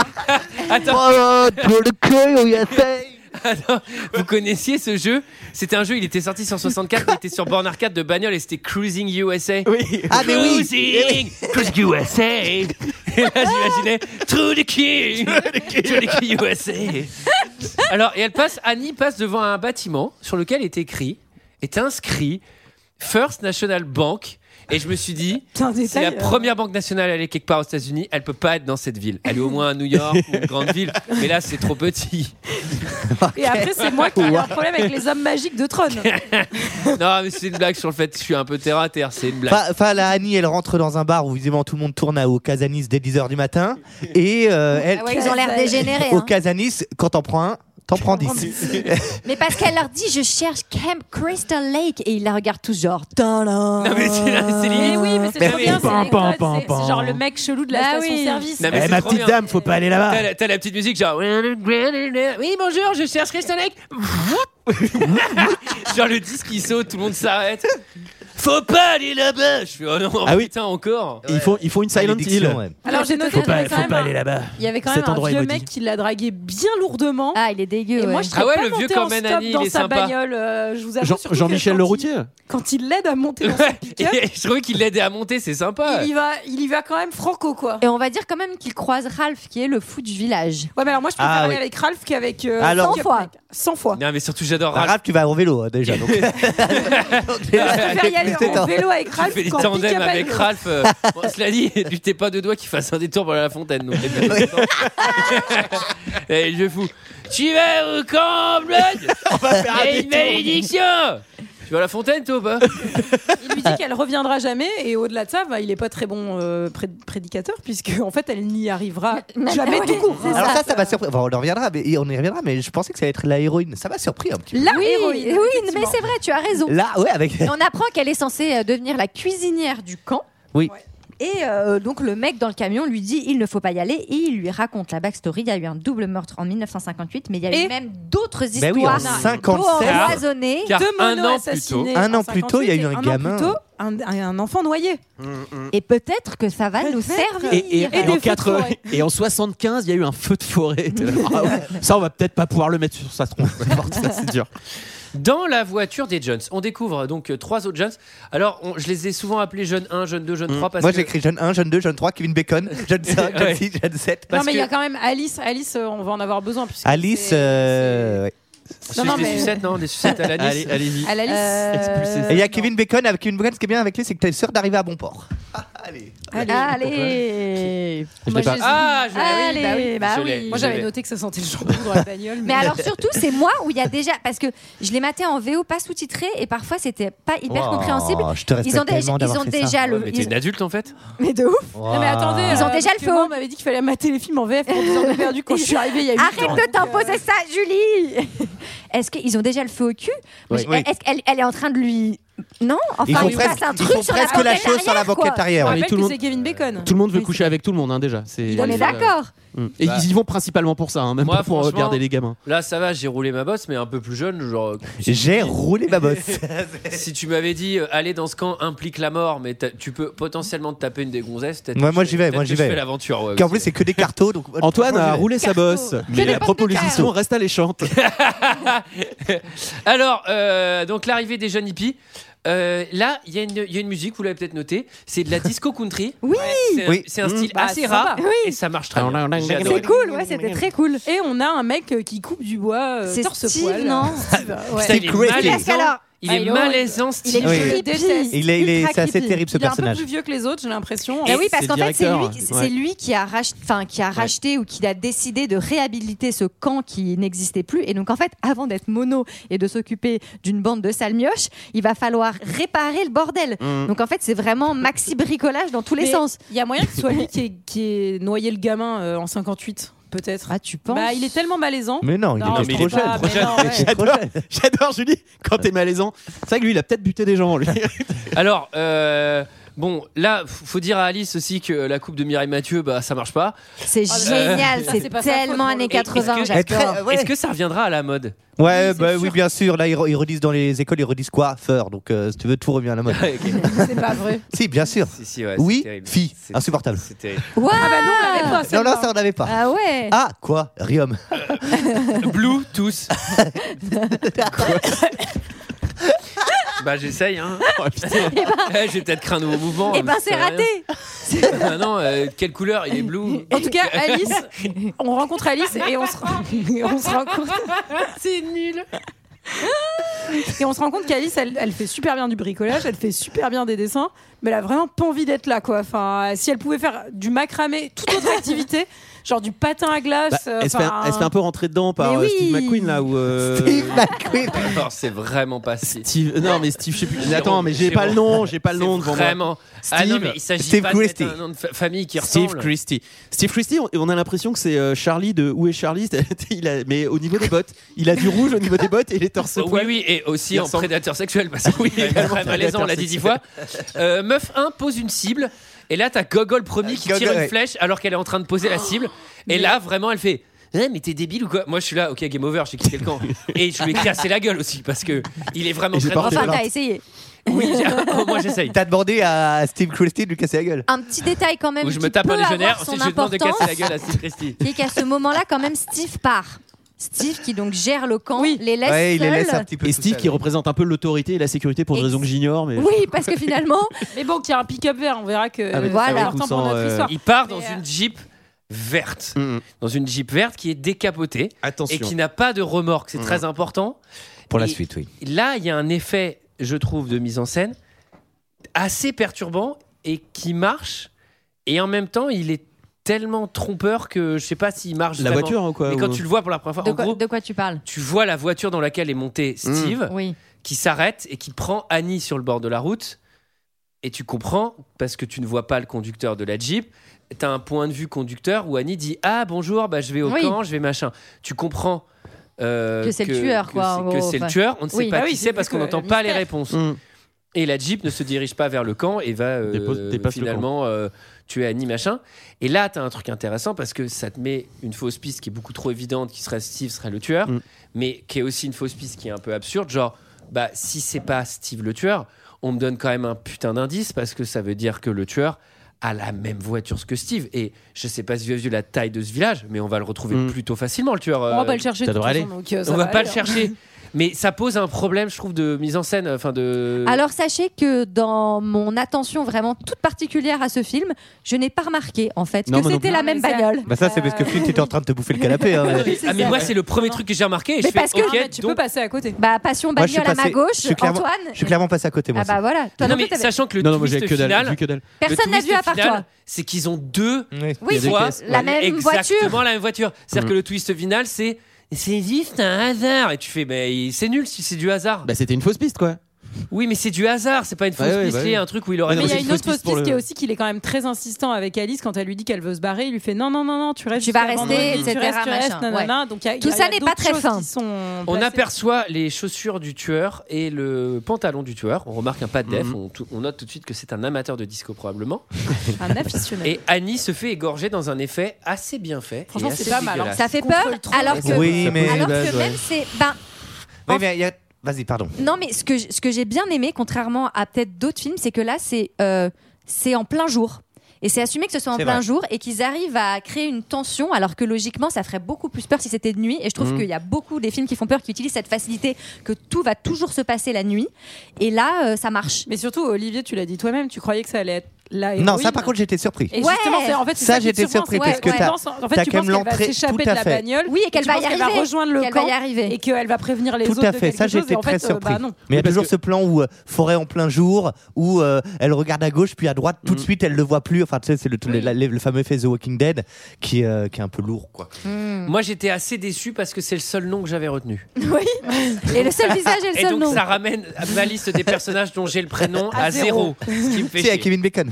[SPEAKER 1] Attends,
[SPEAKER 10] Trou du cul, USA.
[SPEAKER 1] Vous connaissiez ce jeu C'était un jeu, il était sorti sur 64, il était sur borne arcade de bagnole et c'était Cruising USA.
[SPEAKER 6] Oui.
[SPEAKER 10] Ah, mais oui.
[SPEAKER 1] Cruising, Cruising USA. Et là, j'imaginais Through the King, Through the King USA. Alors, et elle passe, Annie passe devant un bâtiment sur lequel est écrit, est inscrit First National Bank. Et je me suis dit,
[SPEAKER 7] Putain,
[SPEAKER 1] c'est
[SPEAKER 7] détail,
[SPEAKER 1] la
[SPEAKER 7] euh.
[SPEAKER 1] première banque nationale, elle est quelque part aux États-Unis, elle peut pas être dans cette ville. Elle est au moins à New York ou une grande ville, mais là c'est trop petit.
[SPEAKER 7] Et après, c'est moi qui ai un problème avec les hommes magiques de Tron.
[SPEAKER 1] Non, mais c'est une blague sur le fait que je suis un peu terre à terre, c'est une blague.
[SPEAKER 10] Enfin, enfin, la Annie, elle rentre dans un bar où visiblement tout le monde tourne à- au Casanis dès 10h du matin. Et euh, elle,
[SPEAKER 8] Ah ouais, ils ont l'air dégénérés.
[SPEAKER 10] au
[SPEAKER 8] hein.
[SPEAKER 10] Casanis, quand t'en prends un, t'en prends 10.
[SPEAKER 8] Mais parce qu'elle leur dit je cherche Camp Crystal Lake et ils la regardent tous genre. Non
[SPEAKER 1] mais c'est là, c'est lié.
[SPEAKER 7] Mais Eh oui, mais c'est
[SPEAKER 10] Mais
[SPEAKER 7] trop
[SPEAKER 1] oui.
[SPEAKER 7] bien. c'est
[SPEAKER 6] Pam, pam,
[SPEAKER 7] rigolo,
[SPEAKER 6] pam,
[SPEAKER 7] c'est-
[SPEAKER 6] pam.
[SPEAKER 7] C'est genre le mec chelou de la
[SPEAKER 8] Bah oui.
[SPEAKER 7] station-service.
[SPEAKER 1] Non, mais
[SPEAKER 10] Eh,
[SPEAKER 1] c'est
[SPEAKER 10] ma
[SPEAKER 1] trop
[SPEAKER 10] petite
[SPEAKER 1] bien.
[SPEAKER 10] dame, faut pas aller là-bas.
[SPEAKER 1] T'as la, t'as la petite musique genre Oui bonjour je cherche Christolec Genre le disque qui saute tout le monde s'arrête Faut pas aller là-bas Je fais oh non
[SPEAKER 6] Ah oui.
[SPEAKER 1] putain encore
[SPEAKER 6] Ils font, ils font une Silent Hill.
[SPEAKER 10] Malédiction, ouais.
[SPEAKER 7] Alors j'ai noté
[SPEAKER 6] Faut
[SPEAKER 7] qu'il y
[SPEAKER 6] pas,
[SPEAKER 7] avait
[SPEAKER 6] faut
[SPEAKER 7] quand
[SPEAKER 6] pas aller
[SPEAKER 7] même un-
[SPEAKER 6] là-bas.
[SPEAKER 7] il y avait quand même
[SPEAKER 6] Cet
[SPEAKER 7] un
[SPEAKER 6] endroit est
[SPEAKER 7] vieux
[SPEAKER 6] maudit.
[SPEAKER 7] mec qui l'a dragué bien lourdement.
[SPEAKER 8] Ah, il est dégueu.
[SPEAKER 7] Et moi,
[SPEAKER 8] ouais.
[SPEAKER 7] je serais
[SPEAKER 1] Ah ouais,
[SPEAKER 7] pas
[SPEAKER 1] le
[SPEAKER 7] monté
[SPEAKER 1] vieux
[SPEAKER 7] en
[SPEAKER 1] Corman
[SPEAKER 7] stop
[SPEAKER 1] Annie,
[SPEAKER 7] dans
[SPEAKER 1] il est
[SPEAKER 7] sa
[SPEAKER 1] sympa.
[SPEAKER 7] bagnole. euh, je vous avoue
[SPEAKER 6] Jean-
[SPEAKER 7] surtout que
[SPEAKER 6] Jean-Michel
[SPEAKER 7] quand
[SPEAKER 6] Le
[SPEAKER 7] il-
[SPEAKER 6] Routier.
[SPEAKER 7] Quand il l'aide à monter dans son pick-up,
[SPEAKER 1] Je trouvais qu'il l'aidait à monter c'est sympa
[SPEAKER 7] hein. il y va, il y va quand même franco quoi.
[SPEAKER 8] Et on va dire quand même qu'il croise Ralph qui est le fou du village.
[SPEAKER 7] Ouais, mais alors moi je préfère
[SPEAKER 10] Ah,
[SPEAKER 7] aller
[SPEAKER 10] oui.
[SPEAKER 7] avec Ralph qu'avec. euh,
[SPEAKER 10] Alors-
[SPEAKER 8] 100
[SPEAKER 7] 100
[SPEAKER 8] fois.
[SPEAKER 7] fois. 100 fois.
[SPEAKER 1] Non mais surtout j'adore
[SPEAKER 10] Bah,
[SPEAKER 1] Ralph
[SPEAKER 10] Raph, tu vas en vélo euh, déjà. Donc.
[SPEAKER 7] Je préfère y aller en vélo avec
[SPEAKER 1] Tu
[SPEAKER 7] Ralph.
[SPEAKER 1] fais des
[SPEAKER 7] qu'en
[SPEAKER 1] tandems
[SPEAKER 7] pick-up
[SPEAKER 1] avec
[SPEAKER 7] lui.
[SPEAKER 1] Ralph euh, bon, Cela dit tu t'es pas de doigts qu'il fasse un détour pour aller à la fontaine Eh, donc t'es bien content. Et je fous Tu vas au camp Blood Et une malédiction Tu vas à la fontaine toi ou pas
[SPEAKER 7] Il lui dit qu'elle reviendra jamais et au-delà de ça, bah, il est pas très bon euh, préd- prédicateur puisque en fait elle n'y arrivera
[SPEAKER 8] Mais-
[SPEAKER 7] jamais
[SPEAKER 8] ouais,
[SPEAKER 7] tout court.
[SPEAKER 8] c'est
[SPEAKER 10] Alors ça, ça m'a surpris. Enfin, on en reviendra, mais et on y reviendra. Mais je pensais que ça allait être la héroïne. Ça m'a surpris un petit
[SPEAKER 8] La oui,
[SPEAKER 7] héroïne,
[SPEAKER 8] oui, mais
[SPEAKER 7] effectivement.
[SPEAKER 8] c'est vrai, tu as raison.
[SPEAKER 10] peu. Là, ouais, avec.
[SPEAKER 8] Et on apprend qu'elle est censée euh, devenir la cuisinière du camp.
[SPEAKER 10] Oui.
[SPEAKER 7] Ouais.
[SPEAKER 8] Et euh, donc le mec dans le camion lui dit il ne faut pas y aller et il lui raconte la backstory. Il y a eu un double meurtre en 1958, mais il y a eu
[SPEAKER 7] Et-
[SPEAKER 8] même d'autres
[SPEAKER 10] Bah
[SPEAKER 8] histoires
[SPEAKER 10] oui, en
[SPEAKER 8] d'eau
[SPEAKER 10] 57.
[SPEAKER 8] empoisonnée.
[SPEAKER 1] Car
[SPEAKER 7] Deux
[SPEAKER 1] un
[SPEAKER 7] monos
[SPEAKER 1] an plus tôt
[SPEAKER 7] assassinés
[SPEAKER 10] Un
[SPEAKER 7] en
[SPEAKER 10] an plus tôt, il y a eu
[SPEAKER 7] 58,
[SPEAKER 10] un
[SPEAKER 7] an
[SPEAKER 10] gamin.
[SPEAKER 7] plus tôt, un, un enfant noyé.
[SPEAKER 8] Et peut-être que ça va nous
[SPEAKER 7] Peut-être.
[SPEAKER 8] servir.
[SPEAKER 6] Et, et-
[SPEAKER 7] Et des
[SPEAKER 6] en
[SPEAKER 7] feux de
[SPEAKER 6] quatre-
[SPEAKER 7] forêt.
[SPEAKER 6] et en 75, il y a eu un feu de forêt. T'es là, ah ouais, ça, on va peut-être pas pouvoir le mettre sur sa tronche. ça, c'est dur.
[SPEAKER 1] Dans la voiture des Jones, on découvre donc euh, trois autres Jones. Alors, on- je les ai souvent appelés jeune 1, jeune 2, jeune 3 parce
[SPEAKER 10] Mm. Moi,
[SPEAKER 1] que
[SPEAKER 10] j'écris jeune 1, jeune 2, jeune 3, Kevin Bacon, jeune 5,
[SPEAKER 1] Ouais.
[SPEAKER 10] jeune 6, jeune 7.
[SPEAKER 1] Parce
[SPEAKER 7] non mais il y a
[SPEAKER 1] que-
[SPEAKER 7] quand même Alice. Alice, euh, on va en avoir besoin puisque
[SPEAKER 10] Alice.
[SPEAKER 7] c'est-
[SPEAKER 10] euh, ouais.
[SPEAKER 1] c'est
[SPEAKER 7] Non, non,
[SPEAKER 1] des
[SPEAKER 7] mais-
[SPEAKER 1] sucettes, non, des sucettes à la Nice.
[SPEAKER 6] Allez, allez-y.
[SPEAKER 7] à l'Alice.
[SPEAKER 8] Euh,
[SPEAKER 6] Expulsé.
[SPEAKER 10] Et il y a Kevin Bacon. Avec Kevin Bacon, ce qui est bien avec lui, c'est que t'es sûr d'arriver à bon port.
[SPEAKER 7] Allez.
[SPEAKER 8] Allez,
[SPEAKER 6] Je l'ai pas.
[SPEAKER 1] Ah, je l'ai, oui, bah oui,
[SPEAKER 8] Allez, bah
[SPEAKER 1] je l'ai,
[SPEAKER 8] oui.
[SPEAKER 1] je
[SPEAKER 7] Moi j'avais
[SPEAKER 1] l'ai.
[SPEAKER 7] noté que ça sentait le jambon dans la bagnole.
[SPEAKER 8] Mais alors surtout, c'est moi où il y a déjà parce que je l'ai maté en VO pas sous-titré et parfois c'était pas hyper
[SPEAKER 10] Wow,
[SPEAKER 8] compréhensible.
[SPEAKER 10] Je te respecte
[SPEAKER 8] Ils ont, déjà-
[SPEAKER 10] tellement d'avoir
[SPEAKER 8] ils ont
[SPEAKER 10] fait ça.
[SPEAKER 8] déjà
[SPEAKER 7] Euh,
[SPEAKER 1] Ouais,
[SPEAKER 8] le.
[SPEAKER 1] mais t'es
[SPEAKER 8] ils-
[SPEAKER 1] une adulte en fait
[SPEAKER 8] mais de ouf
[SPEAKER 7] Non mais attendez,
[SPEAKER 8] Ils ont
[SPEAKER 7] euh,
[SPEAKER 8] déjà
[SPEAKER 7] parce
[SPEAKER 8] le
[SPEAKER 7] que
[SPEAKER 8] feu.
[SPEAKER 7] moi, On m'avait dit qu'il fallait mater les films en VF pour des heures de perdu quand je suis arrivée il y a 8
[SPEAKER 8] Arrête de t'imposer ça, Julie Est-ce qu'ils ont déjà le feu au cul Moi,
[SPEAKER 10] Oui.
[SPEAKER 8] je- Est-ce qu'elle elle est en train de lui. Non Enfin,
[SPEAKER 10] Ils font
[SPEAKER 8] il
[SPEAKER 10] presque,
[SPEAKER 8] passe un
[SPEAKER 10] ils
[SPEAKER 8] truc
[SPEAKER 10] font
[SPEAKER 8] sur
[SPEAKER 10] presque
[SPEAKER 8] la,
[SPEAKER 10] la chose sur la banquette arrière.
[SPEAKER 7] On
[SPEAKER 10] ouais.
[SPEAKER 6] Allez,
[SPEAKER 7] rappelle
[SPEAKER 6] tout le
[SPEAKER 7] que
[SPEAKER 6] monde-
[SPEAKER 7] c'est Kevin Bacon.
[SPEAKER 6] Tout le monde veut
[SPEAKER 8] Oui,
[SPEAKER 6] coucher avec tout le monde, hein, déjà. C'est-
[SPEAKER 8] On est d'accord
[SPEAKER 6] Mm. Et ils y vont principalement pour ça, hein, même
[SPEAKER 1] Bah. Moi,
[SPEAKER 6] pas pour euh,
[SPEAKER 1] franchement-
[SPEAKER 6] garder les gamins.
[SPEAKER 1] Là, ça va, j'ai roulé ma bosse, mais un peu plus jeune. Genre,
[SPEAKER 10] J'ai roulé ma bosse.
[SPEAKER 1] si tu m'avais dit euh, aller dans ce camp implique la mort, mais t'as- tu peux potentiellement te taper une des gonzesses. peut-être
[SPEAKER 10] Moi-
[SPEAKER 1] que
[SPEAKER 10] moi,
[SPEAKER 1] je-
[SPEAKER 10] j'y vais,
[SPEAKER 1] peut-être
[SPEAKER 10] moi,
[SPEAKER 1] que
[SPEAKER 10] j'y
[SPEAKER 1] je
[SPEAKER 10] vais.
[SPEAKER 1] fais l'aventure. ouais,
[SPEAKER 10] Car en
[SPEAKER 1] aussi.
[SPEAKER 10] plus, c'est que des cartos. Donc,
[SPEAKER 6] Antoine
[SPEAKER 10] franchement, j'y
[SPEAKER 6] a
[SPEAKER 10] vais.
[SPEAKER 6] roulé sa
[SPEAKER 8] Carto.
[SPEAKER 6] bosse, mais la proposition reste alléchante.
[SPEAKER 1] Alors, euh, donc l'arrivée des jeunes hippies. Euh, là, il y, a une- il y a une musique, vous l'avez peut-être noté, c'est de la disco country.
[SPEAKER 8] Oui.
[SPEAKER 1] C'est un-
[SPEAKER 10] Oui. Mmh.
[SPEAKER 1] c'est un, style
[SPEAKER 7] Bah,
[SPEAKER 1] assez
[SPEAKER 7] ça va.
[SPEAKER 1] rare
[SPEAKER 8] Oui.
[SPEAKER 1] et ça marche très bien. J'ai
[SPEAKER 6] C'est
[SPEAKER 1] adoré.
[SPEAKER 8] C'est cool, ouais, c'était très cool.
[SPEAKER 7] Et on a un mec euh, qui coupe du bois. euh,
[SPEAKER 8] C'est
[SPEAKER 7] torse
[SPEAKER 8] Steve,
[SPEAKER 7] poil.
[SPEAKER 8] non
[SPEAKER 7] Steve, ouais.
[SPEAKER 1] Putain, il est
[SPEAKER 10] Creepy.
[SPEAKER 1] malaisant.
[SPEAKER 8] Alors,
[SPEAKER 1] Il
[SPEAKER 7] Ah,
[SPEAKER 1] est
[SPEAKER 7] il est
[SPEAKER 1] malaisant,
[SPEAKER 8] Il est
[SPEAKER 1] Steve.
[SPEAKER 10] Oui.
[SPEAKER 7] Je le déteste.
[SPEAKER 10] Il est- il est-
[SPEAKER 8] Ultra
[SPEAKER 10] c'est assez
[SPEAKER 8] creepy.
[SPEAKER 10] terrible ce
[SPEAKER 7] Il est un peu
[SPEAKER 10] personnage.
[SPEAKER 7] plus vieux que les autres, j'ai l'impression.
[SPEAKER 8] Eh oui,
[SPEAKER 6] c'est
[SPEAKER 8] parce qu'en
[SPEAKER 6] le
[SPEAKER 8] fait, c'est lui,
[SPEAKER 10] hein.
[SPEAKER 6] directeur,
[SPEAKER 8] c'est
[SPEAKER 6] ouais.
[SPEAKER 8] lui qui a, rach- enfin, qui a racheté ou qui a décidé de réhabiliter ce camp qui n'existait plus. Et donc, en fait, avant d'être mono et de s'occuper d'une bande de sales mioches, il va falloir réparer le bordel.
[SPEAKER 10] Mmh.
[SPEAKER 8] Donc, en fait, c'est vraiment maxi bricolage dans tous les
[SPEAKER 7] Mais
[SPEAKER 8] sens.
[SPEAKER 7] Il y a moyen que ce soit lui qui ait, qui ait noyé le gamin euh, en 58, peut-être.
[SPEAKER 8] Ah, tu penses
[SPEAKER 7] Bah, il est tellement malaisant.
[SPEAKER 10] Mais non, il
[SPEAKER 7] Non,
[SPEAKER 10] était
[SPEAKER 1] mais il
[SPEAKER 10] trop
[SPEAKER 1] est
[SPEAKER 10] jeune.
[SPEAKER 7] pas-
[SPEAKER 10] trop
[SPEAKER 7] mais
[SPEAKER 10] jeune.
[SPEAKER 7] non, ouais.
[SPEAKER 10] Il était trop jeune.
[SPEAKER 6] J'adore Julie quand t'es malaisant. C'est vrai que lui, il a peut-être buté des gens. lui.
[SPEAKER 1] Alors, euh, bon, là, f- faut dire à Alice aussi que la coupe de Mireille Mathieu, bah, ça marche pas.
[SPEAKER 8] C'est
[SPEAKER 7] Ah,
[SPEAKER 8] génial,
[SPEAKER 7] ça,
[SPEAKER 8] c'est
[SPEAKER 7] c'est pas sa faute,
[SPEAKER 8] tellement
[SPEAKER 7] pour le
[SPEAKER 8] années
[SPEAKER 7] coup. Et- est-ce que-
[SPEAKER 8] 80,
[SPEAKER 1] est-ce que-
[SPEAKER 8] j'adore.
[SPEAKER 10] Ouais.
[SPEAKER 1] Est-ce que ça reviendra à la mode
[SPEAKER 10] Ouais,
[SPEAKER 7] Oui, c'est
[SPEAKER 10] bah
[SPEAKER 7] sûr.
[SPEAKER 10] oui, bien sûr. Là, ils re- ils redisent dans les écoles, ils redisent quoi Faire. Donc, euh, si tu veux, tout revient à la mode.
[SPEAKER 7] C'est pas vrai.
[SPEAKER 10] Si, bien sûr.
[SPEAKER 1] Si, si, ouais, c'est
[SPEAKER 10] Oui,
[SPEAKER 1] terrible.
[SPEAKER 10] fille,
[SPEAKER 1] C'est-
[SPEAKER 10] insupportable.
[SPEAKER 1] C'est terrible.
[SPEAKER 8] Waouh
[SPEAKER 7] Ah bah non, on l'avait pas.
[SPEAKER 10] Non,
[SPEAKER 7] celle-là.
[SPEAKER 10] non, ça, on n'avait pas.
[SPEAKER 8] Ah ouais
[SPEAKER 10] Ah, quoi Riom.
[SPEAKER 1] Blue, tous. Bah j'essaye hein. Eh, j'ai peut-être créé un nouveau mouvement.
[SPEAKER 8] Et ben
[SPEAKER 1] mais
[SPEAKER 8] c'est
[SPEAKER 1] ça va
[SPEAKER 8] raté.
[SPEAKER 1] rien. Ah non, euh, quelle couleur Il est blue.
[SPEAKER 7] En tout cas, Alice, on rencontre Alice et on se, et on se rencontre. C'est nul. Et on se rend compte qu'Alice, elle, elle fait super bien du bricolage, elle fait super bien des dessins, mais elle a vraiment pas envie d'être là, quoi. Enfin, euh, si elle pouvait faire du macramé, toute autre activité, genre du patin à glace.
[SPEAKER 6] Bah,
[SPEAKER 7] euh,
[SPEAKER 6] elle, se fait,
[SPEAKER 7] enfin,
[SPEAKER 6] elle se fait un peu rentrer dedans par
[SPEAKER 7] Mais
[SPEAKER 6] euh, Steve
[SPEAKER 7] oui.
[SPEAKER 6] McQueen là ou euh,
[SPEAKER 10] Steve McQueen.
[SPEAKER 1] Alors, c'est vraiment pas si.
[SPEAKER 6] Steve- euh, non mais Steve je sais plus
[SPEAKER 1] Jérôme,
[SPEAKER 6] attends mais j'ai
[SPEAKER 1] Jérôme.
[SPEAKER 6] pas le nom j'ai pas le
[SPEAKER 1] C'est
[SPEAKER 6] nom devant moi
[SPEAKER 1] Vraiment. Ah non,
[SPEAKER 6] Steve-
[SPEAKER 1] mais il s'agit
[SPEAKER 10] Steve
[SPEAKER 1] pas de mettre
[SPEAKER 10] Christie.
[SPEAKER 1] un nom de fa- famille qui
[SPEAKER 6] Steve
[SPEAKER 1] ressemble.
[SPEAKER 6] Christie Steve Christie on, on a l'impression que c'est euh, Charlie de où est Charlie il a, mais au niveau des bottes il a du rouge au niveau des bottes et les torse
[SPEAKER 1] Oh, Oui,
[SPEAKER 6] poil.
[SPEAKER 1] oui, et aussi
[SPEAKER 6] Il
[SPEAKER 1] en
[SPEAKER 6] ressemble.
[SPEAKER 1] prédateur sexuel, parce que oui, il est très malaisant, on l'a dit dix fois. Euh, meuf 1 pose une cible, et là, t'as Gogol premier
[SPEAKER 6] Euh,
[SPEAKER 1] qui tire
[SPEAKER 10] Gogol,
[SPEAKER 1] une
[SPEAKER 10] ouais.
[SPEAKER 1] flèche alors qu'elle est en train de poser la
[SPEAKER 6] Oh.
[SPEAKER 1] cible, et là, vraiment, elle fait. Eh, mais t'es débile ou quoi Moi je suis là, ok game over, j'ai quitté le camp. Et je lui ai cassé la gueule aussi parce que il est vraiment
[SPEAKER 6] Et j'ai
[SPEAKER 1] très
[SPEAKER 6] pas
[SPEAKER 1] drôle.
[SPEAKER 8] Enfin,
[SPEAKER 6] Voilà.
[SPEAKER 8] t'as essayé.
[SPEAKER 1] Oui, au moins j'essaye.
[SPEAKER 10] T'as demandé à Steve Christie de lui casser la gueule.
[SPEAKER 8] Un petit détail quand même.
[SPEAKER 1] Ou je
[SPEAKER 8] qui
[SPEAKER 1] me tape
[SPEAKER 8] peut
[SPEAKER 1] un légionnaire,
[SPEAKER 8] avoir son
[SPEAKER 1] ensuite je demande de
[SPEAKER 8] importance.
[SPEAKER 1] casser la gueule à Steve Christie.
[SPEAKER 8] et qu'à ce moment-là, quand même, Steve part. Steve qui donc gère le camp,
[SPEAKER 7] Oui.
[SPEAKER 8] les laisse
[SPEAKER 10] Ouais, il les
[SPEAKER 8] seuls.
[SPEAKER 10] laisse un petit peu.
[SPEAKER 6] et
[SPEAKER 10] tout
[SPEAKER 6] Steve
[SPEAKER 10] seul.
[SPEAKER 6] qui représente un peu l'autorité et la sécurité pour des
[SPEAKER 8] Ex-
[SPEAKER 6] raisons que j'ignore mais
[SPEAKER 8] Oui, parce que finalement,
[SPEAKER 7] Mais bon, qu'il y a un pick-up vert, on verra que
[SPEAKER 6] Ah, mais
[SPEAKER 7] c'est
[SPEAKER 8] voilà.
[SPEAKER 7] important pour
[SPEAKER 6] Sans,
[SPEAKER 7] notre
[SPEAKER 6] euh,
[SPEAKER 7] histoire.
[SPEAKER 1] Il part dans
[SPEAKER 7] Mais, euh,
[SPEAKER 1] une Jeep verte,
[SPEAKER 6] Mm.
[SPEAKER 1] dans une Jeep verte qui est décapotée
[SPEAKER 6] attention Mm.
[SPEAKER 1] et qui n'a pas de remorque, c'est très important.
[SPEAKER 10] Pour la
[SPEAKER 1] Et-
[SPEAKER 10] suite, oui.
[SPEAKER 1] Là, il y a un effet, je trouve, de mise en scène assez perturbant et qui marche et en même temps, il est tellement trompeur que je sais pas s'il marche
[SPEAKER 6] la
[SPEAKER 1] vraiment.
[SPEAKER 6] voiture hein, ou quoi
[SPEAKER 1] Mais quand
[SPEAKER 6] ou-
[SPEAKER 1] tu le vois pour la première fois,
[SPEAKER 8] de
[SPEAKER 1] en
[SPEAKER 8] quoi,
[SPEAKER 1] gros,
[SPEAKER 8] de quoi tu parles
[SPEAKER 1] tu vois la voiture dans laquelle est monté
[SPEAKER 6] Hmm.
[SPEAKER 1] Steve.
[SPEAKER 8] Oui.
[SPEAKER 1] qui s'arrête et qui prend Annie sur le bord de la route. Et tu comprends, parce que tu ne vois pas le conducteur de la Jeep, tu as un point de vue conducteur où Annie dit Ah bonjour, bah, je vais au
[SPEAKER 8] Oui.
[SPEAKER 1] camp, je vais machin. Tu comprends. euh,
[SPEAKER 8] Que c'est le tueur,
[SPEAKER 1] que
[SPEAKER 8] quoi,
[SPEAKER 1] c'est-
[SPEAKER 8] en
[SPEAKER 1] Que
[SPEAKER 8] gros,
[SPEAKER 1] c'est le
[SPEAKER 8] enfin.
[SPEAKER 1] tueur, on ne sait
[SPEAKER 8] Oui.
[SPEAKER 1] pas
[SPEAKER 7] Bah
[SPEAKER 1] qui
[SPEAKER 7] oui,
[SPEAKER 1] c'est
[SPEAKER 7] c'est
[SPEAKER 1] parce
[SPEAKER 7] que
[SPEAKER 1] qu'on n'entend
[SPEAKER 7] le
[SPEAKER 1] pas les
[SPEAKER 7] mystère.
[SPEAKER 1] réponses.
[SPEAKER 6] Mm.
[SPEAKER 1] Et la Jeep ne se dirige pas vers le camp et va euh,
[SPEAKER 6] Dépose- dépasse le
[SPEAKER 1] finalement euh, tuer Annie, machin. Et là, tu as un truc intéressant parce que ça te met une fausse piste qui est beaucoup trop évidente, qui serait Steve serait le tueur,
[SPEAKER 6] Mm.
[SPEAKER 1] mais qui est aussi une fausse piste qui est un peu absurde, genre, bah, si c'est pas Steve le tueur, on me donne quand même un putain d'indice parce que ça veut dire que le tueur a la même voiture que Steve. Et je sais pas si vous avez vu la taille de ce village, mais on va le retrouver
[SPEAKER 6] Mm.
[SPEAKER 1] plutôt facilement, le tueur.
[SPEAKER 7] on va
[SPEAKER 1] euh,
[SPEAKER 7] pas le chercher.
[SPEAKER 6] ça
[SPEAKER 7] de toute
[SPEAKER 6] devrait
[SPEAKER 7] façon, donc, euh, ça
[SPEAKER 1] on va pas
[SPEAKER 7] aller,
[SPEAKER 1] le
[SPEAKER 7] hein.
[SPEAKER 1] chercher. Mais ça pose un problème, je trouve, de mise en scène. Enfin, de...
[SPEAKER 8] Alors sachez que dans mon attention vraiment toute particulière à ce film, je n'ai pas remarqué en fait
[SPEAKER 6] Non,
[SPEAKER 8] que
[SPEAKER 6] moi non
[SPEAKER 8] c'était
[SPEAKER 6] plus.
[SPEAKER 8] la
[SPEAKER 7] Non, mais
[SPEAKER 8] même
[SPEAKER 7] ça-
[SPEAKER 8] bagnole.
[SPEAKER 10] Bah ça c'est parce que Flip était en train de te bouffer le canapé. hein.
[SPEAKER 1] Ah, mais-
[SPEAKER 8] c'est
[SPEAKER 1] ah, mais
[SPEAKER 8] ça.
[SPEAKER 1] moi, c'est le premier
[SPEAKER 7] Non.
[SPEAKER 1] truc que j'ai remarqué. Et
[SPEAKER 8] Mais
[SPEAKER 1] je fais,
[SPEAKER 8] parce que-
[SPEAKER 1] ok,
[SPEAKER 7] Ah, mais tu
[SPEAKER 1] donc-
[SPEAKER 7] peux passer à côté.
[SPEAKER 8] Bah passion
[SPEAKER 10] Moi, je suis
[SPEAKER 8] bagnole à ma
[SPEAKER 10] passé- je
[SPEAKER 8] gauche,
[SPEAKER 10] suis clairement-
[SPEAKER 8] Antoine.
[SPEAKER 10] Je suis clairement passé à côté moi.
[SPEAKER 8] Ah bah voilà, toi
[SPEAKER 1] Non,
[SPEAKER 8] non,
[SPEAKER 1] mais
[SPEAKER 8] plus, t'avais-
[SPEAKER 1] sachant que le
[SPEAKER 6] non non moi j'ai
[SPEAKER 1] twist
[SPEAKER 6] que dalle
[SPEAKER 1] final,
[SPEAKER 6] j'ai que dalle
[SPEAKER 1] le
[SPEAKER 8] personne n'a
[SPEAKER 1] twist
[SPEAKER 8] vu à part
[SPEAKER 1] final,
[SPEAKER 8] toi.
[SPEAKER 1] c'est qu'ils ont deux
[SPEAKER 10] Oui.
[SPEAKER 8] Oui,
[SPEAKER 6] Il y a des
[SPEAKER 1] fois
[SPEAKER 6] caisses.
[SPEAKER 8] la même
[SPEAKER 1] exactement
[SPEAKER 8] voiture.
[SPEAKER 1] la même voiture. C'est-à-dire
[SPEAKER 6] Mm.
[SPEAKER 1] que le twist final, c'est c'est juste un hasard. Et tu fais, mais c'est nul si c'est du hasard.
[SPEAKER 6] bah c'était une fausse piste quoi
[SPEAKER 1] Oui, mais c'est du hasard. C'est pas une fausse
[SPEAKER 6] Ouais, ouais,
[SPEAKER 1] piste
[SPEAKER 6] bah
[SPEAKER 1] liée
[SPEAKER 6] oui.
[SPEAKER 1] à un truc où il aurait.
[SPEAKER 6] Ouais,
[SPEAKER 7] Mais il y
[SPEAKER 6] c'est
[SPEAKER 7] a
[SPEAKER 6] une
[SPEAKER 7] une
[SPEAKER 6] fausse
[SPEAKER 7] autre fausse
[SPEAKER 6] piste pour
[SPEAKER 7] piste qui est
[SPEAKER 6] le-
[SPEAKER 7] aussi qu'il est quand même très insistant avec Alice quand elle lui dit qu'elle veut se barrer. Il lui fait non, non, non, non, tu restes.
[SPEAKER 8] Tu vas
[SPEAKER 7] jusqu'à
[SPEAKER 8] rester,
[SPEAKER 7] vendredi,
[SPEAKER 8] etc.,
[SPEAKER 7] Tu restes, tu restes,
[SPEAKER 8] machin,
[SPEAKER 7] nanana. Donc, il y a- il y a-
[SPEAKER 8] Tout
[SPEAKER 7] il y a
[SPEAKER 8] ça n'est pas
[SPEAKER 7] d'autres
[SPEAKER 8] très
[SPEAKER 7] choses
[SPEAKER 8] fin.
[SPEAKER 7] qui sont
[SPEAKER 1] On
[SPEAKER 7] placées.
[SPEAKER 1] aperçoit les chaussures du tueur et le pantalon du tueur. On remarque un pas de def.
[SPEAKER 6] Mhm.
[SPEAKER 1] On, tout- on note tout de suite que c'est un amateur de disco probablement.
[SPEAKER 7] un aficionné.
[SPEAKER 1] Et Annie se fait égorger dans un effet assez bien fait. et
[SPEAKER 7] Franchement, c'est
[SPEAKER 1] assez
[SPEAKER 7] pas mal, hein.
[SPEAKER 1] dégueulasse.
[SPEAKER 8] Ça fait
[SPEAKER 7] Contre
[SPEAKER 8] peur
[SPEAKER 7] le tronc.
[SPEAKER 8] alors que
[SPEAKER 10] Oui, mais-
[SPEAKER 8] alors
[SPEAKER 10] bah,
[SPEAKER 8] que
[SPEAKER 10] ouais.
[SPEAKER 8] même c'est ben
[SPEAKER 10] Oui, mais il y a- Vas-y, pardon.
[SPEAKER 8] Non, mais ce que j- ce que j'ai bien aimé, contrairement à peut-être d'autres films, c'est que là, c'est euh, c'est en plein jour. Et c'est assumé que ce soit en
[SPEAKER 10] C'est
[SPEAKER 8] plein
[SPEAKER 10] vrai.
[SPEAKER 8] jour et qu'ils arrivent à créer une tension, alors que logiquement, ça ferait beaucoup plus peur si c'était de nuit. Et je trouve qu'il y a beaucoup des films qui font peur qui utilisent cette facilité que tout va toujours se passer la nuit. Et là, euh, ça marche.
[SPEAKER 7] Mais surtout, Olivier, tu l'as dit toi-même, tu croyais que ça allait être la héroïne.
[SPEAKER 10] Non, ça par contre j'étais surpris.
[SPEAKER 7] Et
[SPEAKER 8] Ouais.
[SPEAKER 7] justement, c'est- en fait, c'est
[SPEAKER 10] Ça,
[SPEAKER 7] qui te
[SPEAKER 10] j'étais
[SPEAKER 7] surprend,
[SPEAKER 10] surpris,
[SPEAKER 7] c'est
[SPEAKER 8] parce
[SPEAKER 7] tu
[SPEAKER 8] que
[SPEAKER 7] penses- en fait,
[SPEAKER 10] t'as
[SPEAKER 7] tu
[SPEAKER 10] quand
[SPEAKER 7] penses
[SPEAKER 10] même
[SPEAKER 7] qu'elle va
[SPEAKER 10] l'entrée
[SPEAKER 7] s'échapper de
[SPEAKER 10] tout à
[SPEAKER 7] la
[SPEAKER 10] fait.
[SPEAKER 7] bagnole.
[SPEAKER 8] Oui, et qu'elle
[SPEAKER 7] tu
[SPEAKER 8] va
[SPEAKER 7] penses
[SPEAKER 8] y arriver.
[SPEAKER 7] va rejoindre le
[SPEAKER 8] Qu'elle va
[SPEAKER 7] camp
[SPEAKER 8] y arriver.
[SPEAKER 7] et qu'elle va prévenir les
[SPEAKER 10] Tout
[SPEAKER 7] autres
[SPEAKER 10] à
[SPEAKER 7] de
[SPEAKER 10] fait,
[SPEAKER 7] quelque
[SPEAKER 10] ça
[SPEAKER 7] chose, et
[SPEAKER 10] j'étais
[SPEAKER 7] en
[SPEAKER 10] très
[SPEAKER 7] fait, euh,
[SPEAKER 10] surpris.
[SPEAKER 7] bah non.
[SPEAKER 10] Mais il y
[SPEAKER 6] Oui,
[SPEAKER 10] a
[SPEAKER 6] parce
[SPEAKER 10] toujours
[SPEAKER 6] que-
[SPEAKER 10] ce plan où euh, forêt en plein jour, où euh, elle regarde à gauche puis à droite, tout de suite elle le voit plus. Enfin, tu sais, c'est le, le- la- le fameux effet The Walking Dead qui, euh, qui est un peu lourd quoi.
[SPEAKER 1] Moi, j'étais assez déçu parce que c'est le seul nom que j'avais retenu.
[SPEAKER 8] Oui. Et le seul visage et le
[SPEAKER 1] Et
[SPEAKER 8] seul
[SPEAKER 1] donc,
[SPEAKER 8] nom.
[SPEAKER 1] ça ramène à ma liste des personnages dont j'ai le prénom à,
[SPEAKER 7] À
[SPEAKER 1] zéro.
[SPEAKER 7] zéro.
[SPEAKER 1] Ce qui me fait
[SPEAKER 10] Tu sais, avec
[SPEAKER 1] chier.
[SPEAKER 10] Kevin Bacon.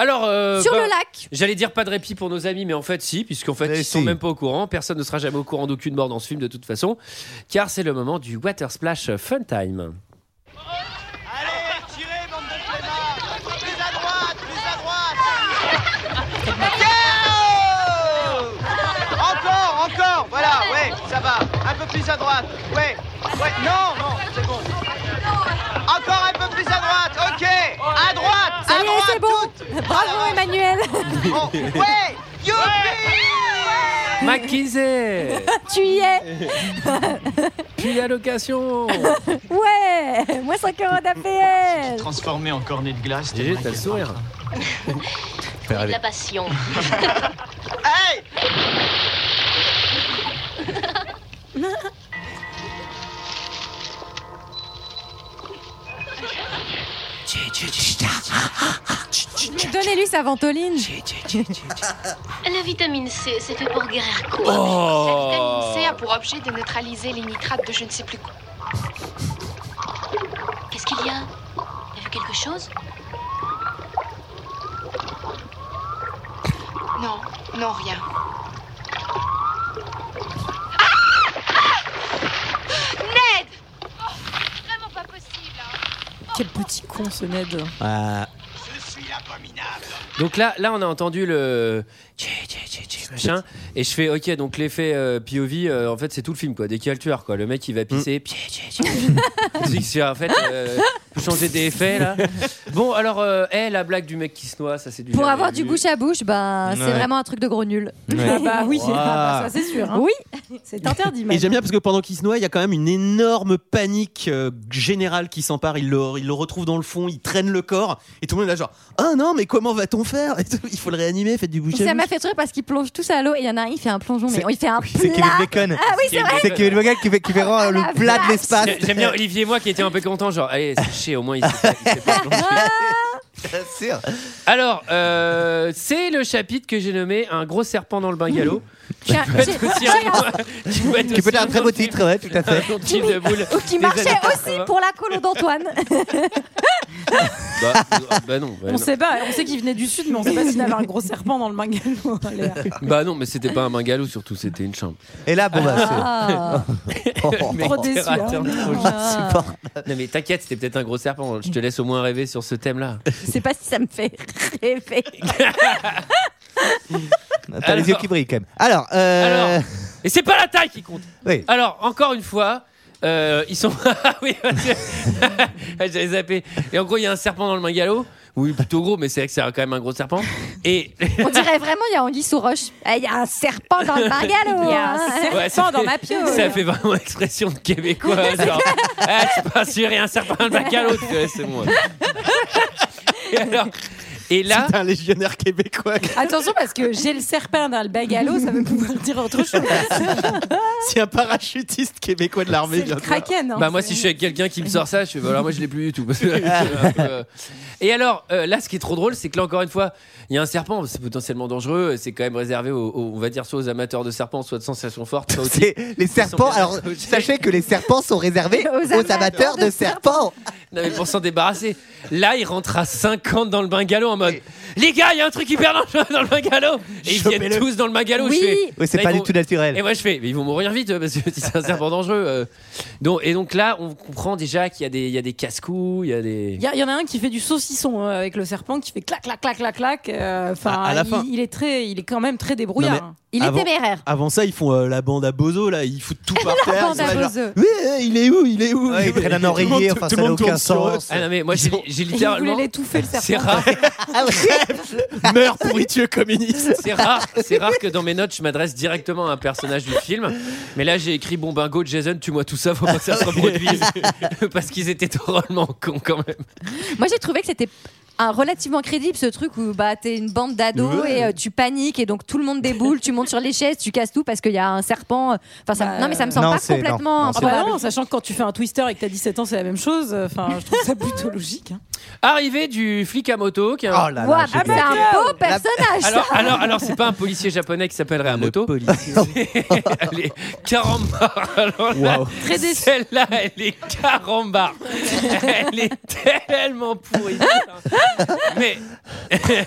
[SPEAKER 1] Alors, euh,
[SPEAKER 8] Sur
[SPEAKER 1] bah,
[SPEAKER 8] le lac.
[SPEAKER 1] j'allais dire pas de répit pour nos amis, mais en fait, si, puisqu'en fait,
[SPEAKER 10] Mais
[SPEAKER 1] ils sont
[SPEAKER 10] Eh si.
[SPEAKER 1] même pas au courant. Personne ne sera jamais au courant d'aucune mort dans ce film, de toute façon. Car c'est le moment du Water Splash Fun Time.
[SPEAKER 9] Allez, tirez, bande de clémards Plus à droite, plus à droite Yeah Encore, encore, voilà, ouais, ça va. Un peu plus à droite, ouais, ouais, non, non, c'est bon. Encore un peu plus à droite, ok À droite,
[SPEAKER 8] Ça
[SPEAKER 9] à
[SPEAKER 8] y est,
[SPEAKER 9] droite
[SPEAKER 8] c'est bon. Bravo, Emmanuel.
[SPEAKER 9] tout. Bon, Ouais, youpi
[SPEAKER 1] McKinsey
[SPEAKER 8] Tu y es
[SPEAKER 1] Puis la location
[SPEAKER 8] Ouais Moins 5 euros d'APL
[SPEAKER 9] Transformé en cornet de glace.
[SPEAKER 1] Gégé, t'as le sourire.
[SPEAKER 10] de la
[SPEAKER 11] passion.
[SPEAKER 9] Hey
[SPEAKER 8] Donnez-lui sa ventoline
[SPEAKER 11] La vitamine C, c'est fait pour guérir quoi La
[SPEAKER 1] Oh
[SPEAKER 11] vitamine C a pour objet de neutraliser les nitrates de je ne sais plus quoi. Qu'est-ce qu'il y a T'as vu quelque chose Non, non, rien. Ned Vraiment pas possible
[SPEAKER 7] Quel petit con ce Ned.
[SPEAKER 1] Donc là, là, on a entendu le tché, tché, tché, tché, machin, et je fais ok. Donc l'effet euh, POV, euh, en fait, c'est tout le film quoi. Dès qu'il y a le tueur, quoi, le mec il va
[SPEAKER 10] Mm.
[SPEAKER 1] pisser. tché, tché, tché. Je dis que c'est, en fait euh, faut changer des effets là. Bon, alors, euh, eh, la blague du mec qui se noie, ça c'est du.
[SPEAKER 8] Pour
[SPEAKER 1] jamais
[SPEAKER 8] avoir
[SPEAKER 1] vu.
[SPEAKER 8] du bouche à bouche, bah,
[SPEAKER 10] Ouais.
[SPEAKER 8] c'est vraiment un truc de gros nul.
[SPEAKER 7] Ah bah oui,
[SPEAKER 10] Wow.
[SPEAKER 7] ah bah ça c'est sûr. hein.
[SPEAKER 8] Oui,
[SPEAKER 7] C'est interdit
[SPEAKER 6] Et
[SPEAKER 7] même.
[SPEAKER 6] j'aime bien parce que pendant qu'il se noie, il y a quand même une énorme panique euh, générale qui s'empare. Il le, il le retrouve dans le fond, il traîne le corps et tout le monde est là genre ah non mais comment va-t-on faire Et tout, Il faut le réanimer, faites du bouche à
[SPEAKER 8] ça m'a
[SPEAKER 6] bouche.
[SPEAKER 8] fait sourire parce qu'ils plongent tous à l'eau et il y en a un, il fait un plongeon, mais
[SPEAKER 10] C'est-
[SPEAKER 8] il fait un
[SPEAKER 10] C'est Kevin
[SPEAKER 8] plat.
[SPEAKER 10] Bacon.
[SPEAKER 8] Ah oui, c'est vrai
[SPEAKER 10] C'est Kevin Bacon qui fait, qui fait vraiment le
[SPEAKER 8] la
[SPEAKER 10] plat de l'espace.
[SPEAKER 1] J'ai- J'aime bien Olivier et moi qui était un peu content, genre allez, c'est chier, au moins il s'est pas, il s'est pas planché.
[SPEAKER 10] Bien sûr.
[SPEAKER 1] Alors, euh, c'est le chapitre que j'ai nommé un gros serpent dans le bungalow.
[SPEAKER 8] J'ai- j'ai-
[SPEAKER 1] Aussi un- qui peut être
[SPEAKER 10] Qui peut
[SPEAKER 1] aussi
[SPEAKER 10] être un très beau
[SPEAKER 1] autre
[SPEAKER 10] titre, ouais, tout à fait.
[SPEAKER 1] film- un autre film de boule.
[SPEAKER 8] Ou qui
[SPEAKER 1] des années
[SPEAKER 8] marchait aussi
[SPEAKER 1] 80.
[SPEAKER 8] pour la colo d'Antoine.
[SPEAKER 1] Bah, bah non. Bah
[SPEAKER 7] On
[SPEAKER 1] non.
[SPEAKER 7] sait pas, on sait qu'il venait du sud, mais on sait pas s'il avait un gros serpent dans le bungalow.
[SPEAKER 1] Bah non, mais c'était pas un bungalow surtout, c'était une chambre.
[SPEAKER 10] Et là, bon, bah,
[SPEAKER 8] Ah.
[SPEAKER 10] c'est. Oh, oh,
[SPEAKER 1] Mais
[SPEAKER 7] Trop
[SPEAKER 1] t'es
[SPEAKER 7] déçu, hein.
[SPEAKER 1] raté, hein.
[SPEAKER 8] Ah.
[SPEAKER 1] Non mais t'inquiète, c'était peut-être un gros serpent. Je te laisse au moins rêver sur ce thème-là.
[SPEAKER 8] Je sais pas si ça me fait rêver.
[SPEAKER 10] oh. T'as les yeux qui brillent quand même. Alors, euh,
[SPEAKER 1] Alors. Et c'est pas la taille qui compte.
[SPEAKER 10] Oui.
[SPEAKER 1] Alors encore une fois. euh, ils sont. Ah oui, parce que- j'avais zappé. Et en gros, il y a un serpent dans le bungalow. Oui, plutôt gros, mais c'est vrai que c'est quand même un gros serpent. Et
[SPEAKER 8] On dirait vraiment il y a Anguille sous roche. Eh, Il y a un serpent dans le bungalow.
[SPEAKER 7] Il y a un
[SPEAKER 8] hein.
[SPEAKER 7] serpent
[SPEAKER 1] Ouais, ça fait-
[SPEAKER 7] dans ma pieuvre.
[SPEAKER 1] Ça fait vraiment expression de québécois. genre, Ah, je suis pas sûr, il y a un serpent dans le bacalao. Tu vois, c'est moi. Et alors, et là,
[SPEAKER 6] C'est un légionnaire québécois.
[SPEAKER 7] Attention parce que j'ai le serpent dans le bungalow, ça veut pouvoir dire autre chose.
[SPEAKER 6] C'est un parachutiste québécois de l'armée.
[SPEAKER 7] C'est le
[SPEAKER 6] bien sûr.
[SPEAKER 7] kraken. hein.
[SPEAKER 1] bah moi,
[SPEAKER 7] C'est-
[SPEAKER 1] si je suis avec quelqu'un qui me sort ça, je fais, bah, alors moi, je l'ai plus du tout. Parce que, euh, euh, et alors, euh, là, ce qui est trop drôle, c'est que là, encore une fois, il y a un serpent, c'est potentiellement dangereux, et c'est quand même réservé, aux, aux- on va dire, soit aux amateurs de serpents, soit de sensations fortes. soit aux-
[SPEAKER 10] c'est les serpents.
[SPEAKER 1] bien
[SPEAKER 10] Alors,
[SPEAKER 1] accrochés.
[SPEAKER 10] sachez que les serpents sont réservés
[SPEAKER 8] Aux
[SPEAKER 10] aux,
[SPEAKER 8] amateurs
[SPEAKER 10] amateurs de
[SPEAKER 8] de
[SPEAKER 10] serpents.
[SPEAKER 1] Non, mais pour s'en débarrasser. Là, il rentre à 50 dans le bungalow en mode Les gars, il y a un truc hyper dangereux dans le bungalow Et ils viennent tous dans le bungalow.
[SPEAKER 8] Oui.
[SPEAKER 1] je fais,
[SPEAKER 10] Oui, c'est
[SPEAKER 1] Là,
[SPEAKER 10] pas
[SPEAKER 1] ils
[SPEAKER 10] du
[SPEAKER 1] vont-
[SPEAKER 10] tout naturel.
[SPEAKER 1] Et moi, je fais Mais ils vont mourir vite euh, parce que c'est un serpent dangereux. euh. Donc, et donc là, on comprend déjà qu'il y a des, il y a des casse-coups, il y a des.
[SPEAKER 7] Il y, a- il y en a un qui fait du saucisson euh, avec le serpent, qui fait clac, clac, clac, clac, clac. euh, Enfin,
[SPEAKER 6] À- à la
[SPEAKER 7] il,
[SPEAKER 6] fin.
[SPEAKER 7] il est très, il est quand même très
[SPEAKER 6] Non,
[SPEAKER 7] débrouillard. hein.
[SPEAKER 8] Il est
[SPEAKER 6] Avant-
[SPEAKER 8] téméraire.
[SPEAKER 6] Avant ça, ils font euh, la bande à Bozo là, ils foutent tout par terre. ils sont
[SPEAKER 8] Bande à
[SPEAKER 6] là, genre,
[SPEAKER 8] Bozo.
[SPEAKER 6] Oui, euh, il est où Il est où
[SPEAKER 10] Ouais, ils prennent un
[SPEAKER 6] Tout le monde-
[SPEAKER 10] oreiller, enfin,
[SPEAKER 6] tout
[SPEAKER 10] ça
[SPEAKER 6] le
[SPEAKER 10] n'a
[SPEAKER 6] monde
[SPEAKER 10] aucun
[SPEAKER 6] tourne sur eux.
[SPEAKER 10] sens.
[SPEAKER 1] Ah non, mais moi, j'ai j'ai
[SPEAKER 7] Et il voulait
[SPEAKER 1] littéralement.
[SPEAKER 7] l'étouffer le
[SPEAKER 1] C'est
[SPEAKER 7] serpent.
[SPEAKER 1] rare,
[SPEAKER 10] Ah
[SPEAKER 6] Meurs pourritieux communiste.
[SPEAKER 1] c'est rare, c'est rare que dans mes notes je m'adresse directement à un personnage du film. Mais là j'ai écrit bon bingo Jason, tue-moi tout ça, faut pas que ça se reproduise parce qu'ils étaient drôlement cons quand même.
[SPEAKER 8] Moi, j'ai trouvé que c'était un relativement crédible ce truc où bah t'es une bande d'ados
[SPEAKER 6] Ouais.
[SPEAKER 8] et euh, tu paniques et donc tout le monde déboule, tu montes sur les chaises, tu casses tout parce qu'il y a un serpent. euh, Enfin, ça-
[SPEAKER 7] Bah,
[SPEAKER 8] non mais ça me semble
[SPEAKER 10] non,
[SPEAKER 8] pas
[SPEAKER 10] c'est- non,
[SPEAKER 8] complètement
[SPEAKER 10] non,
[SPEAKER 7] Ah bah
[SPEAKER 8] improbable.
[SPEAKER 7] non, sachant que quand tu fais un twister et que t'as 17 ans, c'est la même chose. euh, Enfin, je trouve ça plutôt logique. hein.
[SPEAKER 1] Arrivée du flic à moto qui est un-
[SPEAKER 10] Oh là
[SPEAKER 8] Ouah,
[SPEAKER 10] là.
[SPEAKER 8] bah,
[SPEAKER 10] j'ai-
[SPEAKER 8] c'est un beau personnage. ça.
[SPEAKER 1] Alors, alors, alors, c'est pas un policier japonais qui s'appellerait Amoto. Allez, carambar. Alors là,
[SPEAKER 7] Très déçu.
[SPEAKER 1] celle-là, elle est carambar. Elle est tellement pourrie. Mais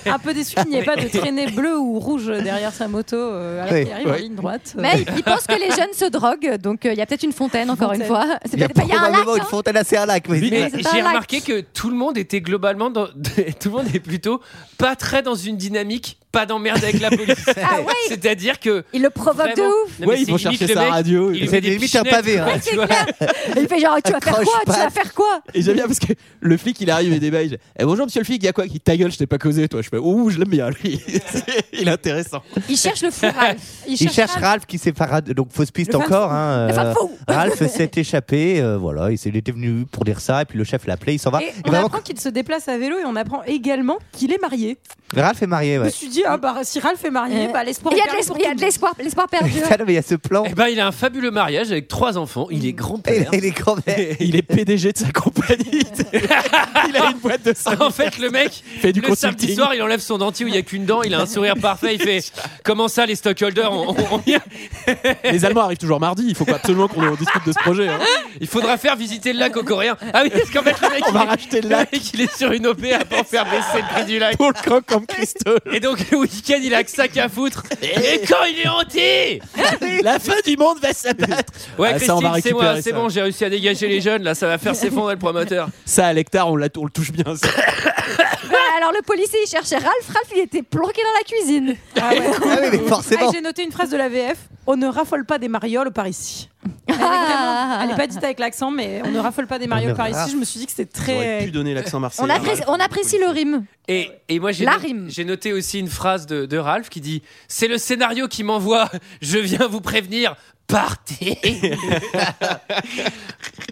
[SPEAKER 7] Un peu déçu qu'il n'y ait pas de traînée bleue ou rouge derrière sa moto euh, alors
[SPEAKER 10] Oui,
[SPEAKER 7] qu'il arrive en
[SPEAKER 10] oui.
[SPEAKER 7] ligne droite. Euh,
[SPEAKER 8] Mais il pense que les jeunes se droguent, donc euh, il y a peut-être une fontaine encore une
[SPEAKER 7] Fontaine.
[SPEAKER 8] fois. C'est
[SPEAKER 10] Il y a
[SPEAKER 8] peut-être pas- Il y a un lac.
[SPEAKER 10] probablement une
[SPEAKER 8] hein.
[SPEAKER 10] fontaine assez un lac. oui.
[SPEAKER 1] Mais
[SPEAKER 8] c'est pas
[SPEAKER 1] euh, j'ai
[SPEAKER 8] un lac.
[SPEAKER 1] remarqué que tout le monde était globalement dans, tout le monde est plutôt pas très dans une dynamique pas d'emmerde avec la police.
[SPEAKER 8] Ah ouais.
[SPEAKER 1] C'est-à-dire que.
[SPEAKER 8] Il le provoque de
[SPEAKER 1] Vraiment.
[SPEAKER 8] ouf.
[SPEAKER 1] Non, mais
[SPEAKER 6] Ouais, ils
[SPEAKER 1] c'est
[SPEAKER 6] vont
[SPEAKER 1] limite
[SPEAKER 6] chercher
[SPEAKER 1] le
[SPEAKER 6] sa
[SPEAKER 1] mec,
[SPEAKER 6] radio.
[SPEAKER 1] il
[SPEAKER 6] Et
[SPEAKER 1] met
[SPEAKER 10] C'est
[SPEAKER 1] des
[SPEAKER 10] limite un
[SPEAKER 1] pichenettes.
[SPEAKER 10] pavé, hein.
[SPEAKER 1] Ouais, tu
[SPEAKER 8] C'est
[SPEAKER 1] vois.
[SPEAKER 8] clair. Il fait genre, tu vas faire
[SPEAKER 10] Accroche
[SPEAKER 8] quoi Tu
[SPEAKER 10] pas.
[SPEAKER 8] vas faire quoi
[SPEAKER 6] j'aime bien parce que le flic il arrive et débat. Il dit, Eh, bonjour monsieur le flic, il y a quoi qui ta gueule, je t'ai pas causé toi. Je fais ouh, je l'aime bien lui. C'est- il est intéressant.
[SPEAKER 8] Il cherche le fou Ralph.
[SPEAKER 10] Il cherche Ralph qui s'est parad... donc fausse piste
[SPEAKER 7] Le fan
[SPEAKER 10] encore. hein,
[SPEAKER 8] Le
[SPEAKER 10] euh,
[SPEAKER 8] fan fou.
[SPEAKER 10] Ralph s'est échappé, euh, voilà, il s'est- il était venu pour dire ça et puis le chef l'a appelé, il s'en va.
[SPEAKER 7] Et
[SPEAKER 10] Et
[SPEAKER 7] on
[SPEAKER 10] vraiment,
[SPEAKER 7] apprend qu'il se déplace à vélo et on apprend également qu'il est marié.
[SPEAKER 10] Ralph est marié.
[SPEAKER 7] Je me
[SPEAKER 10] Ouais.
[SPEAKER 7] suis dit, ah bah, si Ralph est marié,
[SPEAKER 8] Euh,
[SPEAKER 7] bah, l'espoir
[SPEAKER 8] Il y a
[SPEAKER 7] est
[SPEAKER 8] de
[SPEAKER 7] perdu
[SPEAKER 8] l'espoir- il
[SPEAKER 7] pour
[SPEAKER 8] y a de
[SPEAKER 7] tout le monde.
[SPEAKER 8] l'espoir, l'espoir perdu.
[SPEAKER 10] Putain, Ah non, mais il y a ce plan.
[SPEAKER 1] Eh ben, il a un fabuleux mariage avec trois enfants. Il est grand
[SPEAKER 10] Et,
[SPEAKER 1] père.
[SPEAKER 10] et les grands-mères.
[SPEAKER 6] Et il est PDG de sa compagnie. il a une boîte de ça.
[SPEAKER 1] en fait, le mec,
[SPEAKER 6] fait du
[SPEAKER 1] le samedi
[SPEAKER 6] consulting.
[SPEAKER 1] soir, il enlève son dentier où il n'y a qu'une dent, il a un sourire parfait, il fait Comment ça, les stockholders on- on- on-
[SPEAKER 6] Les Allemands arrivent toujours mardi. Il faut pas absolument qu'on en discute de ce projet. hein.
[SPEAKER 1] Il faudra faire visiter le lac aux Coréens. Ah oui, parce qu'en fait, le mec,
[SPEAKER 6] On
[SPEAKER 1] il
[SPEAKER 6] va
[SPEAKER 1] est-
[SPEAKER 6] racheter le
[SPEAKER 1] le
[SPEAKER 6] lac
[SPEAKER 1] mec, il est sur une OPA pour faire baisser le prix du lac.
[SPEAKER 6] pour le croque comme Christophe. Eh.
[SPEAKER 1] Et donc, le week-end, il a que ça qu'à foutre. Et quand il est hanté
[SPEAKER 6] La fin du monde va s'abattre.
[SPEAKER 1] Ouais,
[SPEAKER 6] Ah, ça, on va
[SPEAKER 1] Christine, c'est
[SPEAKER 6] récupérer
[SPEAKER 1] moi, c'est
[SPEAKER 6] ça.
[SPEAKER 1] bon, j'ai réussi à dégager les jeunes, là, ça va faire s'effondrer le promoteur.
[SPEAKER 6] Ça, à l'hectare, on, la- on le touche bien. ça.
[SPEAKER 8] Bah, Alors le policier, il cherchait Ralph. Ralph, il était planqué dans la cuisine.
[SPEAKER 7] Ah ouais.
[SPEAKER 10] Ah oui, mais
[SPEAKER 7] Ah,
[SPEAKER 10] forcément.
[SPEAKER 7] J'ai noté une phrase de la VF on ne raffole pas des marioles par ici.
[SPEAKER 8] Ah,
[SPEAKER 7] Elle est, vraiment- elle est pas dite avec l'accent, mais on ne raffole pas des marioles
[SPEAKER 10] ne
[SPEAKER 7] par
[SPEAKER 10] raffole-
[SPEAKER 7] ici. Je me suis dit que c'était
[SPEAKER 6] J'aurais
[SPEAKER 7] très.
[SPEAKER 6] pu donner l'accent marseillais.
[SPEAKER 8] On apprécie, on apprécie le rime.
[SPEAKER 1] Et, et moi, j'ai
[SPEAKER 8] La
[SPEAKER 1] noté-
[SPEAKER 8] rime.
[SPEAKER 1] j'ai noté aussi une phrase de, de Ralph qui dit C'est le scénario qui m'envoie, je viens vous prévenir, partez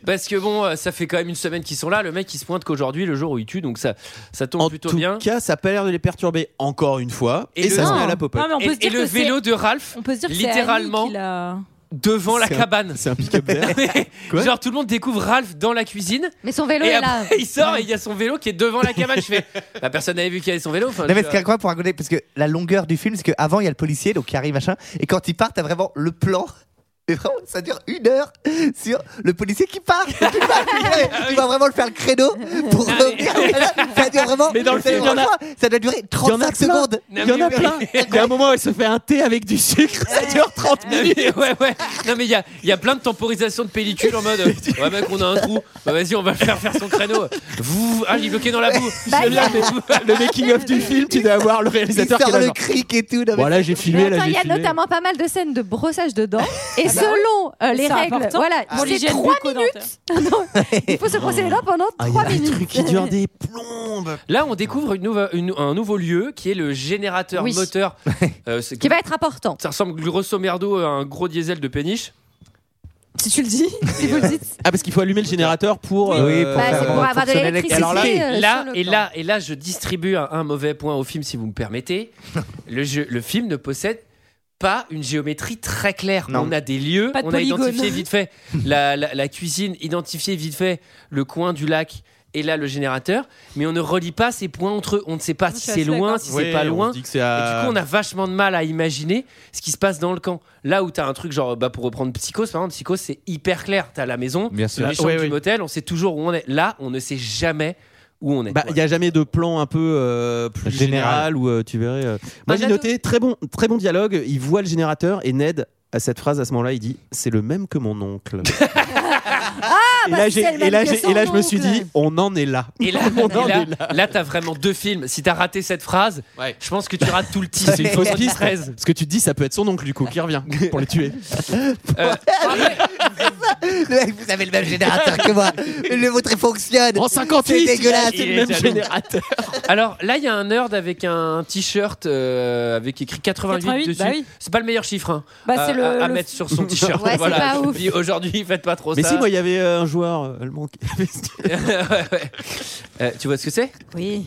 [SPEAKER 1] Parce que bon, euh, ça fait quand même une semaine qu'ils sont là, le mec, il se pointe qu'aujourd'hui, le jour où il tue, donc ça, ça tombe
[SPEAKER 6] En
[SPEAKER 1] plutôt
[SPEAKER 6] tout
[SPEAKER 1] bien.
[SPEAKER 6] cas, ça a pas l'air de les perturber encore une fois.
[SPEAKER 1] Et
[SPEAKER 6] Et,
[SPEAKER 1] le-
[SPEAKER 6] ça se
[SPEAKER 8] Non.
[SPEAKER 6] met à la popote.
[SPEAKER 7] Ah, mais on peut
[SPEAKER 1] Et-
[SPEAKER 7] se dire
[SPEAKER 1] et le
[SPEAKER 7] que c'est-
[SPEAKER 1] vélo de Ralph
[SPEAKER 7] On peut se dire que c'est
[SPEAKER 1] littéralement-
[SPEAKER 7] Annie qui l'a-
[SPEAKER 1] devant la
[SPEAKER 6] C'est un-
[SPEAKER 1] cabane.
[SPEAKER 6] C'est un pick-up vert. Quoi
[SPEAKER 1] Genre tout le monde découvre Ralph dans la cuisine
[SPEAKER 8] Mais son vélo
[SPEAKER 1] et
[SPEAKER 8] est là.
[SPEAKER 1] après il sort et il y a son vélo qui est devant la cabane. Je fais, bah, personne n'avait vu qu'il y avait son vélo. Enfin,
[SPEAKER 10] Non, mais
[SPEAKER 1] tu
[SPEAKER 10] ce qui
[SPEAKER 6] euh,
[SPEAKER 1] vois.
[SPEAKER 10] est incroyable pour raconter, parce que la longueur du film, c'est qu'avant, il y a le policier, donc qui arrive, machin, et quand il part, t'as vraiment le plan. Et vraiment, ça dure une heure sur le policier qui part. Et tu pars, tu vois,
[SPEAKER 6] Ah
[SPEAKER 10] tu vas vraiment le faire le créneau pour revenir. Ça dure vraiment.
[SPEAKER 6] Mais dans le
[SPEAKER 10] ça
[SPEAKER 6] film,
[SPEAKER 10] dure
[SPEAKER 6] il y en a-
[SPEAKER 10] vraiment- Ça doit durer
[SPEAKER 6] Il y en a plein.
[SPEAKER 10] 35 secondes.
[SPEAKER 1] Non,
[SPEAKER 6] Il y en
[SPEAKER 1] mais
[SPEAKER 6] a
[SPEAKER 1] oui.
[SPEAKER 6] plein. Il y a un moment où elle se fait un thé avec du sucre. Ça dure 30
[SPEAKER 1] Non,
[SPEAKER 6] minutes.
[SPEAKER 1] mais, ouais, ouais. Non, mais il y a, il y a plein de temporisations de pellicule en mode Ouais, mec, on a un trou. Bah, vas-y, on va le faire faire son créneau. Vous, ah, il est bloqué dans la boue.
[SPEAKER 8] Bah,
[SPEAKER 1] Je l'avais.
[SPEAKER 6] Le making-of du film, tu dois avoir le
[SPEAKER 10] Il
[SPEAKER 6] réalisateur qui est
[SPEAKER 10] sort
[SPEAKER 6] là,
[SPEAKER 10] le
[SPEAKER 6] genre,
[SPEAKER 10] cric et tout. non, mais-
[SPEAKER 6] Voilà, j'ai
[SPEAKER 8] Mais
[SPEAKER 6] filmé.
[SPEAKER 8] attends,
[SPEAKER 6] là,
[SPEAKER 8] il
[SPEAKER 6] j'ai
[SPEAKER 8] y a
[SPEAKER 6] filmé.
[SPEAKER 8] notamment pas mal de scènes de brossage de dents. Et selon euh, les
[SPEAKER 7] C'est
[SPEAKER 8] règles,
[SPEAKER 7] important.
[SPEAKER 8] voilà,
[SPEAKER 7] Pour
[SPEAKER 8] c'est
[SPEAKER 7] l'hygiène
[SPEAKER 8] trois
[SPEAKER 7] bucco-dentaire.
[SPEAKER 8] minutes. Il faut se brosser les dents pendant
[SPEAKER 6] Ah, il y a
[SPEAKER 8] trois
[SPEAKER 6] des
[SPEAKER 8] minutes.
[SPEAKER 6] trucs qui durent des plombes.
[SPEAKER 1] Là, on découvre une nouva- une- un nouveau lieu qui est le générateur
[SPEAKER 8] Oui.
[SPEAKER 1] moteur. Euh, c'est-
[SPEAKER 8] Qui va être important.
[SPEAKER 1] Ça ressemble grosso merdo à un gros diesel de péniche.
[SPEAKER 8] Si tu le dis, si vous le dites.
[SPEAKER 6] Ah, parce qu'il faut allumer le générateur pour.
[SPEAKER 10] Oui, pour
[SPEAKER 8] Bah,
[SPEAKER 10] faire
[SPEAKER 8] c'est pour avoir de
[SPEAKER 10] fonctionner
[SPEAKER 8] l'électricité.
[SPEAKER 10] Alors là,
[SPEAKER 8] euh,
[SPEAKER 1] Et là,
[SPEAKER 8] sur le
[SPEAKER 1] et
[SPEAKER 8] plan.
[SPEAKER 1] là, et là, je distribue un, un mauvais point au film, si vous me permettez. Le, jeu- le film ne possède pas une géométrie très claire.
[SPEAKER 10] Non.
[SPEAKER 1] On a des lieux,
[SPEAKER 7] Pas de
[SPEAKER 1] on a
[SPEAKER 7] polygone.
[SPEAKER 1] identifié vite fait la, la- la cuisine, identifié vite fait le coin du lac. Et là, le générateur, mais on ne relie pas ces points entre eux. On ne sait pas
[SPEAKER 7] Ah, Je
[SPEAKER 1] si
[SPEAKER 7] suis
[SPEAKER 1] c'est
[SPEAKER 7] assez
[SPEAKER 1] loin,
[SPEAKER 7] d'accord.
[SPEAKER 1] si c'est pas loin.
[SPEAKER 6] Et du coup,
[SPEAKER 1] Et du coup, on a vachement de mal à imaginer ce qui se passe dans le camp. Là où tu as un truc genre, bah, pour reprendre Psychose, par exemple, Psychose, c'est hyper clair. Tu as la maison,
[SPEAKER 10] Bien
[SPEAKER 1] les chambres
[SPEAKER 6] Ouais,
[SPEAKER 1] du
[SPEAKER 6] ouais.
[SPEAKER 1] motel, on sait toujours où on est. Là, on ne sait jamais où on est.
[SPEAKER 6] Bah, il n'y a jamais de plan un peu euh, plus
[SPEAKER 10] Général.
[SPEAKER 6] général ou euh, tu verrais. euh.
[SPEAKER 8] Bah,
[SPEAKER 6] Moi, j'ai
[SPEAKER 7] j'adore.
[SPEAKER 6] noté très bon, très bon dialogue. Il voit le générateur et Ned. À cette phrase, à ce moment-là, il dit C'est le même que mon oncle. et
[SPEAKER 8] bah,
[SPEAKER 6] là,
[SPEAKER 8] si
[SPEAKER 6] j'ai-
[SPEAKER 8] c'est le même
[SPEAKER 6] et là,
[SPEAKER 8] que
[SPEAKER 6] j'ai-
[SPEAKER 8] son
[SPEAKER 6] et là, je me suis
[SPEAKER 8] oncle.
[SPEAKER 6] dit On en est là.
[SPEAKER 1] Et là,
[SPEAKER 6] On
[SPEAKER 1] et
[SPEAKER 6] en
[SPEAKER 1] là,
[SPEAKER 6] est là.
[SPEAKER 1] là, t'as vraiment deux films. Si t'as raté cette phrase,
[SPEAKER 6] Ouais.
[SPEAKER 1] je pense que tu rates tout le titre.
[SPEAKER 6] C'est une fausse piste.
[SPEAKER 1] 13.
[SPEAKER 6] Ce que tu te dis, ça peut être son oncle, du coup, qui revient pour les tuer.
[SPEAKER 1] Euh,
[SPEAKER 10] Le mec, Vous avez le même générateur que moi. Le vôtre il fonctionne.
[SPEAKER 6] En 58
[SPEAKER 10] C'est dégueulasse.
[SPEAKER 1] il
[SPEAKER 6] C'est
[SPEAKER 1] est
[SPEAKER 6] le même
[SPEAKER 1] jaloux.
[SPEAKER 6] générateur.
[SPEAKER 1] Alors là, il y a un nerd avec un t-shirt euh, avec écrit 88,
[SPEAKER 7] 88,
[SPEAKER 1] dessus.
[SPEAKER 7] bah oui.
[SPEAKER 1] C'est pas le meilleur chiffre hein,
[SPEAKER 7] Bah, c'est
[SPEAKER 1] à,
[SPEAKER 7] le.
[SPEAKER 1] à- à
[SPEAKER 7] le-
[SPEAKER 1] mettre sur son t-shirt.
[SPEAKER 8] Ouais, c'est
[SPEAKER 1] Voilà,
[SPEAKER 8] pas
[SPEAKER 1] je
[SPEAKER 8] ouf.
[SPEAKER 1] dis, Aujourd'hui, faites pas trop
[SPEAKER 6] Mais
[SPEAKER 1] ça.
[SPEAKER 6] si, moi, il y avait euh, un joueur euh, allemand qui avait ce
[SPEAKER 1] Ouais, ouais. Euh, tu vois ce que c'est
[SPEAKER 7] Oui.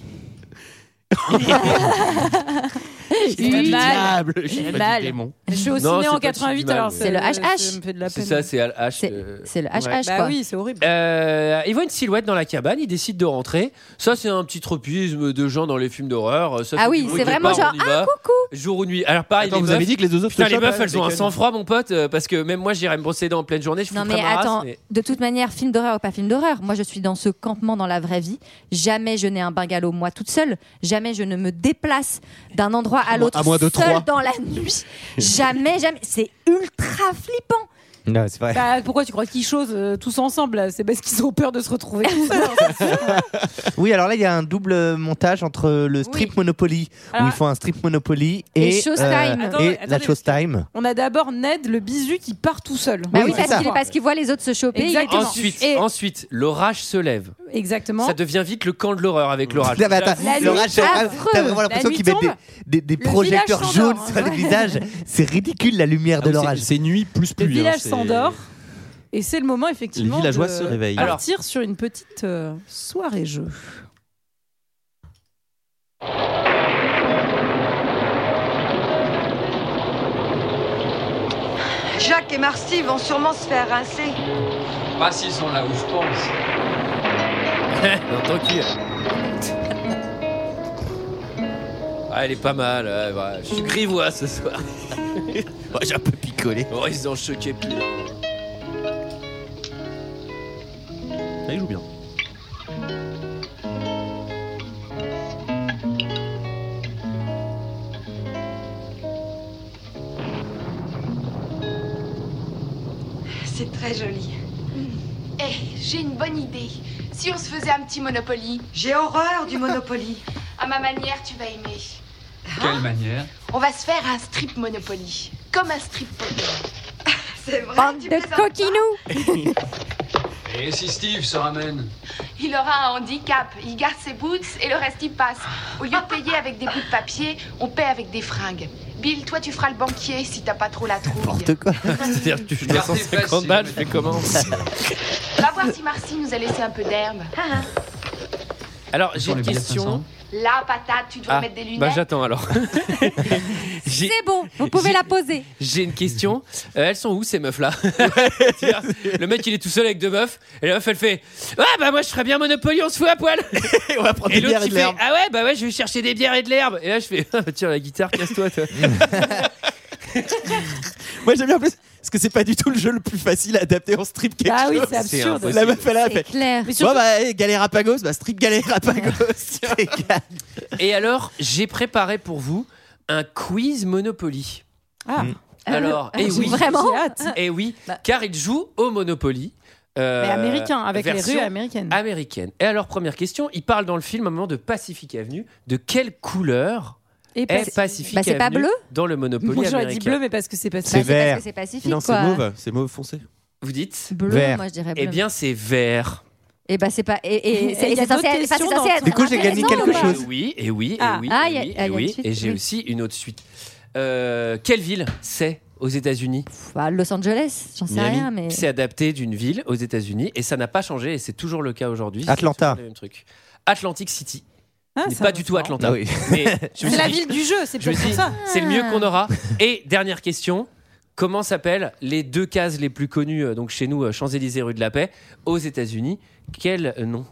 [SPEAKER 8] Il fait
[SPEAKER 7] mal.
[SPEAKER 6] diable. je suis pas du
[SPEAKER 7] mal.
[SPEAKER 6] démon.
[SPEAKER 7] Je suis au
[SPEAKER 1] Non,
[SPEAKER 7] ciné
[SPEAKER 1] c'est
[SPEAKER 7] en
[SPEAKER 1] pas du
[SPEAKER 7] 88,
[SPEAKER 1] mal,
[SPEAKER 7] alors
[SPEAKER 1] mais-
[SPEAKER 8] C'est le HH.
[SPEAKER 7] Ça me fait de la
[SPEAKER 1] C'est
[SPEAKER 7] peine.
[SPEAKER 1] ça, c'est Al- H.
[SPEAKER 8] C'est
[SPEAKER 1] euh,
[SPEAKER 8] c'est le HH
[SPEAKER 7] Bah
[SPEAKER 8] quoi.
[SPEAKER 7] oui, c'est horrible.
[SPEAKER 1] Euh, il voit une silhouette dans la cabane, il décide de rentrer. Ça, c'est un petit tropisme de gens dans les films d'horreur. Ça,
[SPEAKER 8] Ah
[SPEAKER 1] fait
[SPEAKER 8] oui,
[SPEAKER 1] du bruit
[SPEAKER 8] c'est
[SPEAKER 1] de
[SPEAKER 8] vraiment
[SPEAKER 1] part,
[SPEAKER 8] genre,
[SPEAKER 1] on y va. Jour ou nuit. Alors, pareil,
[SPEAKER 6] Attends,
[SPEAKER 1] les
[SPEAKER 6] vous
[SPEAKER 1] meufs,
[SPEAKER 6] avez dit que les Ah, deux autres
[SPEAKER 1] Putain, les meufs, elles ont un sang-froid, mon pote, euh, parce que même moi, j'irais me brosser dans en pleine journée. Je
[SPEAKER 8] Non
[SPEAKER 1] foutrais
[SPEAKER 8] mais
[SPEAKER 1] ma race,
[SPEAKER 8] attends,
[SPEAKER 1] mais-
[SPEAKER 8] de toute manière, film d'horreur ou pas film d'horreur, moi je suis dans ce campement dans la vraie vie. Jamais je n'ai un bungalow moi toute seule. Jamais je ne me déplace d'un endroit à l'autre
[SPEAKER 6] à moins de
[SPEAKER 8] seule
[SPEAKER 6] trois.
[SPEAKER 8] dans la nuit. Jamais, jamais. C'est ultra flippant.
[SPEAKER 10] Non, c'est vrai.
[SPEAKER 7] Bah, pourquoi tu crois qu'ils chose tous ensemble là C'est parce qu'ils ont peur de se retrouver. tous seuls. hein.
[SPEAKER 10] Oui, alors là, il y a un double euh, montage entre le strip Monopoly, où
[SPEAKER 7] Alors-
[SPEAKER 10] ils font un strip Monopoly
[SPEAKER 8] Et
[SPEAKER 10] et, euh,
[SPEAKER 8] Showtime.
[SPEAKER 10] et
[SPEAKER 7] Attendez,
[SPEAKER 10] la
[SPEAKER 7] attendez.
[SPEAKER 10] Showtime.
[SPEAKER 7] On a d'abord Ned, le bisu qui part tout seul.
[SPEAKER 8] Bah
[SPEAKER 10] Oui,
[SPEAKER 8] oui,
[SPEAKER 10] c'est
[SPEAKER 8] parce
[SPEAKER 10] ça.
[SPEAKER 8] qu'il parce qu'il voit les autres se choper. il est
[SPEAKER 7] Exactement.
[SPEAKER 1] Ensuite,
[SPEAKER 7] Et-
[SPEAKER 1] ensuite l'orage se lève.
[SPEAKER 7] Exactement.
[SPEAKER 1] Ça devient vite le camp de l'horreur avec l'orage.
[SPEAKER 10] Non, mais attends,
[SPEAKER 8] La nuit
[SPEAKER 10] l'orage, c'est-
[SPEAKER 8] affreux.
[SPEAKER 10] t'as vraiment l'impression
[SPEAKER 7] La nuit
[SPEAKER 10] qu'ils mettent
[SPEAKER 7] tombe.
[SPEAKER 10] des, des- des
[SPEAKER 7] village
[SPEAKER 10] projecteurs jaunes
[SPEAKER 7] s'endort, hein.
[SPEAKER 10] sur les visages. C'est ridicule la lumière de l'orage.
[SPEAKER 6] C'est nuit plus
[SPEAKER 7] Le
[SPEAKER 6] pluie.
[SPEAKER 1] hein,
[SPEAKER 7] village s'endort. Et c'est le moment
[SPEAKER 6] Les
[SPEAKER 7] effectivement
[SPEAKER 6] villageois
[SPEAKER 7] de
[SPEAKER 6] se réveillent.
[SPEAKER 1] Alors-
[SPEAKER 7] partir sur une petite euh, soirée jeu.
[SPEAKER 9] Jacques et Marcy vont sûrement se faire rincer.
[SPEAKER 3] Pas s'ils sont là où je pense.
[SPEAKER 1] Dans ton cul. Ah, elle est pas mal. ouais, ouais. Je suis grivois ce soir.
[SPEAKER 10] Oh, J'ai un peu picolé.
[SPEAKER 1] Oh, ils ont choqué plus.
[SPEAKER 6] il joue bien.
[SPEAKER 9] C'est très joli.
[SPEAKER 11] Eh, j'ai une bonne idée. Si on se faisait un petit Monopoly,
[SPEAKER 9] J'ai horreur du Monopoly.
[SPEAKER 11] à ma manière, tu vas aimer.
[SPEAKER 3] Quelle manière
[SPEAKER 11] On va se faire un strip Monopoly. Comme un strip poker.
[SPEAKER 9] C'est vrai.
[SPEAKER 8] Bande
[SPEAKER 9] tu
[SPEAKER 8] de
[SPEAKER 9] plaisantes
[SPEAKER 8] coquinous.
[SPEAKER 3] Et si Steve se ramène
[SPEAKER 11] Il aura un handicap. Il garde ses boots et le reste, il passe. Au lieu de payer avec des bouts de papier, on paie avec des fringues. Bill, toi, tu feras le banquier si t'as pas trop la trouille.
[SPEAKER 10] N'importe quoi.
[SPEAKER 1] C'est-à-dire que tu fais
[SPEAKER 3] Gardez
[SPEAKER 1] 250
[SPEAKER 3] facile.
[SPEAKER 1] balles, je fais comment
[SPEAKER 11] Va voir si Marcy nous a laissé un peu d'herbe.
[SPEAKER 1] Alors, j'ai
[SPEAKER 3] Sur
[SPEAKER 1] une
[SPEAKER 3] les billets
[SPEAKER 1] question.
[SPEAKER 3] 500.
[SPEAKER 11] Là, patate, tu dois
[SPEAKER 1] Ah,
[SPEAKER 11] mettre des
[SPEAKER 1] bah
[SPEAKER 11] lunettes.
[SPEAKER 1] j'attends alors. J'ai-
[SPEAKER 8] C'est bon, vous pouvez
[SPEAKER 1] J'ai-
[SPEAKER 8] la poser.
[SPEAKER 1] J'ai une question. Euh, elles sont où ces meufs là Le mec il est tout seul avec deux meufs et la meuf elle fait Ah bah moi je ferais bien Monopoly, on se fout à poil
[SPEAKER 10] On va prendre
[SPEAKER 1] Et
[SPEAKER 10] des
[SPEAKER 1] l'autre
[SPEAKER 10] bières et
[SPEAKER 1] il
[SPEAKER 10] de
[SPEAKER 1] fait
[SPEAKER 10] l'herbe.
[SPEAKER 1] Ah ouais bah ouais je vais chercher des bières et de l'herbe Et là je fais Ah, Tiens la guitare, casse-toi toi.
[SPEAKER 6] Moi j'aime bien en plus parce que c'est pas du tout le jeu le plus facile à adapter en strip quelque
[SPEAKER 7] Ah oui,
[SPEAKER 6] chose.
[SPEAKER 7] c'est absurde.
[SPEAKER 1] impossible.
[SPEAKER 6] La meuf elle a fait.
[SPEAKER 8] Claire.
[SPEAKER 7] Mais
[SPEAKER 6] Bon
[SPEAKER 7] surtout,
[SPEAKER 6] bah eh, galère à Pagos, bah strip galère à Pagos.
[SPEAKER 1] Et alors j'ai préparé pour vous un quiz Monopoly.
[SPEAKER 7] Ah.
[SPEAKER 1] Mm. Alors, et
[SPEAKER 8] j'ai
[SPEAKER 1] oui,
[SPEAKER 8] Euh, Vraiment
[SPEAKER 7] j'ai hâte.
[SPEAKER 1] et oui,
[SPEAKER 7] Bah.
[SPEAKER 1] car il joue au Monopoly. euh,
[SPEAKER 7] Mais américain, avec les
[SPEAKER 1] version
[SPEAKER 7] rues américaines.
[SPEAKER 1] américaine. Et alors première question, il parle dans le film à un moment de Pacific Avenue. De quelle couleur
[SPEAKER 7] Et
[SPEAKER 1] est
[SPEAKER 7] pacifique.
[SPEAKER 1] Pacifique
[SPEAKER 8] Bah, c'est pas
[SPEAKER 1] Avenue
[SPEAKER 8] bleu
[SPEAKER 1] dans le Monopoly
[SPEAKER 7] Moi, j'aurais dit
[SPEAKER 1] américain.
[SPEAKER 7] bleu, mais parce que c'est
[SPEAKER 10] C'est
[SPEAKER 7] pacifique.
[SPEAKER 8] Bah,
[SPEAKER 10] vert.
[SPEAKER 8] parce que c'est pacifique.
[SPEAKER 6] non c'est
[SPEAKER 8] quoi.
[SPEAKER 6] mauve, c'est mauve foncé.
[SPEAKER 1] Vous dites
[SPEAKER 8] Bleu,
[SPEAKER 10] Vert.
[SPEAKER 8] moi je dirais bleu.
[SPEAKER 1] Eh bien, c'est vert.
[SPEAKER 8] Et bah c'est pas. Et, et,
[SPEAKER 7] Et
[SPEAKER 8] c'est-
[SPEAKER 7] il y a
[SPEAKER 8] c'est censé être.
[SPEAKER 7] d'autres
[SPEAKER 8] enfin, c'est
[SPEAKER 7] questions
[SPEAKER 8] censé
[SPEAKER 7] dans-
[SPEAKER 8] être
[SPEAKER 10] Du coup, j'ai gagné
[SPEAKER 8] intéressant
[SPEAKER 10] quelque
[SPEAKER 8] ou pas
[SPEAKER 1] Et
[SPEAKER 10] chose.
[SPEAKER 1] Eh oui, et oui, et
[SPEAKER 7] Ah.
[SPEAKER 1] oui,
[SPEAKER 8] Ah,
[SPEAKER 1] et
[SPEAKER 8] il y
[SPEAKER 1] oui,
[SPEAKER 8] a- ah, il y a
[SPEAKER 1] et
[SPEAKER 8] une
[SPEAKER 1] oui.
[SPEAKER 8] suite,
[SPEAKER 1] Et j'ai
[SPEAKER 8] oui.
[SPEAKER 1] aussi une autre suite. Euh, quelle ville c'est aux États-Unis
[SPEAKER 8] Bah, Los Angeles, j'en sais
[SPEAKER 6] Miami.
[SPEAKER 8] rien, mais.
[SPEAKER 1] C'est adapté d'une ville aux États-Unis et ça n'a pas changé et c'est toujours le cas aujourd'hui. C'est
[SPEAKER 10] Atlanta.
[SPEAKER 1] toujours le même truc. Atlantic City.
[SPEAKER 7] Ah,
[SPEAKER 1] n'est
[SPEAKER 7] ça
[SPEAKER 1] pas
[SPEAKER 7] va
[SPEAKER 1] du tout
[SPEAKER 7] fort.
[SPEAKER 1] Atlanta.
[SPEAKER 10] Ah oui.
[SPEAKER 1] Mais je me
[SPEAKER 7] C'est la
[SPEAKER 1] suis dit,
[SPEAKER 7] ville du jeu, c'est
[SPEAKER 1] je me
[SPEAKER 7] peut-être
[SPEAKER 1] suis
[SPEAKER 7] pour
[SPEAKER 1] dit,
[SPEAKER 7] ça.
[SPEAKER 1] c'est le mieux qu'on aura. Et dernière question. Comment s'appellent les deux cases les plus connues, euh, donc chez nous, euh, Champs-Élysées, rue de la Paix, aux États-Unis Quel euh, nom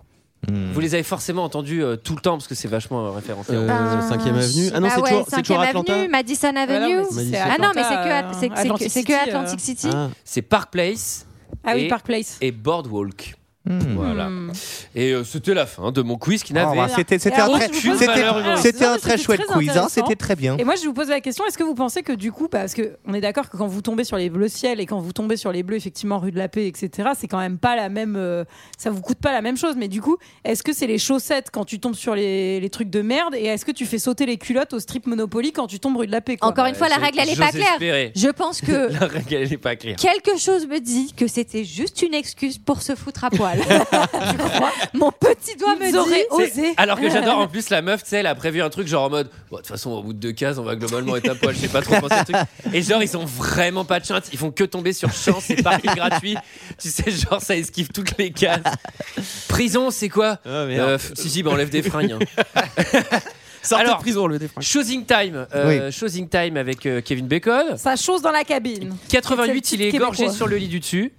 [SPEAKER 10] Hmm.
[SPEAKER 1] Vous les avez forcément entendus euh, tout le temps parce que c'est vachement euh, référencé.
[SPEAKER 6] Euh, cinquième avenue. Ah non,
[SPEAKER 8] bah
[SPEAKER 6] c'est
[SPEAKER 8] ouais,
[SPEAKER 6] toujours- c'est
[SPEAKER 8] cinquième
[SPEAKER 6] toujours Atlanta.
[SPEAKER 8] avenue, Madison
[SPEAKER 7] Ah non,
[SPEAKER 8] Avenue.
[SPEAKER 7] mais si c'est
[SPEAKER 6] Ah
[SPEAKER 8] Ah non, mais c'est
[SPEAKER 7] Atlanta,
[SPEAKER 8] que,
[SPEAKER 7] euh,
[SPEAKER 8] At- c'est- c'est que,
[SPEAKER 7] Atlantic
[SPEAKER 8] c'est que
[SPEAKER 7] City, euh,
[SPEAKER 8] Atlantic City.
[SPEAKER 6] Ah.
[SPEAKER 1] C'est Park Place
[SPEAKER 7] Ah
[SPEAKER 1] Et-
[SPEAKER 7] oui, Park Place.
[SPEAKER 1] et Boardwalk.
[SPEAKER 10] Hmm.
[SPEAKER 1] Voilà.
[SPEAKER 7] Hmm.
[SPEAKER 1] Et euh, c'était la fin de mon quiz qui
[SPEAKER 10] Oh,
[SPEAKER 1] n'avait.
[SPEAKER 10] bah, C'était c'était
[SPEAKER 7] Et
[SPEAKER 10] un
[SPEAKER 7] alors,
[SPEAKER 10] très,
[SPEAKER 7] je vous pose-
[SPEAKER 10] c'était-
[SPEAKER 1] Valeur humaine.
[SPEAKER 10] c'était
[SPEAKER 7] Non,
[SPEAKER 10] un
[SPEAKER 7] mais
[SPEAKER 10] très
[SPEAKER 7] c'était
[SPEAKER 10] chouette
[SPEAKER 7] très
[SPEAKER 10] quiz, hein,
[SPEAKER 7] intéressant.
[SPEAKER 10] c'était très bien.
[SPEAKER 7] Et moi, je vous pose la question est-ce que vous pensez que du coup, parce que on est d'accord que quand vous tombez sur les bleus ciel et quand vous tombez sur les bleus, effectivement, rue de la paix, etc., c'est quand même pas la même. euh, ça vous coûte pas la même chose. Mais du coup, est-ce que c'est les chaussettes quand tu tombes sur les, les trucs de merde et est-ce que tu fais sauter les culottes au strip Monopoly quand tu tombes rue de la paix quoi
[SPEAKER 8] Encore une fois, la règle, elle est pas claire. Je pense que
[SPEAKER 1] La règle, elle est pas claire.
[SPEAKER 8] quelque chose me dit que c'était juste une excuse pour se foutre à poil. Tu crois Mon petit doigt me
[SPEAKER 7] Ils auraient
[SPEAKER 8] dit.
[SPEAKER 1] C'est-
[SPEAKER 7] osé.
[SPEAKER 1] Alors que j'adore en plus la meuf, tu sais, elle a prévu un truc genre en mode Bon, de toute façon, au bout de deux cases, on va globalement être à poil, je sais pas trop penser à ce truc. Et genre, ils ont vraiment pas de chance, ils font que tomber sur chance et parking gratuit. Tu sais, genre, ça esquive toutes les cases. Prison, c'est quoi
[SPEAKER 6] Ah, merde.
[SPEAKER 1] Euh, pff, Si, si, bah, enlève des fringues. hein.
[SPEAKER 6] Sortez
[SPEAKER 1] alors-
[SPEAKER 6] de prison le défranc.
[SPEAKER 1] Choosing Time, euh, Choosing Time avec euh, Kevin Bacon.
[SPEAKER 7] Ça chose dans la cabine.
[SPEAKER 1] 88,
[SPEAKER 7] C'est
[SPEAKER 1] il
[SPEAKER 7] le
[SPEAKER 1] est
[SPEAKER 7] titre
[SPEAKER 1] égorgé
[SPEAKER 7] québécois.
[SPEAKER 1] sur le lit du dessus.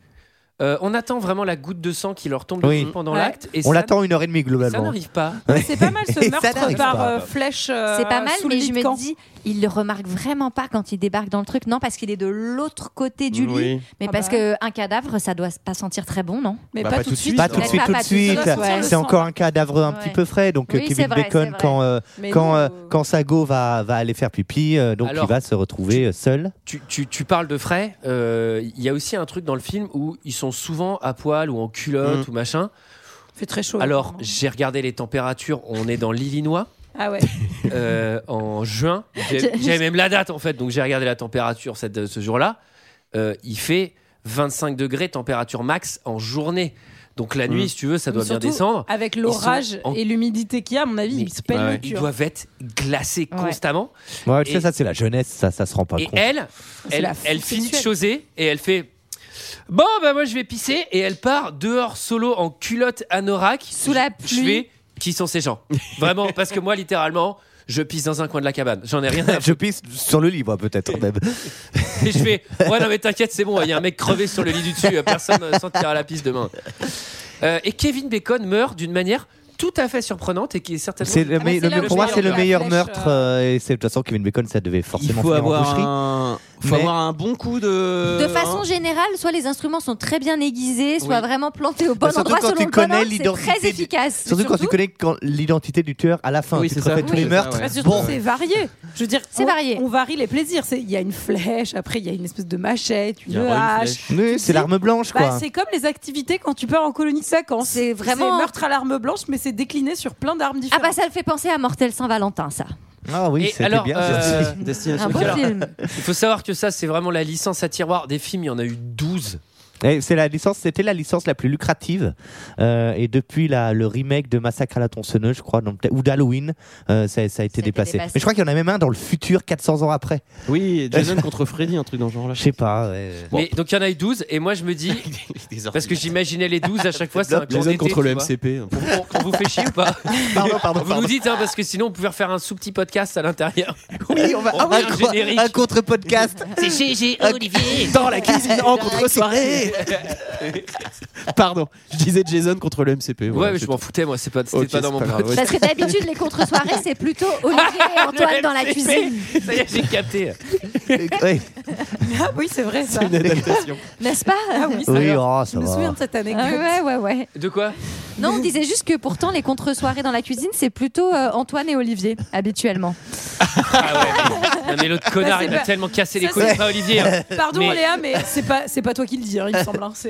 [SPEAKER 1] Euh, on attend vraiment la goutte de sang qui leur tombe
[SPEAKER 10] Oui.
[SPEAKER 1] dessus pendant
[SPEAKER 7] Ouais.
[SPEAKER 1] l'acte. Et
[SPEAKER 10] On
[SPEAKER 1] ça-
[SPEAKER 10] l'attend une heure et demie
[SPEAKER 1] Ça
[SPEAKER 10] globalement.
[SPEAKER 1] n'arrive pas.
[SPEAKER 7] C'est pas mal
[SPEAKER 10] Et
[SPEAKER 7] ce
[SPEAKER 10] ça n'arrive
[SPEAKER 7] meurtre par
[SPEAKER 10] pas.
[SPEAKER 7] euh, flèche. euh,
[SPEAKER 8] C'est pas mal,
[SPEAKER 7] sous le
[SPEAKER 8] mais
[SPEAKER 7] lit
[SPEAKER 8] je
[SPEAKER 7] de
[SPEAKER 8] me
[SPEAKER 7] camp.
[SPEAKER 8] dis, il le remarque vraiment pas quand il débarque dans le truc. Non, parce qu'il est de l'autre côté du
[SPEAKER 12] Oui.
[SPEAKER 8] lit. Mais
[SPEAKER 7] Ah
[SPEAKER 8] parce
[SPEAKER 7] bah.
[SPEAKER 8] que un cadavre, ça doit pas sentir très bon, non
[SPEAKER 7] Mais
[SPEAKER 10] Bah,
[SPEAKER 7] pas, tout de suite.
[SPEAKER 10] Pas tout de
[SPEAKER 8] ouais.
[SPEAKER 10] suite,
[SPEAKER 8] Pas
[SPEAKER 10] tout de
[SPEAKER 8] tout de
[SPEAKER 10] suite.
[SPEAKER 8] suite, ouais.
[SPEAKER 10] C'est encore un cadavre un
[SPEAKER 8] Ouais.
[SPEAKER 10] petit peu frais. Donc,
[SPEAKER 8] Oui,
[SPEAKER 10] euh,
[SPEAKER 8] c'est
[SPEAKER 10] Kevin
[SPEAKER 8] vrai,
[SPEAKER 10] Bacon,
[SPEAKER 8] c'est
[SPEAKER 10] quand, euh,
[SPEAKER 7] Mais
[SPEAKER 10] quand,
[SPEAKER 7] nous,
[SPEAKER 10] euh,
[SPEAKER 7] euh,
[SPEAKER 10] quand Sago va, va aller faire pipi, euh, donc
[SPEAKER 1] Alors,
[SPEAKER 10] il va se retrouver euh, seul.
[SPEAKER 1] Tu, tu- tu parles de frais. euh, Il y a aussi un truc dans le film où ils sont souvent à poil ou en culotte ou machin.
[SPEAKER 7] fait très chaud.
[SPEAKER 1] Alors,
[SPEAKER 7] apparemment.
[SPEAKER 1] j'ai regardé les températures. On est dans l'Illinois
[SPEAKER 7] ah ouais.
[SPEAKER 1] euh, en juin. J'ai- J'avais même la date en fait, donc j'ai regardé la température cette, ce jour-là. Euh, il fait 25 degrés température max en journée. Donc la nuit, si tu veux, ça doit
[SPEAKER 7] Mais surtout,
[SPEAKER 1] bien descendre.
[SPEAKER 7] Avec l'orage
[SPEAKER 1] en-
[SPEAKER 7] et l'humidité qu'il y a, à mon avis,
[SPEAKER 1] Mais-
[SPEAKER 7] ils se pèlent
[SPEAKER 12] Ouais.
[SPEAKER 7] le
[SPEAKER 1] Ils
[SPEAKER 7] cul. hein.
[SPEAKER 1] doivent être glacés
[SPEAKER 8] Ouais.
[SPEAKER 1] constamment.
[SPEAKER 10] Ouais, tu sais,
[SPEAKER 1] Et-
[SPEAKER 10] ça, c'est la jeunesse, ça, ça se rend pas
[SPEAKER 1] Et
[SPEAKER 10] compte.
[SPEAKER 1] elle,
[SPEAKER 7] C'est
[SPEAKER 1] elle,
[SPEAKER 7] la
[SPEAKER 1] elle
[SPEAKER 7] fou-
[SPEAKER 1] finit de
[SPEAKER 7] sexuelle.
[SPEAKER 1] choser et elle fait Bon, bah moi je vais pisser. Et elle part dehors solo en culotte anorak.
[SPEAKER 8] Sous la
[SPEAKER 1] Je- Je
[SPEAKER 8] pluie.
[SPEAKER 1] fais Qui sont ces gens Vraiment, parce que moi, littéralement. Je pisse dans un coin de la cabane. J'en ai rien à
[SPEAKER 10] Je pisse sur le lit, moi, peut-être même.
[SPEAKER 1] Et je fais Ouais, non, mais t'inquiète, c'est bon, il y a un mec crevé sur le lit du dessus, personne euh, sentira la pisse demain. Euh, et Kevin Bacon meurt d'une manière tout à fait surprenante et qui est certainement.
[SPEAKER 10] C'est le,
[SPEAKER 7] bah,
[SPEAKER 10] me-
[SPEAKER 7] c'est
[SPEAKER 10] le
[SPEAKER 7] là
[SPEAKER 10] me-
[SPEAKER 7] où
[SPEAKER 10] pour moi,
[SPEAKER 7] je
[SPEAKER 10] c'est le
[SPEAKER 7] regarde la
[SPEAKER 10] meilleur
[SPEAKER 7] flèche,
[SPEAKER 10] meurtre. euh, et c'est de toute façon, Kevin Bacon, ça devait
[SPEAKER 12] Il
[SPEAKER 10] forcément
[SPEAKER 12] faut
[SPEAKER 10] finir en
[SPEAKER 12] avoir
[SPEAKER 10] boucherie.
[SPEAKER 12] un... faut
[SPEAKER 10] Mais-
[SPEAKER 12] avoir un bon coup
[SPEAKER 10] Euh,
[SPEAKER 12] de.
[SPEAKER 10] hein.
[SPEAKER 8] De façon générale, soit les instruments sont très bien aiguisés, soit
[SPEAKER 12] Oui.
[SPEAKER 8] vraiment plantés au bon
[SPEAKER 10] Bah, surtout
[SPEAKER 8] endroit
[SPEAKER 10] quand
[SPEAKER 8] selon
[SPEAKER 10] tu
[SPEAKER 8] le bon
[SPEAKER 10] connais
[SPEAKER 8] angle,
[SPEAKER 10] l'identité
[SPEAKER 8] c'est
[SPEAKER 10] du-
[SPEAKER 8] très efficace.
[SPEAKER 10] Surtout quand tu
[SPEAKER 8] Surtout,
[SPEAKER 10] connais quand- l'identité du tueur à la fin.
[SPEAKER 12] Oui,
[SPEAKER 10] tu
[SPEAKER 12] c'est
[SPEAKER 10] te refais
[SPEAKER 12] ça,
[SPEAKER 10] tous
[SPEAKER 12] oui.
[SPEAKER 10] les meurtres.
[SPEAKER 12] Ouais.
[SPEAKER 7] Bah, surtout,
[SPEAKER 10] Bon,
[SPEAKER 7] c'est varié. Je veux dire,
[SPEAKER 8] C'est
[SPEAKER 7] on-
[SPEAKER 8] varié.
[SPEAKER 7] On varie les plaisirs. C'est- Il y a une flèche, après il y a une espèce de machette,
[SPEAKER 12] Il
[SPEAKER 7] une
[SPEAKER 12] y a vraiment une
[SPEAKER 7] hache.
[SPEAKER 12] flèche.
[SPEAKER 10] mais
[SPEAKER 7] dis-
[SPEAKER 10] c'est l'arme blanche,
[SPEAKER 7] Bah,
[SPEAKER 10] quoi.
[SPEAKER 7] c'est comme les activités quand tu pars en colonie de vacances.
[SPEAKER 8] C'est vraiment-
[SPEAKER 7] meurtre à l'arme blanche, mais c'est décliné sur plein d'armes
[SPEAKER 8] Ah
[SPEAKER 7] différentes.
[SPEAKER 8] bah ça le fait penser à Mortel Saint-Valentin, ça.
[SPEAKER 10] Ah
[SPEAKER 1] Et
[SPEAKER 10] oui, c'était
[SPEAKER 1] alors,
[SPEAKER 10] bien.
[SPEAKER 1] euh,
[SPEAKER 8] Un
[SPEAKER 12] Destination
[SPEAKER 8] bon
[SPEAKER 1] Alors-
[SPEAKER 8] film.
[SPEAKER 1] Il faut savoir que ça, c'est vraiment la licence à tiroir des films. Il y en a eu 12.
[SPEAKER 10] Eh, C'est la licence, c'était la licence la plus lucrative. Euh, et depuis la, le remake de Massacre à la tronçonneuse, je crois, donc, ou d'Halloween, euh, ça, ça a été
[SPEAKER 8] Ça a été
[SPEAKER 10] déplacé.
[SPEAKER 8] dépassé.
[SPEAKER 10] Mais je crois qu'il y en a même un dans le futur, 400 ans après.
[SPEAKER 12] Oui, Jason contre Freddy, un truc dans le genre là.
[SPEAKER 10] Je sais pas. ouais.
[SPEAKER 1] Mais, donc il y en a eu 12. Et moi, je me dis, parce que j'imaginais les 12 à chaque fois, c'est un cours
[SPEAKER 12] Jason
[SPEAKER 1] d'été,
[SPEAKER 12] contre
[SPEAKER 1] tu
[SPEAKER 12] le
[SPEAKER 1] vois.
[SPEAKER 12] MCP.
[SPEAKER 1] On, on vous fait chier ou pas
[SPEAKER 10] Pardon, pardon,
[SPEAKER 1] Vous
[SPEAKER 10] pardon.
[SPEAKER 1] nous dites, hein, parce que sinon, on pouvait refaire un sous petit podcast à l'intérieur.
[SPEAKER 10] Oui, Hein on va
[SPEAKER 1] On fait un
[SPEAKER 10] co-
[SPEAKER 1] générique.
[SPEAKER 10] un contre-podcast. Euh,
[SPEAKER 1] C'est GG, Olivier
[SPEAKER 6] Dans la cuisine en contre-soirée
[SPEAKER 12] Pardon, je disais Jason contre le MCP.
[SPEAKER 1] Ouais,
[SPEAKER 12] voilà,
[SPEAKER 1] mais
[SPEAKER 12] c'est
[SPEAKER 1] je m'en
[SPEAKER 12] tout.
[SPEAKER 1] foutais, moi, c'est pas, c'était
[SPEAKER 12] Ok,
[SPEAKER 1] pas dans
[SPEAKER 12] c'est
[SPEAKER 1] mon
[SPEAKER 12] pas
[SPEAKER 1] programme.
[SPEAKER 12] grave, ouais.
[SPEAKER 8] Parce que d'habitude, les contre-soirées, c'est plutôt Olivier et Antoine dans la
[SPEAKER 1] Le
[SPEAKER 8] cuisine.
[SPEAKER 1] MCP. Ça y est, j'ai capté.
[SPEAKER 10] Ouais.
[SPEAKER 7] Ah oui, c'est vrai ça.
[SPEAKER 12] Une adaptation.
[SPEAKER 8] N'est-ce pas
[SPEAKER 7] Ah oui, ça.
[SPEAKER 10] Oui,
[SPEAKER 7] alors,
[SPEAKER 10] oh,
[SPEAKER 7] je
[SPEAKER 10] ça
[SPEAKER 7] me
[SPEAKER 10] va.
[SPEAKER 7] souviens de cette anecdote.
[SPEAKER 8] Ah ouais, ouais, ouais.
[SPEAKER 1] De
[SPEAKER 7] Ah
[SPEAKER 1] quoi
[SPEAKER 8] Non, on disait juste que pourtant, les contre-soirées dans la cuisine, c'est plutôt euh, Antoine et Olivier, habituellement.
[SPEAKER 1] Ah Non, mais l'autre connard,
[SPEAKER 7] c'est
[SPEAKER 1] il a
[SPEAKER 7] pas-
[SPEAKER 1] tellement cassé les
[SPEAKER 7] ça,
[SPEAKER 1] couilles,
[SPEAKER 7] c'est-
[SPEAKER 1] pas Olivier. hein.
[SPEAKER 7] Pardon
[SPEAKER 1] Mais-
[SPEAKER 7] Léa, mais c'est pas c'est pas toi qui le dis, hein, il me semble. hein, c'est-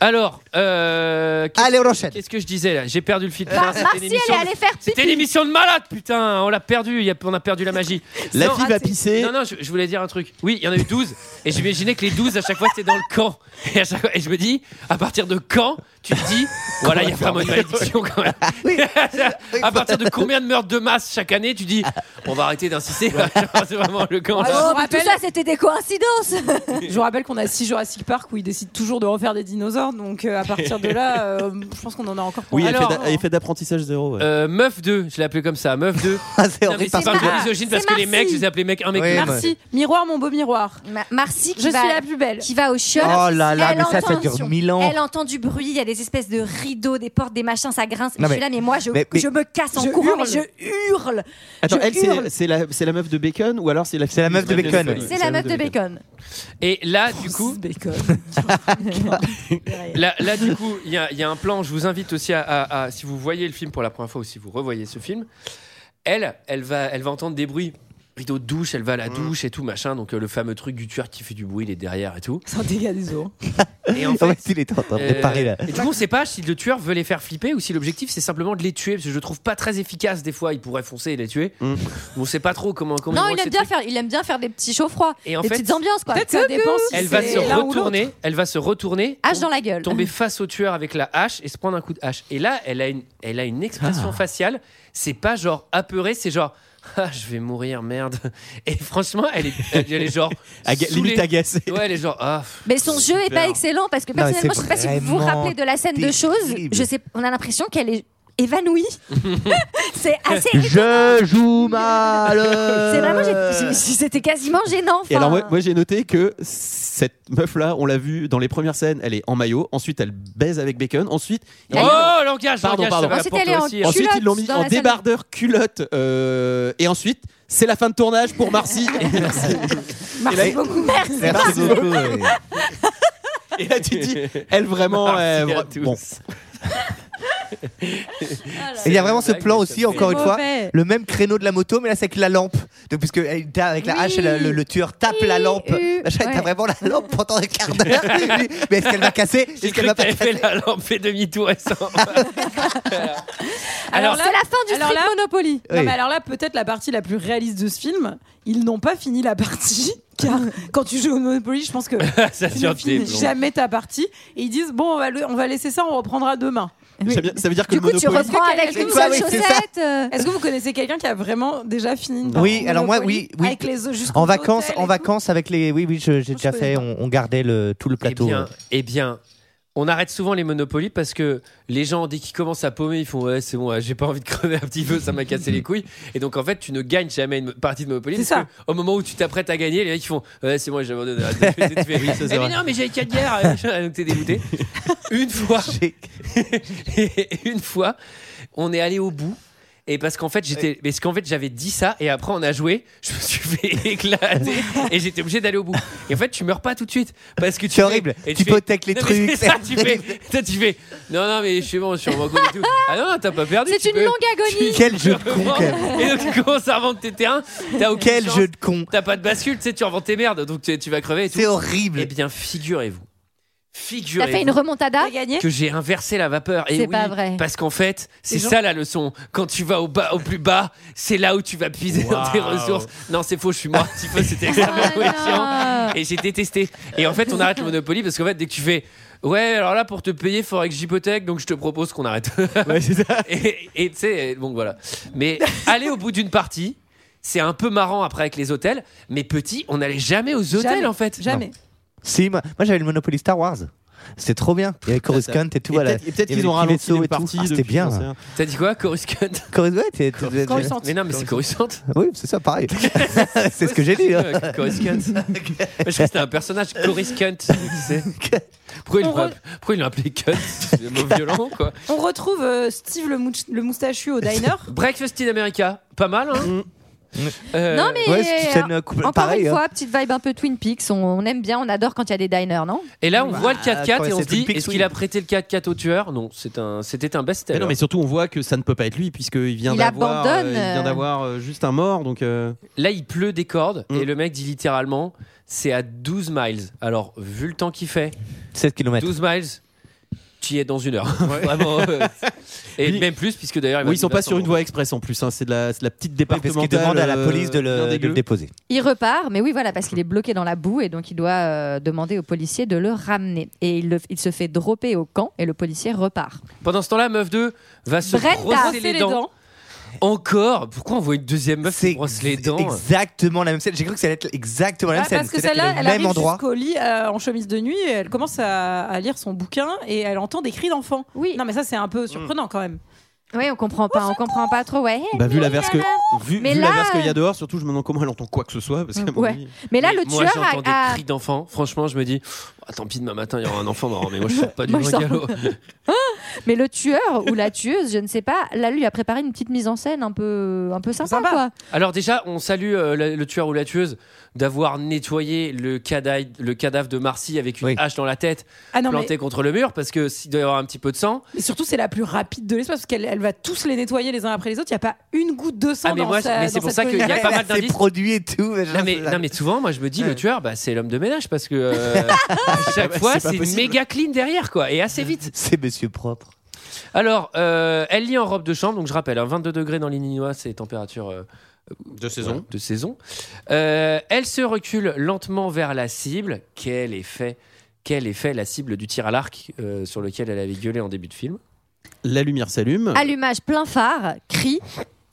[SPEAKER 1] Alors, euh, qu'est-
[SPEAKER 10] Allez, on
[SPEAKER 12] Ah.
[SPEAKER 10] enchaîne.
[SPEAKER 1] qu'est-ce que je disais là J'ai perdu le fil.
[SPEAKER 8] Mar-
[SPEAKER 1] Putain, c'était une
[SPEAKER 8] Euh, bah, Marcy, elle est
[SPEAKER 1] émission de-
[SPEAKER 8] allée faire
[SPEAKER 1] C'était une
[SPEAKER 8] pipi.
[SPEAKER 1] émission de malade, putain On l'a perdu, il y a- on a perdu la magie.
[SPEAKER 12] La
[SPEAKER 1] Non,
[SPEAKER 12] fille
[SPEAKER 7] ah,
[SPEAKER 12] va
[SPEAKER 7] c'est-
[SPEAKER 12] pisser.
[SPEAKER 1] Non, non, je, je voulais dire un truc. Oui, il y en a eu 12. Et j'imaginais que les 12, à chaque fois, c'était dans le camp. Et, à chaque fois- et je me dis, à partir de quand tu te dis, voilà, il y a vraiment une malédiction quand même. à partir de combien de meurtres de masse chaque année, tu dis, on va arrêter d'insister. c'est vraiment le camp.
[SPEAKER 8] Oh,
[SPEAKER 1] Là.
[SPEAKER 7] je vous
[SPEAKER 8] mais tout
[SPEAKER 7] rappelle-
[SPEAKER 8] ça, c'était des coïncidences.
[SPEAKER 7] Je vous rappelle qu'on a 6 Jurassic Park où ils décident toujours de refaire des dinosaures, donc euh, à partir de là, euh, je pense qu'on en a encore pour
[SPEAKER 12] Oui,
[SPEAKER 7] un
[SPEAKER 12] elle
[SPEAKER 1] Alors-
[SPEAKER 12] fait
[SPEAKER 7] moment,
[SPEAKER 12] d'a- elle fait d'apprentissage zéro. ouais.
[SPEAKER 1] Euh, meuf 2, je l'ai appelé comme ça, meuf 2.
[SPEAKER 10] Ah, c'est
[SPEAKER 1] Non, mais
[SPEAKER 10] horrible.
[SPEAKER 1] c'est pas
[SPEAKER 8] Marcy.
[SPEAKER 1] un peu misogyne parce
[SPEAKER 8] C'est
[SPEAKER 1] que les mecs,
[SPEAKER 8] Marcy.
[SPEAKER 1] je les ai appelés mecs, un mec.
[SPEAKER 10] Oui,
[SPEAKER 1] deux.
[SPEAKER 7] hein.
[SPEAKER 10] mais-
[SPEAKER 7] Merci, miroir mon beau miroir.
[SPEAKER 8] Ma- Marcy, qui
[SPEAKER 7] Je
[SPEAKER 8] va-
[SPEAKER 7] suis la plus belle.
[SPEAKER 8] qui va au shop.
[SPEAKER 10] Oh là là,
[SPEAKER 8] Elle
[SPEAKER 10] mais ça, ça
[SPEAKER 8] entend-
[SPEAKER 10] dure mille ans.
[SPEAKER 8] Elle entend du bruit, il y a des espèces de rideaux, des portes, des machins, ça grince.
[SPEAKER 10] Non,
[SPEAKER 8] je
[SPEAKER 10] mais-
[SPEAKER 8] suis là, mais moi, je,
[SPEAKER 10] mais- mais-
[SPEAKER 8] je me casse en
[SPEAKER 7] Je
[SPEAKER 8] courant,
[SPEAKER 7] hurle.
[SPEAKER 8] mais je hurle.
[SPEAKER 12] Attends,
[SPEAKER 8] je
[SPEAKER 12] elle, c'est-
[SPEAKER 8] hurle.
[SPEAKER 12] c'est la, c'est la meuf de Bacon ou alors c'est la
[SPEAKER 10] C'est la meuf de Bacon.
[SPEAKER 12] Folie.
[SPEAKER 8] C'est la meuf de Bacon.
[SPEAKER 1] Et là, du coup,
[SPEAKER 7] Oh, Bacon.
[SPEAKER 1] là, là, du coup, il y, a- il y a un plan. Je vous invite aussi à, à- à- si vous voyez le film pour la première fois ou si vous revoyez ce film, elle, elle va, elle va entendre des bruits. Rideau de douche, elle va
[SPEAKER 10] Mm.
[SPEAKER 1] à la douche et tout machin. Donc euh, le fameux truc du tueur qui fait du bruit, il est derrière et tout.
[SPEAKER 7] C'est un dégât des eaux.
[SPEAKER 1] Et en
[SPEAKER 10] Ah ouais,
[SPEAKER 1] fait,
[SPEAKER 10] il est en train de
[SPEAKER 1] Euh,
[SPEAKER 10] préparer là.
[SPEAKER 1] Et du coup, on sait pas si le tueur veut les faire flipper ou si l'objectif c'est simplement de les tuer. Parce que je le trouve pas très efficace des fois. Il pourrait foncer et les tuer.
[SPEAKER 12] Mm.
[SPEAKER 1] On sait pas trop comment. comment
[SPEAKER 8] Non,
[SPEAKER 1] ils vont
[SPEAKER 8] il aime,
[SPEAKER 1] ces
[SPEAKER 8] bien
[SPEAKER 1] trucs.
[SPEAKER 8] faire, il aime bien faire des petits chauds froids,
[SPEAKER 1] Et en
[SPEAKER 8] des
[SPEAKER 1] fait,
[SPEAKER 8] petites ambiances, quoi.
[SPEAKER 7] Peut-être ça dépend si
[SPEAKER 1] Elle va
[SPEAKER 7] c'est
[SPEAKER 1] se
[SPEAKER 7] l'un ou
[SPEAKER 1] retourner. Elle va se retourner.
[SPEAKER 8] Hache dans la gueule.
[SPEAKER 1] Tomber face au tueur avec la hache et se prendre un coup de hache. Et là, elle a une, elle a une
[SPEAKER 6] Ah.
[SPEAKER 1] expression faciale. C'est pas genre apeuré, c'est genre. Ah, je vais mourir, merde. Et franchement, elle est, elle, elle est genre.
[SPEAKER 12] Aga-
[SPEAKER 1] saoulée.
[SPEAKER 12] limite agacée.
[SPEAKER 1] Ouais, elle est genre. Ah, pff.
[SPEAKER 8] Mais son jeu est
[SPEAKER 12] Super.
[SPEAKER 8] pas excellent parce que
[SPEAKER 10] Non, mais
[SPEAKER 8] personnellement, je
[SPEAKER 10] c'est
[SPEAKER 8] sais pas si vous vous
[SPEAKER 10] vraiment
[SPEAKER 8] rappelez de la scène de choses.
[SPEAKER 10] terrible.
[SPEAKER 8] Je sais, on a l'impression qu'elle est évanouie. c'est assez.
[SPEAKER 10] Je joue mal. Euh.
[SPEAKER 8] C'est vraiment, j'ai- j'ai- c'était quasiment gênant.
[SPEAKER 12] Et alors,
[SPEAKER 8] enfin.
[SPEAKER 12] moi, moi, j'ai noté que s-
[SPEAKER 6] cette meuf-là, on l'a vu dans les premières scènes, elle est en maillot. Ensuite, elle baise avec Bacon. Ensuite,
[SPEAKER 1] Oh, langage,
[SPEAKER 6] pardon,
[SPEAKER 1] langage,
[SPEAKER 6] pardon. Oh,
[SPEAKER 1] ça va Ensuite, pour elle toi est en aussi, hein.
[SPEAKER 6] Ensuite, ils l'ont mis
[SPEAKER 1] culotte dans
[SPEAKER 6] en
[SPEAKER 1] la salle de-
[SPEAKER 6] débardeur culotte. euh, et ensuite, c'est la fin de tournage pour Marcy. Merci.
[SPEAKER 7] Merci beaucoup. Merci.
[SPEAKER 6] Merci beaucoup.
[SPEAKER 1] hein.
[SPEAKER 6] Et là, tu dis, elle vraiment. euh, vra- bon.
[SPEAKER 10] Et il y a vraiment ce plan aussi, encore une fois,
[SPEAKER 8] mauvais.
[SPEAKER 10] le même créneau de la moto, mais là c'est avec la lampe. Donc, puisque elle tape avec la hache, elle- le, le tueur tape la lampe. Machin,
[SPEAKER 8] ouais.
[SPEAKER 10] T'as vraiment la lampe pendant un quart d'heure. Lui, mais est-ce qu'elle va casser
[SPEAKER 1] J'ai cru
[SPEAKER 10] Est-ce qu'elle
[SPEAKER 1] que
[SPEAKER 10] va pas
[SPEAKER 1] t'avais fait
[SPEAKER 10] casser
[SPEAKER 1] la lampe fait demi-tour et sans-
[SPEAKER 7] Alors
[SPEAKER 8] Alors,
[SPEAKER 7] là-
[SPEAKER 8] c'est la fin du
[SPEAKER 7] alors
[SPEAKER 8] strip
[SPEAKER 7] là-
[SPEAKER 8] Monopoly.
[SPEAKER 7] Non, mais alors là, peut-être la partie la plus réaliste de ce film, ils n'ont pas fini la partie. Car quand tu joues au Monopoly, je pense que
[SPEAKER 1] Ça
[SPEAKER 7] tu
[SPEAKER 1] dure
[SPEAKER 7] ne finis
[SPEAKER 1] des plombs.
[SPEAKER 7] jamais ta partie. Et ils disent Bon, on va, le- on va laisser ça, on reprendra demain.
[SPEAKER 6] J'aime bien- Ça veut dire que
[SPEAKER 8] Du
[SPEAKER 6] le
[SPEAKER 8] coup, tu
[SPEAKER 6] Monopoly-
[SPEAKER 8] reprends
[SPEAKER 7] Est-ce que
[SPEAKER 8] avec
[SPEAKER 7] quelqu'un-
[SPEAKER 8] une
[SPEAKER 7] Ouais,
[SPEAKER 8] seule
[SPEAKER 10] oui, c'est ça.
[SPEAKER 8] chaussette. euh,
[SPEAKER 7] Est-ce que vous connaissez quelqu'un qui a vraiment déjà fini une partie
[SPEAKER 10] Oui,
[SPEAKER 7] de
[SPEAKER 10] alors moi,
[SPEAKER 7] Monopoly
[SPEAKER 10] oui, oui.
[SPEAKER 7] Avec les, jusqu'au
[SPEAKER 10] En vacances,
[SPEAKER 7] hôtel et
[SPEAKER 10] en
[SPEAKER 7] tout
[SPEAKER 10] vacances avec les. Oui, oui, je- j'ai déjà
[SPEAKER 7] connais
[SPEAKER 10] fait.
[SPEAKER 7] pas.
[SPEAKER 10] On, on gardait le, tout le
[SPEAKER 1] Eh
[SPEAKER 10] plateau.
[SPEAKER 1] bien, eh bien, on arrête souvent les monopolies parce que les gens, dès qu'ils commencent à paumer, ils font Ouais, c'est bon, ouais, j'ai pas envie de crever un petit peu, ça m'a cassé les couilles. Et donc, en fait, tu ne gagnes jamais une partie de Monopoly.
[SPEAKER 7] C'est
[SPEAKER 1] parce que au moment où tu t'apprêtes à gagner, les mecs, ils font Ouais, c'est moi, j'ai abandonné. Arrête de me fais-
[SPEAKER 6] Oui, ça, c'est
[SPEAKER 1] Eh, mais
[SPEAKER 6] vrai.
[SPEAKER 1] non, mais j'avais 4 guerres. euh, donc, t'es dégoûté. Une fois, et une fois, on est allé au bout. Et parce qu'en fait, j'étais, parce qu'en fait, j'avais dit ça, et après, on a joué. Je me suis fait éclater, et j'étais obligé d'aller au bout. Et en fait, tu meurs pas tout de suite, parce que tu
[SPEAKER 10] C'est horrible.
[SPEAKER 1] fais- et
[SPEAKER 10] Tu
[SPEAKER 1] fais-
[SPEAKER 10] hypothèques les
[SPEAKER 1] Non, mais
[SPEAKER 10] trucs,
[SPEAKER 1] c'est ça,
[SPEAKER 10] c'est
[SPEAKER 1] tu fais, toi, tu fais, non, non, mais je suis bon, je suis en banco et tout. Ah non, non, t'as pas perdu.
[SPEAKER 8] C'est
[SPEAKER 1] tu
[SPEAKER 8] une
[SPEAKER 1] peux-
[SPEAKER 8] longue agonie.
[SPEAKER 1] tu-
[SPEAKER 10] Quel
[SPEAKER 1] tu
[SPEAKER 10] jeu de con,
[SPEAKER 1] revends.
[SPEAKER 10] quand
[SPEAKER 1] Et donc, tu commences à revendre tes terrains. T'as aucune
[SPEAKER 10] Quel
[SPEAKER 1] chance,
[SPEAKER 10] jeu de con
[SPEAKER 1] T'as pas de bascule, tu sais, tu revends tes merdes, donc tu, tu vas crever et tout.
[SPEAKER 10] C'est horrible.
[SPEAKER 1] Eh bien, figurez-vous.
[SPEAKER 8] T'as
[SPEAKER 1] Figurez-vous
[SPEAKER 8] fait une remontada.
[SPEAKER 7] T'as gagné
[SPEAKER 1] que j'ai inversé la vapeur. Et
[SPEAKER 8] C'est
[SPEAKER 1] oui,
[SPEAKER 8] pas vrai.
[SPEAKER 1] Parce qu'en fait, c'est
[SPEAKER 7] Les gens-
[SPEAKER 1] ça la leçon. Quand tu vas au, bas, au plus bas, c'est là où tu vas puiser dans tes ressources. Non, c'est faux, je suis mort un petit peu, c'était extrêmement
[SPEAKER 8] Ah,
[SPEAKER 1] chiant.
[SPEAKER 8] non.
[SPEAKER 1] Et j'ai détesté. Et en fait, on arrête le Monopoly parce qu'en fait, dès que tu fais. Ouais, alors là, pour te payer, il faudrait que j'hypothèque, donc je te propose qu'on arrête. Et et tu sais, bon voilà. Mais aller au bout d'une partie, c'est un peu marrant après avec les hôtels, mais petit, on n'allait jamais aux hôtels
[SPEAKER 7] Jamais.
[SPEAKER 1] en fait.
[SPEAKER 7] Jamais.
[SPEAKER 10] Si, moi, moi, j'avais le Monopoly Star Wars. C'était trop bien. Il y avait Coruscant et tout.
[SPEAKER 6] Et
[SPEAKER 10] voilà.
[SPEAKER 6] peut-être- et peut-être
[SPEAKER 10] Il y avait
[SPEAKER 6] qu'ils ont
[SPEAKER 10] des
[SPEAKER 6] ralenti
[SPEAKER 10] petits vaisseaux
[SPEAKER 6] les
[SPEAKER 10] et tout.
[SPEAKER 6] parties.
[SPEAKER 10] Ah, C'était
[SPEAKER 6] depuis, j'en sais
[SPEAKER 10] bien.
[SPEAKER 6] rien.
[SPEAKER 1] T'as dit quoi, Coruscant
[SPEAKER 10] Coruscant ouais, t'es- t'es- t'es-
[SPEAKER 7] Coruscant.
[SPEAKER 1] Mais non, mais c'est Coruscant.
[SPEAKER 10] Oui, c'est ça, pareil. c'est ce que j'ai dit. hein.
[SPEAKER 1] Euh, Coruscant. Moi, je crois que c'était un personnage Coruscant. tu sais. Pourquoi ils
[SPEAKER 7] On
[SPEAKER 1] l'ont
[SPEAKER 7] re-
[SPEAKER 1] app- pourquoi ils l'ont appelé Cunt C'est un mot violent, quoi.
[SPEAKER 7] On retrouve euh, Steve le, mouch- le moustachu au diner.
[SPEAKER 1] Breakfast in America. Pas mal, hein
[SPEAKER 6] Mm.
[SPEAKER 1] Euh,
[SPEAKER 8] Non, mais
[SPEAKER 10] Ouais, c'est une scène, euh, couple-
[SPEAKER 8] encore
[SPEAKER 10] pareil,
[SPEAKER 8] une
[SPEAKER 10] hein.
[SPEAKER 8] fois, petite vibe un peu Twin Peaks. On, on aime bien, on adore quand il y a des diners, non
[SPEAKER 1] Et là, on voit le
[SPEAKER 10] Bah,
[SPEAKER 1] 4x4
[SPEAKER 10] quand
[SPEAKER 1] et on
[SPEAKER 10] c'est
[SPEAKER 1] se dit
[SPEAKER 10] Twin Peaks,
[SPEAKER 1] est-ce
[SPEAKER 10] oui.
[SPEAKER 1] qu'il a prêté le 4x4 au tueur Non, c'est un- c'était un
[SPEAKER 6] Mais
[SPEAKER 1] best-seller.
[SPEAKER 6] non, mais surtout, on voit que ça ne peut pas être lui, puisqu'il vient
[SPEAKER 8] Il
[SPEAKER 6] d'avoir euh,
[SPEAKER 8] abandonne,
[SPEAKER 6] il vient
[SPEAKER 8] euh.
[SPEAKER 6] d'avoir euh, juste un mort. Donc, euh,
[SPEAKER 1] Là, il pleut des cordes
[SPEAKER 6] Mm.
[SPEAKER 1] et le mec dit littéralement c'est à 12 miles. Alors, vu le temps qu'il fait,
[SPEAKER 10] 7
[SPEAKER 6] Bah,
[SPEAKER 10] km.
[SPEAKER 1] 12 miles. Tu y es dans une heure. Vraiment. euh, et
[SPEAKER 6] Oui.
[SPEAKER 1] même plus, puisque
[SPEAKER 8] Ah,
[SPEAKER 1] d'ailleurs. il va
[SPEAKER 6] Oui, ils sont
[SPEAKER 1] venir
[SPEAKER 6] pas sur
[SPEAKER 1] sans-
[SPEAKER 6] une voie express en plus. hein, C'est de la, c'est de la petite
[SPEAKER 10] Oui, parce
[SPEAKER 6] départementale.
[SPEAKER 10] qu'il demande à la
[SPEAKER 6] euh,
[SPEAKER 10] police de
[SPEAKER 6] bien
[SPEAKER 10] le, de
[SPEAKER 6] dégueu.
[SPEAKER 10] le déposer.
[SPEAKER 8] Il repart, mais oui, voilà, parce qu'il est bloqué dans la boue et donc il doit euh, demander au policier de le ramener. Et il, le- il se fait dropper au camp et le policier repart.
[SPEAKER 1] Pendant ce temps-là, meuf 2 va se
[SPEAKER 8] Brenda,
[SPEAKER 1] brosser
[SPEAKER 8] c'est
[SPEAKER 1] les
[SPEAKER 8] les
[SPEAKER 1] dents.
[SPEAKER 8] dents.
[SPEAKER 1] Encore Pourquoi on voit une deuxième meuf qui se brosse les dents
[SPEAKER 10] exactement la même scène. J'ai cru que ça allait être exactement la
[SPEAKER 7] Ah,
[SPEAKER 10] même scène.
[SPEAKER 7] parce que
[SPEAKER 10] C'est-à-dire
[SPEAKER 7] celle-là,
[SPEAKER 10] le
[SPEAKER 7] elle
[SPEAKER 10] même
[SPEAKER 7] arrive
[SPEAKER 10] endroit.
[SPEAKER 7] jusqu'au lit euh, en chemise de nuit et elle commence à, à lire son bouquin et elle entend des cris d'enfants.
[SPEAKER 8] Oui,
[SPEAKER 7] Non, mais ça, c'est un
[SPEAKER 1] Hmm.
[SPEAKER 7] peu surprenant quand même.
[SPEAKER 8] oui, on comprend pas, on comprend pas trop, ouais.
[SPEAKER 6] Bah, vu la verse que- vu-
[SPEAKER 8] Mais
[SPEAKER 6] vu la
[SPEAKER 8] là,
[SPEAKER 6] verse qu'il y a
[SPEAKER 8] euh,
[SPEAKER 6] dehors, surtout, je me demande comment elle entend quoi que ce soit. Parce qu'à mon
[SPEAKER 8] Ouais.
[SPEAKER 6] avis-
[SPEAKER 8] Mais là, le
[SPEAKER 1] Moi,
[SPEAKER 8] tueur
[SPEAKER 1] j'entends des
[SPEAKER 8] a, a-
[SPEAKER 1] cris d'enfants. Franchement, je me dis, Ah, tant pis, demain matin, il y aura un enfant mort. Mais moi, je sors pas du
[SPEAKER 8] Moi, je sors
[SPEAKER 1] bungalow.
[SPEAKER 8] mais le tueur ou la tueuse, je ne sais pas, là lui a préparé une petite mise en scène un peu, un peu sympa,
[SPEAKER 7] Sympa.
[SPEAKER 8] quoi.
[SPEAKER 1] Alors déjà, on salue euh, la- le, tueur ou la tueuse d'avoir nettoyé le cadavre, le cadavre de Marcy avec une
[SPEAKER 10] Oui.
[SPEAKER 1] hache dans la tête,
[SPEAKER 7] Ah non, mais,
[SPEAKER 1] plantée contre le mur, parce que s'il doit y avoir un petit peu de sang.
[SPEAKER 7] mais surtout, c'est la plus rapide de l'espace parce qu'elle elle va tous les nettoyer les uns après les autres. Il n'y a pas une goutte de sang
[SPEAKER 1] Ah, mais
[SPEAKER 7] dans
[SPEAKER 1] moi,
[SPEAKER 7] sa-
[SPEAKER 1] mais c'est
[SPEAKER 7] dans
[SPEAKER 1] pour
[SPEAKER 7] cette
[SPEAKER 1] ça qu'il y a
[SPEAKER 7] colonie.
[SPEAKER 1] pas
[SPEAKER 10] Elle
[SPEAKER 1] mal
[SPEAKER 10] ses
[SPEAKER 1] d'indices.
[SPEAKER 10] produits et tout.
[SPEAKER 1] Non mais, non, mais souvent, moi, je me dis, le
[SPEAKER 10] Ouais.
[SPEAKER 1] tueur, bah, c'est l'homme de ménage, parce que euh, à chaque
[SPEAKER 6] Ouais,
[SPEAKER 1] fois,
[SPEAKER 6] c'est pas
[SPEAKER 1] c'est
[SPEAKER 6] possible.
[SPEAKER 1] méga clean derrière, quoi, et assez vite.
[SPEAKER 10] C'est monsieur propre.
[SPEAKER 1] Alors, euh, elle lit en robe de chambre, donc je rappelle, hein, 22 degrés dans l'Illinois, c'est température euh,
[SPEAKER 6] De
[SPEAKER 1] voilà, de saison. Euh, elle se recule lentement vers la cible. Quel effet Quel effet la cible du tir à l'arc euh, sur lequel elle avait gueulé en début de film
[SPEAKER 6] La lumière s'allume.
[SPEAKER 8] Allumage plein phare, cri.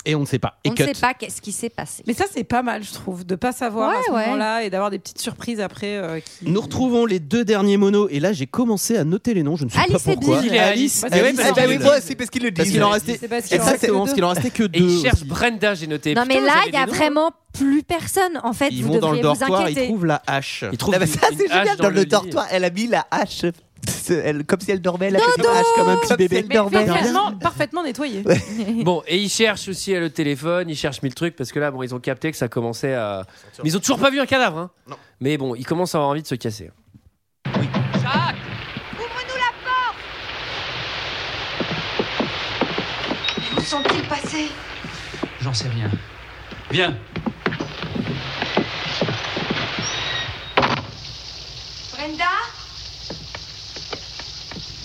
[SPEAKER 6] Et on ne sait pas. Et
[SPEAKER 8] on ne
[SPEAKER 6] cut.
[SPEAKER 8] sait pas qu'est-ce qui s'est passé.
[SPEAKER 7] Mais ça, c'est pas mal, je trouve, de pas savoir
[SPEAKER 8] Ouais,
[SPEAKER 7] à ce
[SPEAKER 8] ouais.
[SPEAKER 7] moment-là et d'avoir des petites surprises après. euh, qui...
[SPEAKER 6] Nous retrouvons les deux derniers monos et là j'ai commencé à noter les noms, je ne sais
[SPEAKER 7] Alice
[SPEAKER 6] pas
[SPEAKER 7] et
[SPEAKER 6] pourquoi.
[SPEAKER 7] Bill. Il est Alice.
[SPEAKER 6] Alice,
[SPEAKER 7] Eh
[SPEAKER 6] Alice
[SPEAKER 7] ben
[SPEAKER 6] et
[SPEAKER 7] oui,
[SPEAKER 6] Bill.
[SPEAKER 7] moi aussi,
[SPEAKER 10] parce qu'il le dit.
[SPEAKER 6] Parce qu'il en restait
[SPEAKER 7] C'est parce qu'il en restait
[SPEAKER 6] exactement,
[SPEAKER 7] que
[SPEAKER 6] parce qu'il en restait que
[SPEAKER 1] Et
[SPEAKER 6] deux.
[SPEAKER 1] il cherche Brenda, j'ai noté.
[SPEAKER 8] Non, mais
[SPEAKER 1] Putain, vous
[SPEAKER 8] là,
[SPEAKER 1] avez
[SPEAKER 8] il y a
[SPEAKER 1] des noms.
[SPEAKER 8] vraiment plus personne. En fait,
[SPEAKER 6] Ils
[SPEAKER 8] vous
[SPEAKER 6] vont dans le
[SPEAKER 8] devriez vous
[SPEAKER 6] dortoir, ils
[SPEAKER 8] inquiéter.
[SPEAKER 6] trouvent la hache.
[SPEAKER 1] Il trouve
[SPEAKER 10] Ah bah ça,
[SPEAKER 1] une
[SPEAKER 10] c'est
[SPEAKER 1] hache
[SPEAKER 10] génial. Dans, le,
[SPEAKER 1] lit.
[SPEAKER 10] dortoir, elle a mis la hache elle- comme si elle dormait. Elle a pris une
[SPEAKER 8] Dodo
[SPEAKER 10] hache comme un petit
[SPEAKER 6] Comme si
[SPEAKER 10] bébé.
[SPEAKER 6] elle
[SPEAKER 7] Mais
[SPEAKER 10] dormait.
[SPEAKER 7] parfaitement, parfaitement nettoyé. Mm.
[SPEAKER 1] Bon, et ils cherchent aussi euh, le téléphone, ils cherchent mille trucs parce que là, bon, ils ont capté que ça commençait à. Mais ils ont toujours pas vu un cadavre, hein. Mais bon, ils commencent à avoir envie de se casser.
[SPEAKER 11] Où sont-ils passés
[SPEAKER 3] J'en sais rien. Viens,
[SPEAKER 11] Brenda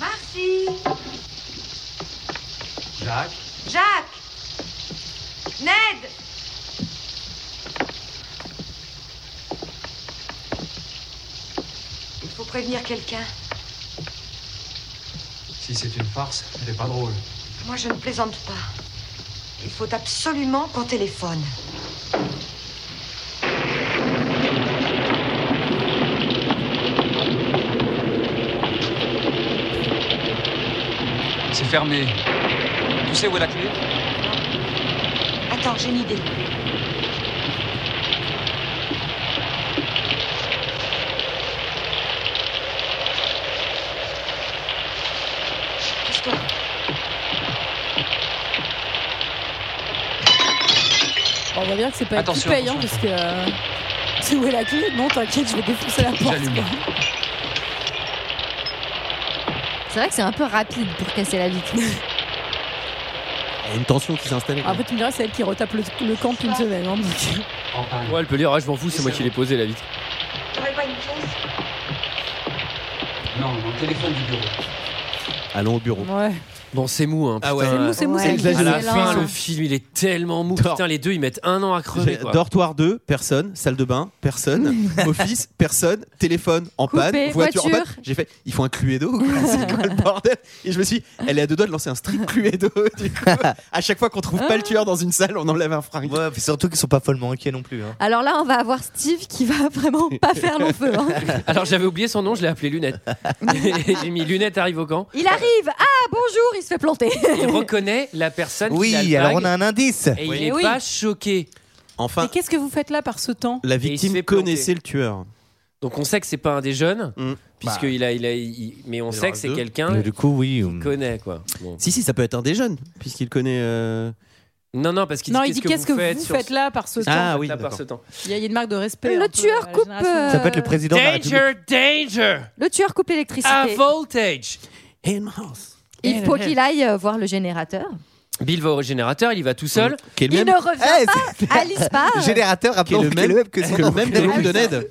[SPEAKER 11] Marcy
[SPEAKER 3] Jacques.
[SPEAKER 11] Jacques Ned Il faut prévenir quelqu'un.
[SPEAKER 3] Si c'est une farce, elle est pas drôle.
[SPEAKER 11] Moi, je ne plaisante pas. Il faut absolument qu'on téléphone.
[SPEAKER 3] C'est fermé. Tu sais où est la clé
[SPEAKER 11] Attends, j'ai une idée. Pousse-toi.
[SPEAKER 7] Bon, on voit bien que c'est pas tout
[SPEAKER 3] Attention,
[SPEAKER 7] payant parce
[SPEAKER 3] attention,
[SPEAKER 7] que. euh, C'est où est la clé Non, t'inquiète, je vais défoncer la porte.
[SPEAKER 3] J'allume.
[SPEAKER 7] quoi.
[SPEAKER 8] C'est vrai que c'est un peu rapide pour casser la vitre.
[SPEAKER 6] Il y a une tension qui s'est installée.
[SPEAKER 7] Après, tu me diras, c'est elle qui retape le, le camp une semaine. hein, donc.
[SPEAKER 3] En panne.
[SPEAKER 1] Ouais, elle peut dire, ah, je m'en fous, c'est moi qui l'ai posé la vitre.
[SPEAKER 11] T'aurais pas une pièce
[SPEAKER 3] Non, mon téléphone du bureau.
[SPEAKER 6] Allons au bureau.
[SPEAKER 7] Ouais.
[SPEAKER 1] Bon, c'est mou, hein.
[SPEAKER 6] Ah ouais.
[SPEAKER 1] putain.
[SPEAKER 7] Nous, c'est mou,
[SPEAKER 8] Ouais,
[SPEAKER 7] c'est
[SPEAKER 6] c'est
[SPEAKER 1] À
[SPEAKER 6] J'ai
[SPEAKER 1] la
[SPEAKER 6] le
[SPEAKER 1] fin,
[SPEAKER 6] film.
[SPEAKER 1] le film, il est tellement mou.
[SPEAKER 6] Dors.
[SPEAKER 1] Putain, les deux, ils mettent un an à crever.
[SPEAKER 6] J'ai-
[SPEAKER 1] Quoi.
[SPEAKER 6] Dortoir 2, personne. Salle de bain, personne. Office, personne. Téléphone en
[SPEAKER 8] Coupé,
[SPEAKER 6] panne. Voiture, en
[SPEAKER 8] voiture.
[SPEAKER 6] panne. J'ai fait, il faut un Cluedo. ou quoi C'est quoi le bordel Et je me suis, dit, elle est à deux doigts de lancer un strict Cluedo. Du coup, à chaque fois qu'on trouve pas le tueur dans une salle, on enlève un fringue.
[SPEAKER 10] Ouais, puis Ah, surtout qu'ils sont pas follement inquiets non plus. hein.
[SPEAKER 8] Alors là, on va avoir Steve qui va vraiment pas faire long feu. hein.
[SPEAKER 1] Alors, j'avais oublié son nom, je l'ai appelé Lunette. Et J'ai mis Lunette arrive au camp.
[SPEAKER 8] Il arrive. Ah, bonjour, il se fait planter.
[SPEAKER 1] Il reconnaît la personne qui
[SPEAKER 10] Oui,
[SPEAKER 1] la
[SPEAKER 10] alors on
[SPEAKER 1] drague
[SPEAKER 10] a un indice.
[SPEAKER 1] Et
[SPEAKER 7] Oui.
[SPEAKER 1] il est
[SPEAKER 7] Oui.
[SPEAKER 1] pas choqué.
[SPEAKER 7] Mais
[SPEAKER 6] Enfin,
[SPEAKER 7] qu'est-ce que vous faites là par ce temps
[SPEAKER 6] la
[SPEAKER 1] il se
[SPEAKER 6] victime
[SPEAKER 1] fait planter.
[SPEAKER 6] connaissait le tueur.
[SPEAKER 1] Donc, on sait que c'est pas un des jeunes,
[SPEAKER 6] Mm.
[SPEAKER 1] puisqu'il a, il a, il- mais on
[SPEAKER 6] il
[SPEAKER 1] sait
[SPEAKER 6] aura
[SPEAKER 1] que c'est
[SPEAKER 6] deux.
[SPEAKER 1] quelqu'un
[SPEAKER 10] Mais Du coup, oui.
[SPEAKER 1] qui
[SPEAKER 10] hum.
[SPEAKER 1] connaît, quoi. Bon.
[SPEAKER 6] Si, si, ça peut être un des jeunes, puisqu'il connaît. euh,
[SPEAKER 1] Non, non, parce qu'il
[SPEAKER 7] Non,
[SPEAKER 1] dit
[SPEAKER 7] il dit
[SPEAKER 1] qu'est-ce que vous faites, sur ce-
[SPEAKER 7] là par ce temps
[SPEAKER 6] Ah.
[SPEAKER 1] là,
[SPEAKER 6] oui,
[SPEAKER 1] par
[SPEAKER 6] d'accord.
[SPEAKER 1] ce temps.
[SPEAKER 7] Il y a il y a une marque de respect.
[SPEAKER 8] Le
[SPEAKER 7] un peu
[SPEAKER 8] tueur
[SPEAKER 7] à la
[SPEAKER 8] coupe,
[SPEAKER 7] génération.
[SPEAKER 8] euh,
[SPEAKER 10] Ça peut être le président de la République.
[SPEAKER 1] Danger, danger,
[SPEAKER 8] Le tueur coupe
[SPEAKER 7] Ah,
[SPEAKER 1] a
[SPEAKER 8] l'électricité.
[SPEAKER 1] voltage.
[SPEAKER 6] Inhouse.
[SPEAKER 8] Il
[SPEAKER 7] Eh,
[SPEAKER 8] faut qu'il aille euh, voir le générateur.
[SPEAKER 1] Bill va au générateur, il y va tout seul.
[SPEAKER 6] Qui est le
[SPEAKER 8] Il ne
[SPEAKER 6] même,
[SPEAKER 8] revient
[SPEAKER 10] Eh,
[SPEAKER 8] pas. Alice part.
[SPEAKER 10] Générateur,
[SPEAKER 6] qui est
[SPEAKER 10] rappelons
[SPEAKER 6] le
[SPEAKER 10] qu'il est le
[SPEAKER 6] même
[SPEAKER 10] même que son
[SPEAKER 6] que le même de
[SPEAKER 10] nom.
[SPEAKER 6] l'oncle de Ned.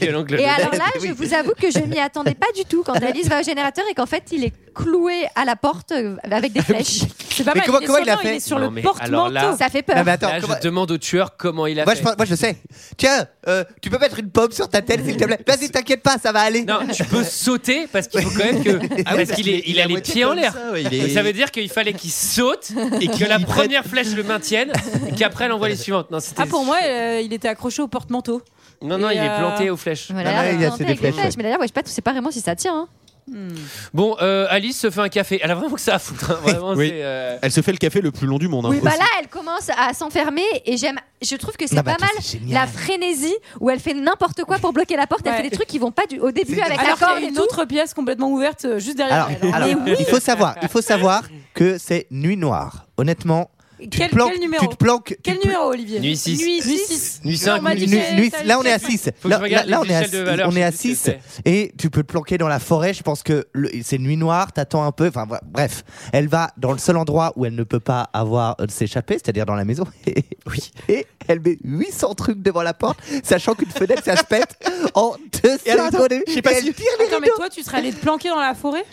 [SPEAKER 1] Quel oncle
[SPEAKER 8] Et
[SPEAKER 1] de-
[SPEAKER 8] alors là, je
[SPEAKER 10] Eh, Oui.
[SPEAKER 8] vous avoue que je m'y attendais pas du tout quand Alice va au générateur et qu'en fait, il est cloué à la porte euh, avec
[SPEAKER 10] Ah
[SPEAKER 8] des flèches.
[SPEAKER 7] C'est pas
[SPEAKER 10] Mais
[SPEAKER 7] mal.
[SPEAKER 10] comment-
[SPEAKER 7] il est
[SPEAKER 10] comment il a
[SPEAKER 7] sonore,
[SPEAKER 10] fait
[SPEAKER 7] est sur
[SPEAKER 1] Non, mais
[SPEAKER 7] le
[SPEAKER 1] alors là-
[SPEAKER 7] porte-manteau.
[SPEAKER 8] Ça fait
[SPEAKER 10] Non,
[SPEAKER 8] peur.
[SPEAKER 10] mais attends,
[SPEAKER 1] Là,
[SPEAKER 10] comment-
[SPEAKER 1] Ah, je demande au tueur comment il a
[SPEAKER 10] Moi je,
[SPEAKER 1] fait.
[SPEAKER 10] pense- moi, je sais. Tiens, euh, tu peux mettre une pomme sur ta tête, s'il te plaît. Vas-y, t'inquiète pas, ça va aller.
[SPEAKER 1] Non, tu peux sauter parce qu'il faut quand même que.
[SPEAKER 6] Ah oui,
[SPEAKER 1] parce qu'il est- il
[SPEAKER 6] est
[SPEAKER 1] a
[SPEAKER 6] à
[SPEAKER 1] les
[SPEAKER 6] moitié
[SPEAKER 1] pieds en
[SPEAKER 6] comme
[SPEAKER 1] l'air.
[SPEAKER 6] ça, ouais, il
[SPEAKER 1] Donc
[SPEAKER 6] est-
[SPEAKER 1] Ça veut dire qu'il fallait qu'il saute et que la première flèche le maintienne et qu'après elle envoie les suivantes. Non, c'était-
[SPEAKER 7] Ah, pour moi, euh, il était accroché au porte-manteau.
[SPEAKER 1] Non, non,
[SPEAKER 7] Et
[SPEAKER 1] il est
[SPEAKER 7] euh,
[SPEAKER 1] planté aux flèches.
[SPEAKER 8] Voilà,
[SPEAKER 10] Non, mais il y a-
[SPEAKER 8] planté
[SPEAKER 10] c'est des
[SPEAKER 8] avec des
[SPEAKER 10] flèches,
[SPEAKER 8] flèches. Mais d'ailleurs, ouais, je sais pas, tu sais pas vraiment si ça tient. hein.
[SPEAKER 7] Hmm.
[SPEAKER 1] Bon, euh, Alice se fait un café. Elle a vraiment que ça à foutre. hein. Vraiment,
[SPEAKER 6] Oui.
[SPEAKER 1] c'est. euh,
[SPEAKER 6] Elle se fait le café le plus long du monde. hein,
[SPEAKER 8] Oui, bah
[SPEAKER 6] aussi.
[SPEAKER 8] là, elle commence à s'enfermer et j'aime. Je trouve que c'est
[SPEAKER 10] Non, mais
[SPEAKER 8] pas
[SPEAKER 10] attends,
[SPEAKER 8] mal
[SPEAKER 10] c'est génial.
[SPEAKER 8] la frénésie où elle fait n'importe quoi pour bloquer la porte. Elle
[SPEAKER 7] Ouais.
[SPEAKER 8] fait des trucs qui vont pas du au début avec la
[SPEAKER 7] Alors qu'il
[SPEAKER 8] corde
[SPEAKER 7] y a
[SPEAKER 8] et
[SPEAKER 7] une
[SPEAKER 8] tout.
[SPEAKER 7] autre pièce complètement ouverte euh, juste derrière.
[SPEAKER 10] Alors,
[SPEAKER 7] elle, hein.
[SPEAKER 10] alors,
[SPEAKER 8] Mais oui.
[SPEAKER 10] il faut savoir, il faut savoir que c'est nuit noire. Honnêtement, tu
[SPEAKER 7] Quel-
[SPEAKER 10] te planques,
[SPEAKER 7] quel numéro
[SPEAKER 10] tu te planques,
[SPEAKER 7] Quel
[SPEAKER 10] tu te
[SPEAKER 7] numéro, Olivier
[SPEAKER 1] Nuit six.
[SPEAKER 7] Nuit
[SPEAKER 10] Nuit
[SPEAKER 7] 6.
[SPEAKER 1] Nuit cinq,
[SPEAKER 8] Ah,
[SPEAKER 10] planques-
[SPEAKER 7] nuit
[SPEAKER 10] nuit-
[SPEAKER 7] six.
[SPEAKER 10] nuit-
[SPEAKER 7] Salut,
[SPEAKER 10] là on est à
[SPEAKER 7] salut.
[SPEAKER 10] 6
[SPEAKER 1] Faut que
[SPEAKER 10] là,
[SPEAKER 1] je regarde
[SPEAKER 10] là, on
[SPEAKER 1] les
[SPEAKER 10] est à
[SPEAKER 1] échelles de valeur,
[SPEAKER 10] on est à
[SPEAKER 1] je sais ce
[SPEAKER 10] 6
[SPEAKER 1] que
[SPEAKER 10] et tu peux te planquer dans la forêt je pense que le- c'est nuit noire t'attends un peu enfin voilà, bref elle va dans le seul endroit où elle ne peut pas avoir euh, s'échapper c'est-à-dire dans la maison et, oui. et elle met 800 trucs devant la porte sachant qu'une fenêtre ça se pète en deux
[SPEAKER 6] Et alors,
[SPEAKER 10] secondes
[SPEAKER 6] je sais pas
[SPEAKER 10] Et elle
[SPEAKER 6] si-
[SPEAKER 10] tire les
[SPEAKER 7] Attends, mais
[SPEAKER 10] rideaux
[SPEAKER 7] toi, tu serais allé te planquer dans la forêt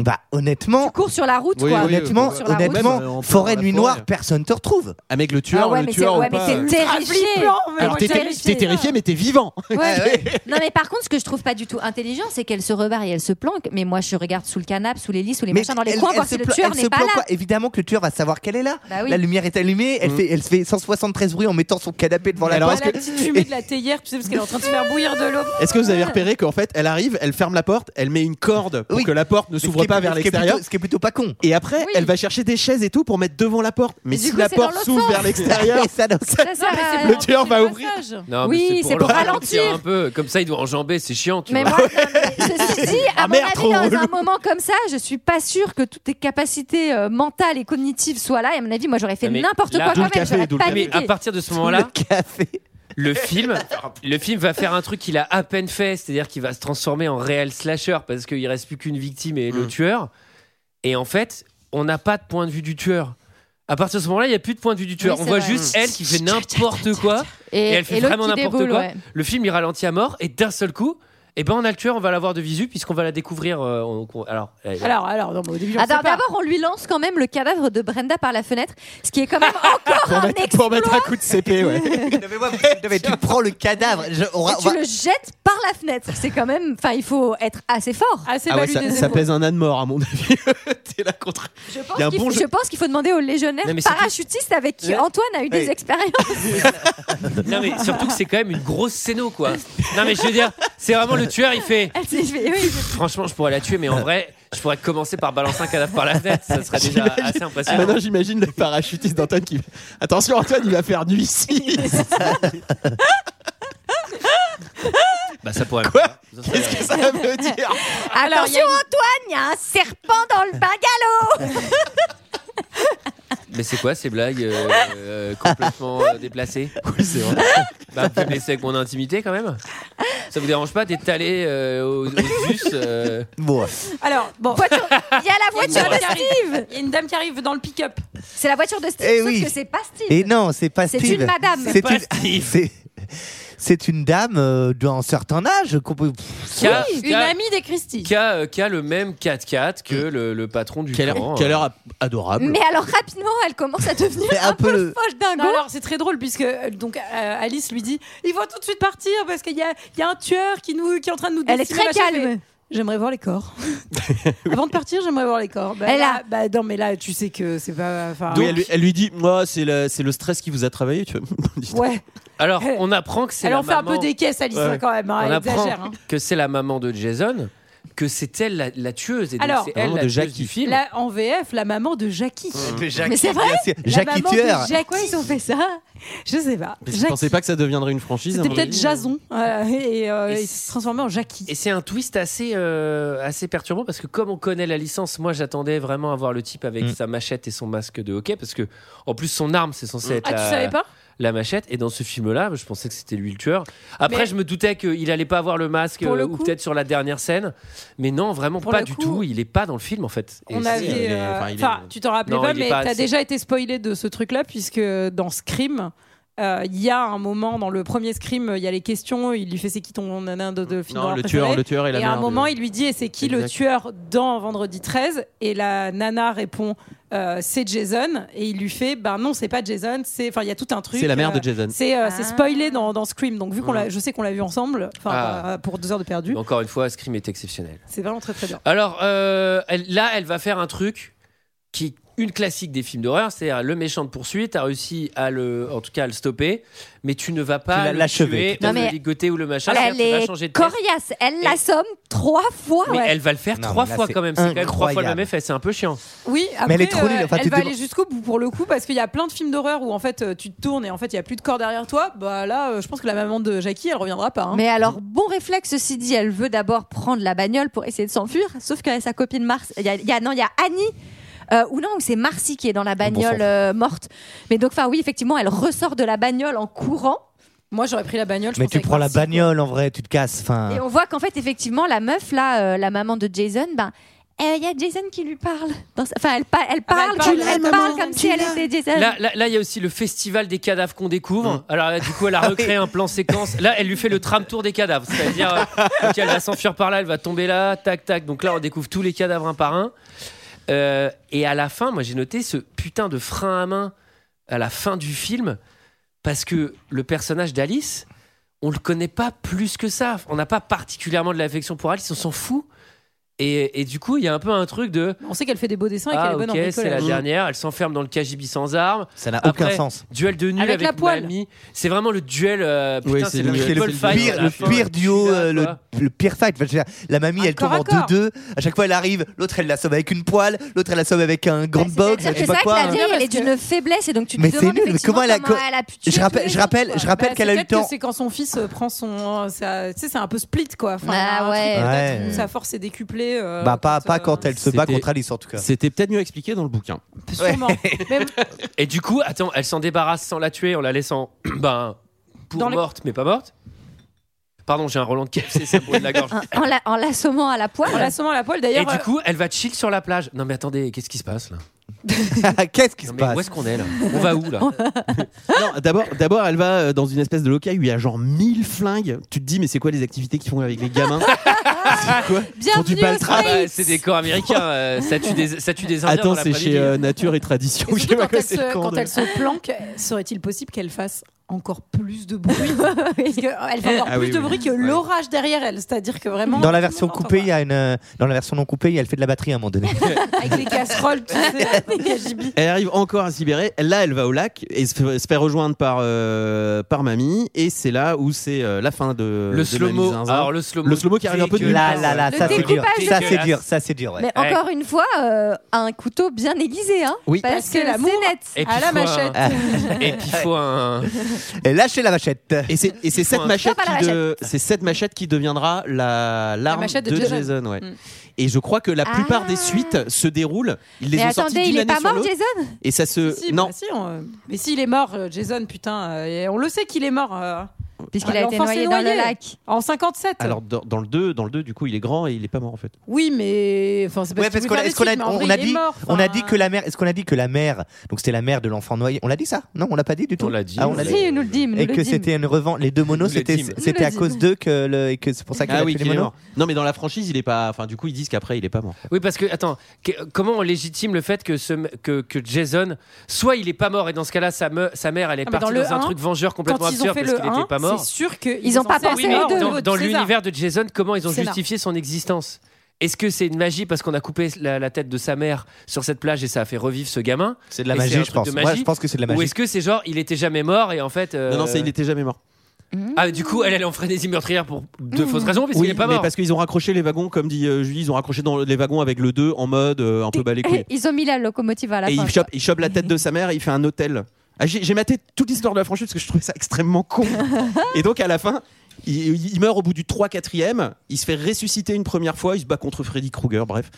[SPEAKER 10] Bah honnêtement,
[SPEAKER 8] cours sur la route,
[SPEAKER 10] Oui,
[SPEAKER 8] quoi.
[SPEAKER 10] oui, honnêtement,
[SPEAKER 8] Tu cours sur la route.
[SPEAKER 10] honnêtement,
[SPEAKER 6] Même, euh, en
[SPEAKER 10] forêt
[SPEAKER 6] dans la
[SPEAKER 10] nuit
[SPEAKER 6] forêt.
[SPEAKER 10] noire, personne te retrouve.
[SPEAKER 6] Avec le
[SPEAKER 8] Ah
[SPEAKER 6] tueur,
[SPEAKER 8] ouais,
[SPEAKER 6] le
[SPEAKER 8] mais c'est
[SPEAKER 6] tueur
[SPEAKER 8] ouais,
[SPEAKER 6] ou
[SPEAKER 8] mais
[SPEAKER 6] pas.
[SPEAKER 8] c'est
[SPEAKER 7] Ah,
[SPEAKER 8] terrifié.
[SPEAKER 6] Alors t'es t'es terrifié, mais t'es vivant.
[SPEAKER 8] Ouais. non mais par contre ce que je trouve pas du tout intelligent c'est qu'elle se rebarre et elle se planque mais moi je regarde sous le canapé sous les lits sous les machins dans les
[SPEAKER 10] elle-
[SPEAKER 8] coins
[SPEAKER 10] elle
[SPEAKER 8] voir
[SPEAKER 10] se
[SPEAKER 8] si le
[SPEAKER 10] pla-
[SPEAKER 8] tueur
[SPEAKER 10] elle se
[SPEAKER 8] n'est pas
[SPEAKER 10] planque
[SPEAKER 8] là
[SPEAKER 10] quoi. Évidemment que le tueur va savoir qu'elle est là.
[SPEAKER 8] Bah oui.
[SPEAKER 10] La lumière est allumée, elle, fait, elle se fait 173 bruits en mettant son canapé devant la
[SPEAKER 6] Mm. Alors,
[SPEAKER 10] porte.
[SPEAKER 7] Elle a la petite fumée de la théière, tu sais, parce qu'elle est en train de se faire bouillir de l'eau.
[SPEAKER 6] Est-ce que vous avez repéré qu'en fait, elle arrive, elle ferme la porte, elle met une corde pour
[SPEAKER 10] Oui.
[SPEAKER 6] que la porte ne
[SPEAKER 10] Mais ce
[SPEAKER 6] s'ouvre
[SPEAKER 10] qui est
[SPEAKER 6] pas
[SPEAKER 10] plutôt-
[SPEAKER 6] vers
[SPEAKER 10] ce qui est
[SPEAKER 6] l'extérieur
[SPEAKER 10] plutôt- Ce qui est plutôt pas con.
[SPEAKER 6] Et après,
[SPEAKER 8] Oui.
[SPEAKER 6] elle va chercher des chaises et tout pour mettre devant la porte. Mais
[SPEAKER 8] Mais
[SPEAKER 6] si
[SPEAKER 8] du coup,
[SPEAKER 6] la
[SPEAKER 8] c'est dans
[SPEAKER 6] porte
[SPEAKER 8] l'autre
[SPEAKER 6] s'ouvre
[SPEAKER 8] sens.
[SPEAKER 6] vers l'extérieur,
[SPEAKER 10] Et ça, non, ça-
[SPEAKER 8] Ça, ça,
[SPEAKER 7] mais
[SPEAKER 8] euh,
[SPEAKER 6] le tueur va ouvrir.
[SPEAKER 7] Passage.
[SPEAKER 1] Non, mais
[SPEAKER 8] Oui,
[SPEAKER 1] c'est
[SPEAKER 8] c'est
[SPEAKER 1] pour,
[SPEAKER 8] pour
[SPEAKER 1] le ralentir
[SPEAKER 8] ralentir.
[SPEAKER 1] un peu. Comme ça, il doit enjamber, c'est chiant, tu
[SPEAKER 8] mais
[SPEAKER 1] vois.
[SPEAKER 8] moi, non, mais ceci dit, à
[SPEAKER 6] Ah
[SPEAKER 8] mon
[SPEAKER 6] merde, trop
[SPEAKER 8] avis, dans
[SPEAKER 6] relou.
[SPEAKER 8] un moment comme ça, je suis pas sûre que toutes tes capacités euh, mentales et cognitives soient là. Et à mon avis, moi, j'aurais fait
[SPEAKER 1] Non, mais
[SPEAKER 8] n'importe
[SPEAKER 1] là-
[SPEAKER 8] quoi
[SPEAKER 1] D'où
[SPEAKER 8] quand
[SPEAKER 1] le
[SPEAKER 8] même.
[SPEAKER 6] café,
[SPEAKER 8] J'aurais
[SPEAKER 6] d'où le
[SPEAKER 8] pas
[SPEAKER 6] café.
[SPEAKER 8] bugué.
[SPEAKER 1] Mais à partir de ce
[SPEAKER 10] le
[SPEAKER 1] moment-là,
[SPEAKER 10] café.
[SPEAKER 1] le film, le film va faire un truc qu'il a à peine fait, c'est-à-dire qu'il va se transformer en réel slasher parce qu'il reste plus qu'une victime et le tueur. Et en fait, on n'a pas de point de vue du tueur. À partir de ce moment-là, il n'y a plus de point de vue du tueur.
[SPEAKER 13] Oui,
[SPEAKER 1] on
[SPEAKER 13] c'est
[SPEAKER 1] voit
[SPEAKER 13] vrai.
[SPEAKER 1] juste elle qui fait n'importe quoi. Et elle fait
[SPEAKER 13] l'autre
[SPEAKER 1] vraiment
[SPEAKER 13] qui
[SPEAKER 1] n'importe
[SPEAKER 13] déboule,
[SPEAKER 1] quoi.
[SPEAKER 13] ouais.
[SPEAKER 1] Le film, il ralentit à mort et d'un seul coup, eh ben, on a le tueur, on va l'avoir de visu puisqu'on va la découvrir. euh, on- on- alors, euh,
[SPEAKER 7] Alors, alors, non, mais au début, j'en sais
[SPEAKER 8] Alors,
[SPEAKER 7] pas.
[SPEAKER 8] Ah, D'abord, on lui lance quand même le cadavre de Brenda par la fenêtre, ce qui est quand même oh, encore
[SPEAKER 6] pour
[SPEAKER 8] un
[SPEAKER 6] mettre, pour
[SPEAKER 8] exploit.
[SPEAKER 6] mettre un coup de CP, ouais.
[SPEAKER 10] Non, mais moi, vous- non, mais tu prends le cadavre. Je- on
[SPEAKER 8] Et
[SPEAKER 10] va- on
[SPEAKER 8] tu
[SPEAKER 10] va-
[SPEAKER 8] le jettes par la fenêtre. C'est quand même. Enfin, il faut être assez fort.
[SPEAKER 7] Assez
[SPEAKER 6] Ah ouais,
[SPEAKER 7] balu
[SPEAKER 6] ça,
[SPEAKER 7] des
[SPEAKER 6] ça
[SPEAKER 7] épaules.
[SPEAKER 6] pèse un âne mort à mon avis. T'es là contre.
[SPEAKER 8] Je pense
[SPEAKER 6] Il y a un
[SPEAKER 8] qu'il
[SPEAKER 6] bon
[SPEAKER 8] faut,
[SPEAKER 6] jeu-
[SPEAKER 8] je pense qu'il faut demander aux légionnaires
[SPEAKER 1] Non, mais c'est-
[SPEAKER 8] parachutistes avec qui Antoine a eu des
[SPEAKER 10] Oui.
[SPEAKER 8] expériences.
[SPEAKER 1] Non mais surtout que c'est quand même une grosse scéno quoi. Non mais je veux dire, c'est vraiment le tueur il fait.
[SPEAKER 8] Elle s'est fait- oui,
[SPEAKER 1] Franchement, je pourrais la tuer, mais en vrai, je pourrais commencer par balancer un cadavre par la fenêtre. Ça serait déjà
[SPEAKER 6] J'imagine-
[SPEAKER 1] assez impressionnant.
[SPEAKER 6] Maintenant, j'imagine le parachutiste d'Antoine qui. Attention, Antoine, il va faire nuit ici.
[SPEAKER 1] Bah ça pourrait.
[SPEAKER 6] Quoi
[SPEAKER 1] Ça serait-
[SPEAKER 6] Qu'est-ce que ça veut dire
[SPEAKER 8] Alors, Attention Antoine, il y a un serpent dans le bungalow
[SPEAKER 1] Mais c'est quoi ces blagues euh, euh, complètement euh, déplacées
[SPEAKER 6] Oui, c'est vrai.
[SPEAKER 1] Bah vous me laissez avec mon intimité quand même. Ça vous dérange pas d'étaler euh, aux, aux us euh,
[SPEAKER 10] Bon.
[SPEAKER 7] Alors, bon,
[SPEAKER 8] Il y a la
[SPEAKER 7] il y a
[SPEAKER 8] voiture
[SPEAKER 7] une dame
[SPEAKER 8] de
[SPEAKER 7] qui arrive.
[SPEAKER 8] Steve
[SPEAKER 7] Il y a une dame qui arrive dans le pick-up.
[SPEAKER 8] C'est la voiture de Steve,
[SPEAKER 10] Eh
[SPEAKER 8] sauf
[SPEAKER 10] oui.
[SPEAKER 8] que c'est pas Steve.
[SPEAKER 10] Et non, c'est pas
[SPEAKER 8] C'est
[SPEAKER 10] Steve.
[SPEAKER 8] une madame.
[SPEAKER 10] C'est
[SPEAKER 8] C'est
[SPEAKER 1] pas
[SPEAKER 10] une-
[SPEAKER 1] Steve.
[SPEAKER 10] c'est- C'est une dame euh, d'un certain âge. qu'on peut-
[SPEAKER 1] qui a- qui
[SPEAKER 13] Une
[SPEAKER 1] a-
[SPEAKER 13] amie des Christie.
[SPEAKER 1] qui a, euh, qui a le même 4x4 que le, le patron du
[SPEAKER 6] Quelle
[SPEAKER 1] camp,
[SPEAKER 6] heure,
[SPEAKER 1] euh.
[SPEAKER 6] quelle heure ap- adorable.
[SPEAKER 8] Mais alors rapidement, elle commence à devenir
[SPEAKER 10] C'est
[SPEAKER 8] un,
[SPEAKER 10] un
[SPEAKER 8] peu
[SPEAKER 10] peu
[SPEAKER 8] le
[SPEAKER 10] le-
[SPEAKER 8] foche dingo.
[SPEAKER 7] Non, alors c'est très drôle puisque euh, donc euh, Alice lui dit il faut tout de suite partir parce qu'il y a, il y a un tueur qui nous qui est en train de nous
[SPEAKER 8] Elle est
[SPEAKER 7] décimer,
[SPEAKER 8] très
[SPEAKER 7] machin.
[SPEAKER 8] calme.
[SPEAKER 7] Mais J'aimerais voir les corps. Avant de partir, j'aimerais voir les corps. Bah,
[SPEAKER 8] Elle
[SPEAKER 7] là,
[SPEAKER 8] a-
[SPEAKER 7] bah, non, mais là, tu sais que c'est pas. enfin,
[SPEAKER 6] Oui, elle, lui- elle lui dit Moi, c'est le, c'est le stress qui vous a travaillé. Tu vois. Dites-
[SPEAKER 7] ouais.
[SPEAKER 1] Alors on apprend que c'est
[SPEAKER 7] Elle
[SPEAKER 1] la
[SPEAKER 7] en fait un peu
[SPEAKER 1] maman-
[SPEAKER 7] des caisses, Alice,
[SPEAKER 6] Ouais.
[SPEAKER 7] hein, quand même. hein,
[SPEAKER 1] on
[SPEAKER 7] elle
[SPEAKER 1] apprend
[SPEAKER 7] exagère. hein.
[SPEAKER 1] que c'est la maman de Jason, que c'est elle la, la tueuse et donc
[SPEAKER 7] Alors,
[SPEAKER 1] c'est
[SPEAKER 6] La
[SPEAKER 1] elle
[SPEAKER 6] maman
[SPEAKER 1] la
[SPEAKER 6] de
[SPEAKER 1] tueuse
[SPEAKER 6] Jackie.
[SPEAKER 1] du film.
[SPEAKER 7] Là, en VF, la maman de Jackie.
[SPEAKER 10] Jackie,
[SPEAKER 8] Mais c'est vrai
[SPEAKER 10] bien sûr.
[SPEAKER 7] La
[SPEAKER 10] Jackie
[SPEAKER 7] maman
[SPEAKER 10] Tueur.
[SPEAKER 7] De Jackie. Pourquoi ils ont fait ça Je sais pas.
[SPEAKER 6] Mais je
[SPEAKER 7] Jackie.
[SPEAKER 6] pensais pas que ça deviendrait une franchise. à
[SPEAKER 7] C'était
[SPEAKER 6] mon
[SPEAKER 7] peut-être
[SPEAKER 6] avis. hein.
[SPEAKER 7] Jason euh, et, euh,
[SPEAKER 1] Et
[SPEAKER 7] il
[SPEAKER 1] c'est-
[SPEAKER 7] s'est transformé en Jackie.
[SPEAKER 1] Et c'est un twist assez, euh, assez perturbant parce que comme on connaît la licence, moi j'attendais vraiment à voir le type avec
[SPEAKER 10] Mm.
[SPEAKER 1] sa machette et son masque de hockey parce que en plus son arme c'est censé
[SPEAKER 6] Mm.
[SPEAKER 1] être
[SPEAKER 7] Ah, tu
[SPEAKER 1] la,
[SPEAKER 7] savais pas
[SPEAKER 1] la machette et dans ce film-là je pensais que c'était lui le tueur. Après
[SPEAKER 7] Mais-
[SPEAKER 1] je me doutais qu'il allait pas avoir le masque
[SPEAKER 7] Pour le
[SPEAKER 1] euh, ou
[SPEAKER 7] coup-
[SPEAKER 1] peut-être sur la dernière scène, mais non vraiment
[SPEAKER 7] Pour
[SPEAKER 1] pas
[SPEAKER 7] le
[SPEAKER 1] du
[SPEAKER 7] coup,
[SPEAKER 1] tout. Il est pas dans le film en fait. Et
[SPEAKER 7] On
[SPEAKER 1] c'est-
[SPEAKER 6] il
[SPEAKER 7] avait.
[SPEAKER 6] est-
[SPEAKER 7] euh,
[SPEAKER 6] enfin, il est-
[SPEAKER 7] Enfin, tu t'en rappelais
[SPEAKER 1] Non,
[SPEAKER 7] pas,
[SPEAKER 1] il est
[SPEAKER 7] mais
[SPEAKER 1] pas
[SPEAKER 7] t'as
[SPEAKER 1] assez-
[SPEAKER 7] déjà été spoilé de ce truc-là, puisque dans Scream. euh, Il y a un moment dans le premier scream, il y a les questions, il lui fait c'est qui ton nanan de, de film
[SPEAKER 6] Non,
[SPEAKER 7] d'horreur
[SPEAKER 6] le
[SPEAKER 7] préféré
[SPEAKER 6] tueur, le tueur et la
[SPEAKER 7] Et à
[SPEAKER 6] mère
[SPEAKER 7] un
[SPEAKER 6] de-
[SPEAKER 7] moment, il lui dit et c'est qui le
[SPEAKER 6] Exact.
[SPEAKER 7] tueur dans Vendredi 13 Et la nana répond euh, c'est Jason. Et il lui fait ben non, c'est pas Jason, c'est enfin il y a tout un truc.
[SPEAKER 6] C'est la mère
[SPEAKER 7] euh,
[SPEAKER 6] de Jason.
[SPEAKER 7] C'est euh, c'est
[SPEAKER 8] Ah.
[SPEAKER 7] spoilé dans, dans Scream, donc vu qu'on
[SPEAKER 1] Mm.
[SPEAKER 7] l'a, je sais qu'on l'a vu ensemble, enfin
[SPEAKER 1] Ah.
[SPEAKER 7] euh, pour deux heures de perdu,
[SPEAKER 1] Encore une fois, Scream est exceptionnel.
[SPEAKER 7] c'est vraiment très très bien.
[SPEAKER 1] Alors euh, elle- là, elle va faire un truc qui est une classique des films d'horreur, c'est-à-dire le méchant de poursuite a réussi à le, en tout cas à le stopper, mais tu ne vas
[SPEAKER 10] Tu
[SPEAKER 1] pas
[SPEAKER 10] l'as-
[SPEAKER 1] le
[SPEAKER 10] l'achever.
[SPEAKER 1] tuer,
[SPEAKER 8] Non,
[SPEAKER 1] ou le
[SPEAKER 8] mais-
[SPEAKER 1] ligoter ou le machin,
[SPEAKER 8] elle
[SPEAKER 1] c'est-à-dire tu vas
[SPEAKER 8] est
[SPEAKER 1] changer de tête.
[SPEAKER 8] coriace. Elle l'assomme trois fois.
[SPEAKER 1] Mais
[SPEAKER 8] ouais.
[SPEAKER 1] elle va le faire
[SPEAKER 10] Non,
[SPEAKER 1] trois
[SPEAKER 10] mais là,
[SPEAKER 1] fois
[SPEAKER 10] c'est
[SPEAKER 1] quand même. C'est quand même trois fois le
[SPEAKER 10] incroyable.
[SPEAKER 1] même effet. C'est un peu chiant.
[SPEAKER 7] Oui, après,
[SPEAKER 10] elle est trop
[SPEAKER 8] euh,
[SPEAKER 10] nulle. Enfin,
[SPEAKER 7] elle
[SPEAKER 10] tu
[SPEAKER 7] va
[SPEAKER 10] te-
[SPEAKER 7] aller jusqu'au bout pour le coup, parce qu'il y a plein de films d'horreur où en fait euh, tu te tournes et en fait il y a plus de corps derrière toi. Bah là, euh, je pense que la maman de Jackie, elle reviendra pas. hein.
[SPEAKER 8] Mais alors, bon réflexe, ceci dit, elle veut d'abord prendre la bagnole pour essayer de s'enfuir, sauf qu'avec sa copine Mars, il y a, il y a- non, il y a Annie. euh, ou non, c'est Marcy qui est
[SPEAKER 10] Ah,
[SPEAKER 8] dans la bagnole euh, morte. Mais donc, enfin, oui, effectivement, elle ressort de la bagnole en courant.
[SPEAKER 7] Moi, j'aurais pris la bagnole. je
[SPEAKER 10] Mais
[SPEAKER 7] pense,
[SPEAKER 10] tu
[SPEAKER 7] avec
[SPEAKER 10] prends la
[SPEAKER 7] Marcy.
[SPEAKER 10] bagnole en vrai, tu te casses. Enfin,
[SPEAKER 8] Et on voit qu'en fait, effectivement, la meuf, là, euh, la maman de Jason, ben, euh, il y a Jason qui lui parle. Dans sa- Enfin, elle, pa- elle parle,
[SPEAKER 1] Ah bah, parle,
[SPEAKER 8] elle,
[SPEAKER 1] maman,
[SPEAKER 8] parle comme
[SPEAKER 1] tu
[SPEAKER 8] si elle
[SPEAKER 1] l'as.
[SPEAKER 8] était Jason.
[SPEAKER 1] Là, là, là, il y a aussi le festival des cadavres qu'on découvre. Alors là, du coup, elle a recréé un plan séquence. Là, elle lui fait le tram tour des cadavres. C'est-à-dire, euh, ok, elle va s'enfuir par là, elle va tomber là, tac, tac. Donc là, on découvre tous les cadavres un par un. Euh, et à la fin, moi, j'ai noté ce putain de frein à main à la fin du film parce que le personnage d'Alice, on le connaît pas plus que ça. On n'a pas particulièrement de l'affection pour Alice, on s'en fout. Et, et du coup, il y a un peu un truc de
[SPEAKER 7] On sait qu'elle fait des beaux dessins et
[SPEAKER 1] ah,
[SPEAKER 7] qu'elle est bonne
[SPEAKER 1] ok,
[SPEAKER 7] en
[SPEAKER 1] c'est la
[SPEAKER 7] bricolage. Mmh.
[SPEAKER 1] dernière. Elle s'enferme dans le KGB sans armes.
[SPEAKER 10] Ça n'a
[SPEAKER 1] Après,
[SPEAKER 10] aucun sens.
[SPEAKER 1] Duel de nul
[SPEAKER 7] Avec
[SPEAKER 1] avec,
[SPEAKER 7] la poêle.
[SPEAKER 1] Mamie. C'est vraiment le duel. euh, putain,
[SPEAKER 10] Oui,
[SPEAKER 1] c'est le,
[SPEAKER 10] c'est
[SPEAKER 1] people fight à
[SPEAKER 10] pire,
[SPEAKER 1] la
[SPEAKER 10] le
[SPEAKER 1] fin.
[SPEAKER 10] pire duo, euh, le,
[SPEAKER 1] quoi.
[SPEAKER 10] le pire fight. Enfin, je veux dire, la mamie, elle
[SPEAKER 1] corps
[SPEAKER 10] tombe
[SPEAKER 1] à
[SPEAKER 10] en
[SPEAKER 1] corps.
[SPEAKER 10] 2-2. À chaque fois, elle arrive. L'autre, elle l'assomme avec une poêle. L'autre, elle l'assomme avec un grand box.
[SPEAKER 8] C'est-à-dire
[SPEAKER 10] je sais
[SPEAKER 8] que c'est vrai
[SPEAKER 10] pas
[SPEAKER 8] que
[SPEAKER 10] quoi.
[SPEAKER 8] la vieille, elle est d'une faiblesse et donc tu te
[SPEAKER 10] Mais c'est
[SPEAKER 8] demandes
[SPEAKER 10] nul, mais
[SPEAKER 8] effectivement
[SPEAKER 10] comment elle a co-
[SPEAKER 8] pu tuer
[SPEAKER 10] Je rappelle-
[SPEAKER 8] tous les
[SPEAKER 10] je rappelle-
[SPEAKER 8] gens, quoi.
[SPEAKER 10] je rappelle qu'elle a eu le
[SPEAKER 7] peut-être que
[SPEAKER 10] temps.
[SPEAKER 7] Bah, C'est quand son fils euh, prend son. euh, ça- tu sais, c'est un peu split quoi. Enfin,
[SPEAKER 8] Ah
[SPEAKER 7] il y a un
[SPEAKER 8] ouais.
[SPEAKER 7] truc peut-être
[SPEAKER 10] Ouais.
[SPEAKER 7] où Sa force est décuplée. euh,
[SPEAKER 10] Bah, pas, pas quand elle se bat
[SPEAKER 6] C'était-
[SPEAKER 10] contre Alice, en tout cas.
[SPEAKER 6] C'était peut-être mieux expliqué dans le bouquin.
[SPEAKER 7] sûrement. Mais
[SPEAKER 1] Et du coup, attends, elle s'en débarrasse sans la tuer en la laissant ben, pour
[SPEAKER 7] Dans le-
[SPEAKER 1] morte, mais pas morte. Pardon, j'ai un Roland de KFC, ça brûle la gorge.
[SPEAKER 8] En la- En l'assommant à la poêle.
[SPEAKER 7] en l'assommant à la poêle
[SPEAKER 1] Et
[SPEAKER 7] d'ailleurs. euh,
[SPEAKER 1] du coup, elle va chill sur la plage. Non, mais attendez, qu'est-ce qui se passe là
[SPEAKER 10] Qu'est-ce qui se
[SPEAKER 1] Non, mais où
[SPEAKER 10] passe
[SPEAKER 1] est-ce qu'on est là On va où là
[SPEAKER 6] Non, d'abord, d'abord, elle va euh, dans une espèce de local où il y a genre 1000 flingues. Tu te dis, mais c'est quoi les activités qu'ils font avec les gamins C'est quoi Ils font du
[SPEAKER 8] Bienvenue au
[SPEAKER 6] baltra.
[SPEAKER 1] Ah bah, C'est des corps américains, euh, ça, tue des, ça tue des Indiens.
[SPEAKER 6] Attends,
[SPEAKER 1] dans
[SPEAKER 6] c'est
[SPEAKER 1] l'après-midi.
[SPEAKER 6] chez euh, Nature et Tradition.
[SPEAKER 7] Et
[SPEAKER 6] Je
[SPEAKER 7] surtout
[SPEAKER 6] sais pas
[SPEAKER 7] quand
[SPEAKER 6] quoi,
[SPEAKER 7] elle,
[SPEAKER 6] c'est le
[SPEAKER 7] se,
[SPEAKER 6] camp
[SPEAKER 7] quand
[SPEAKER 6] de-
[SPEAKER 7] elle se planque, serait-il possible qu'elle fasse encore plus de bruit Parce que
[SPEAKER 8] oh,
[SPEAKER 7] Elle fait encore
[SPEAKER 6] Ah
[SPEAKER 7] plus
[SPEAKER 6] oui,
[SPEAKER 7] de
[SPEAKER 6] oui.
[SPEAKER 7] bruit que l'orage derrière elle. C'est-à-dire que vraiment.
[SPEAKER 10] Dans la
[SPEAKER 7] tout le
[SPEAKER 10] version
[SPEAKER 7] monde
[SPEAKER 10] coupée, il
[SPEAKER 7] l'entend,
[SPEAKER 10] y a une. euh, Dans la version non coupée, il y a- elle fait de la batterie à un moment donné.
[SPEAKER 7] quoi. Avec les casseroles, tu sais, avec la gibie.
[SPEAKER 6] Elle arrive encore à se libérer. Là, elle va au lac et se fait, se fait rejoindre par, euh, par mamie. Et c'est là où c'est euh, la fin de.
[SPEAKER 1] Le
[SPEAKER 6] de Mamie
[SPEAKER 1] slow-mo.
[SPEAKER 6] Zinzin.
[SPEAKER 1] Alors, le slow-mo.
[SPEAKER 6] Le slow-mo qui arrive un peu nulle
[SPEAKER 10] Là,
[SPEAKER 6] part.
[SPEAKER 10] là, là,
[SPEAKER 8] Le
[SPEAKER 10] ça c'est dur.
[SPEAKER 8] découpage
[SPEAKER 10] Ça
[SPEAKER 1] de-
[SPEAKER 10] c'est dur, ça c'est dur. Ah ouais.
[SPEAKER 8] Mais
[SPEAKER 1] Ouais.
[SPEAKER 8] encore une fois, euh, un couteau bien aiguisé. Hein,
[SPEAKER 6] Oui.
[SPEAKER 8] Parce que
[SPEAKER 7] l'amour-
[SPEAKER 8] c'est net.
[SPEAKER 1] Et puis,
[SPEAKER 7] À Ah, la
[SPEAKER 1] faut un- Ah.
[SPEAKER 7] machette.
[SPEAKER 1] Et puis, faut un.
[SPEAKER 10] Et lâchez la vachette.
[SPEAKER 6] Et c'est et c'est cette
[SPEAKER 1] Point.
[SPEAKER 6] machette
[SPEAKER 8] Stop à la
[SPEAKER 6] qui de- c'est cette machette qui deviendra la l'arme
[SPEAKER 7] machette
[SPEAKER 6] de,
[SPEAKER 7] de
[SPEAKER 6] Jason. Hmm.
[SPEAKER 7] Jason.
[SPEAKER 6] ouais.
[SPEAKER 7] Mm.
[SPEAKER 6] Et je crois que la plupart des
[SPEAKER 8] Ah.
[SPEAKER 6] suites se déroulent. Ils les
[SPEAKER 8] Mais
[SPEAKER 6] ont
[SPEAKER 8] attendez,
[SPEAKER 6] sorties
[SPEAKER 8] il
[SPEAKER 6] d'une
[SPEAKER 8] est
[SPEAKER 6] année
[SPEAKER 8] pas
[SPEAKER 6] sur
[SPEAKER 8] mort,
[SPEAKER 6] l'autre.
[SPEAKER 8] Jason
[SPEAKER 6] Et ça se
[SPEAKER 7] Si,
[SPEAKER 6] non.
[SPEAKER 7] bah si, on, euh, Mais s'il est mort, euh, Jason, putain, euh, et on le sait qu'il est mort. euh,
[SPEAKER 8] Puisqu'il
[SPEAKER 7] Ouais.
[SPEAKER 8] a été
[SPEAKER 7] L'enfant
[SPEAKER 8] Ah, noyé
[SPEAKER 7] s'est
[SPEAKER 8] dans le
[SPEAKER 7] noyé.
[SPEAKER 8] lac.
[SPEAKER 7] en 57.
[SPEAKER 6] Alors dans, dans le 2, dans le 2 du coup, il est grand et il est pas mort en fait.
[SPEAKER 7] oui, mais. Enfin, c'est
[SPEAKER 10] Ouais, parce qu'on a, est-ce qu'on a- on a dit, on a dit que
[SPEAKER 7] la
[SPEAKER 10] la mère, est-ce qu'on a dit que la mère, donc c'était la mère de l'enfant noyé, on l'a dit ça Non, on l'a pas dit du tout.
[SPEAKER 1] On l'a dit.
[SPEAKER 10] Ah, on l'a
[SPEAKER 8] Si,
[SPEAKER 10] dit.
[SPEAKER 8] il nous le dit. il nous
[SPEAKER 10] Et
[SPEAKER 8] le
[SPEAKER 10] que
[SPEAKER 8] dit.
[SPEAKER 10] c'était une revanche. Les deux monos,
[SPEAKER 1] Nous le
[SPEAKER 10] c'était,
[SPEAKER 1] dîmes.
[SPEAKER 10] c'était
[SPEAKER 8] Nous
[SPEAKER 10] à
[SPEAKER 8] le
[SPEAKER 10] cause
[SPEAKER 8] dîmes.
[SPEAKER 10] d'eux que, le- et que c'est pour ça qu'il
[SPEAKER 6] Ah
[SPEAKER 10] a
[SPEAKER 6] oui,
[SPEAKER 10] fait
[SPEAKER 6] qu'il
[SPEAKER 10] les
[SPEAKER 6] est
[SPEAKER 10] monos.
[SPEAKER 6] mort. Non, mais dans la franchise, il est pas enfin du coup, ils disent qu'après il est pas mort.
[SPEAKER 1] Oui, parce que, attends, que- comment on légitime le fait que, ce, que, que Jason, soit il est pas mort, et dans ce cas-là, sa, me- sa mère, elle est
[SPEAKER 7] Ah, mais
[SPEAKER 1] partie
[SPEAKER 7] dans
[SPEAKER 1] dans,
[SPEAKER 7] le
[SPEAKER 1] un
[SPEAKER 7] un,
[SPEAKER 1] truc vengeur complètement
[SPEAKER 7] Quand ils ont
[SPEAKER 1] absurde
[SPEAKER 7] fait
[SPEAKER 1] parce
[SPEAKER 7] le
[SPEAKER 1] qu'il était
[SPEAKER 7] 1,
[SPEAKER 1] pas mort.
[SPEAKER 7] c'est sûr qu'ils
[SPEAKER 8] Ils ont pas pensé
[SPEAKER 1] Oui, mais
[SPEAKER 8] les deux.
[SPEAKER 1] dans, dans
[SPEAKER 7] César.
[SPEAKER 1] l'univers de Jason, comment ils ont
[SPEAKER 7] César.
[SPEAKER 1] justifié son existence Est-ce que c'est une magie parce qu'on a coupé la, la tête de sa mère sur cette plage et ça a fait revivre ce gamin
[SPEAKER 10] C'est de la
[SPEAKER 1] Et c'est un
[SPEAKER 10] magie, je
[SPEAKER 1] truc
[SPEAKER 10] pense.
[SPEAKER 1] de
[SPEAKER 10] Moi,
[SPEAKER 1] magie.
[SPEAKER 10] je pense que c'est de la
[SPEAKER 1] Ou
[SPEAKER 10] magie.
[SPEAKER 1] est-ce que c'est genre, il était jamais mort et en fait. euh,
[SPEAKER 6] Non non, ça il était jamais mort.
[SPEAKER 1] Ah, du coup, elle, elle est en frénésie meurtrière pour de
[SPEAKER 7] Mmh.
[SPEAKER 1] fausses raisons, parce qu'il est pas
[SPEAKER 6] mais
[SPEAKER 1] mort.
[SPEAKER 6] parce qu'ils ont raccroché les wagons comme dit euh, Julie, ils ont raccroché dans les wagons avec le 2 en mode euh, un peu balai couilles.
[SPEAKER 8] Ils ont mis la locomotive à la
[SPEAKER 6] et
[SPEAKER 8] fin.
[SPEAKER 6] il chope, il chope la tête de sa mère, et il fait un hôtel. Ah, J'ai j'ai maté toute l'histoire de la franchise parce que je trouvais ça extrêmement con. et donc à la fin, il, il meurt au bout du 3-4ème, il se fait ressusciter une première fois, il se bat contre Freddy Krueger, bref.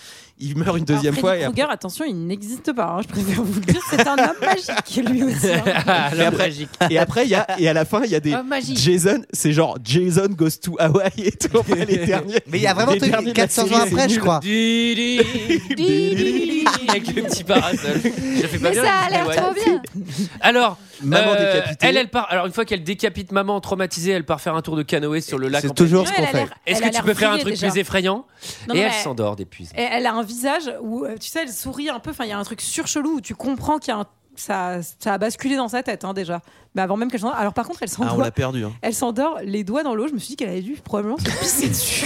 [SPEAKER 6] Il meurt une deuxième fois. Et après,
[SPEAKER 7] Krueger, attention, il n'existe pas. hein, je préfère vous le dire, c'est un homme magique lui aussi. hein.
[SPEAKER 1] Ah, l'homme
[SPEAKER 6] après-
[SPEAKER 1] magique.
[SPEAKER 6] et après, il y a, et à la fin, il y a des
[SPEAKER 1] Homme magique.
[SPEAKER 6] Jason, c'est genre Jason goes to Hawaii et tout, enfin, les derniers.
[SPEAKER 10] Mais il y a vraiment
[SPEAKER 6] les
[SPEAKER 10] un truc
[SPEAKER 6] derniers de la
[SPEAKER 10] 400 ans
[SPEAKER 6] série,
[SPEAKER 10] après,
[SPEAKER 6] c'est
[SPEAKER 10] je
[SPEAKER 6] nul.
[SPEAKER 10] crois.
[SPEAKER 1] Didi, didi, Avec le petit parasol. Je fais pas
[SPEAKER 8] Mais
[SPEAKER 1] bien,
[SPEAKER 8] ça a
[SPEAKER 1] je dis,
[SPEAKER 8] l'air
[SPEAKER 1] ouais.
[SPEAKER 8] trop bien.
[SPEAKER 1] Alors,
[SPEAKER 6] Maman
[SPEAKER 1] euh,
[SPEAKER 6] décapitée.
[SPEAKER 1] Elle, elle part. Alors, une fois qu'elle décapite maman traumatisée, elle part faire un tour de canoë sur le lac. en
[SPEAKER 10] C'est toujours
[SPEAKER 7] Ouais,
[SPEAKER 10] ce qu'on
[SPEAKER 7] elle a
[SPEAKER 10] fait.
[SPEAKER 7] l'air-
[SPEAKER 1] Est-ce
[SPEAKER 7] elle a
[SPEAKER 1] que tu
[SPEAKER 7] l'air
[SPEAKER 1] peux faire un
[SPEAKER 7] vrillée,
[SPEAKER 1] truc
[SPEAKER 7] déjà.
[SPEAKER 1] plus effrayant
[SPEAKER 7] Non,
[SPEAKER 1] Et
[SPEAKER 7] mais
[SPEAKER 1] elle
[SPEAKER 7] elle-
[SPEAKER 1] s'endort d'épuisement.
[SPEAKER 7] Et elle a un visage où, euh, tu sais, elle sourit un peu. Enfin, il y a un truc surchelou où tu comprends qu'il y a un- Ça, ça a basculé dans sa tête hein, déjà. Mais avant même qu'elle s'endort. Alors par contre, elle
[SPEAKER 6] Ah, on
[SPEAKER 7] s'endort.
[SPEAKER 6] l'a perdu. hein.
[SPEAKER 7] elle s'endort les doigts dans l'eau. Je me suis dit qu'elle avait dû probablement se pisser dessus.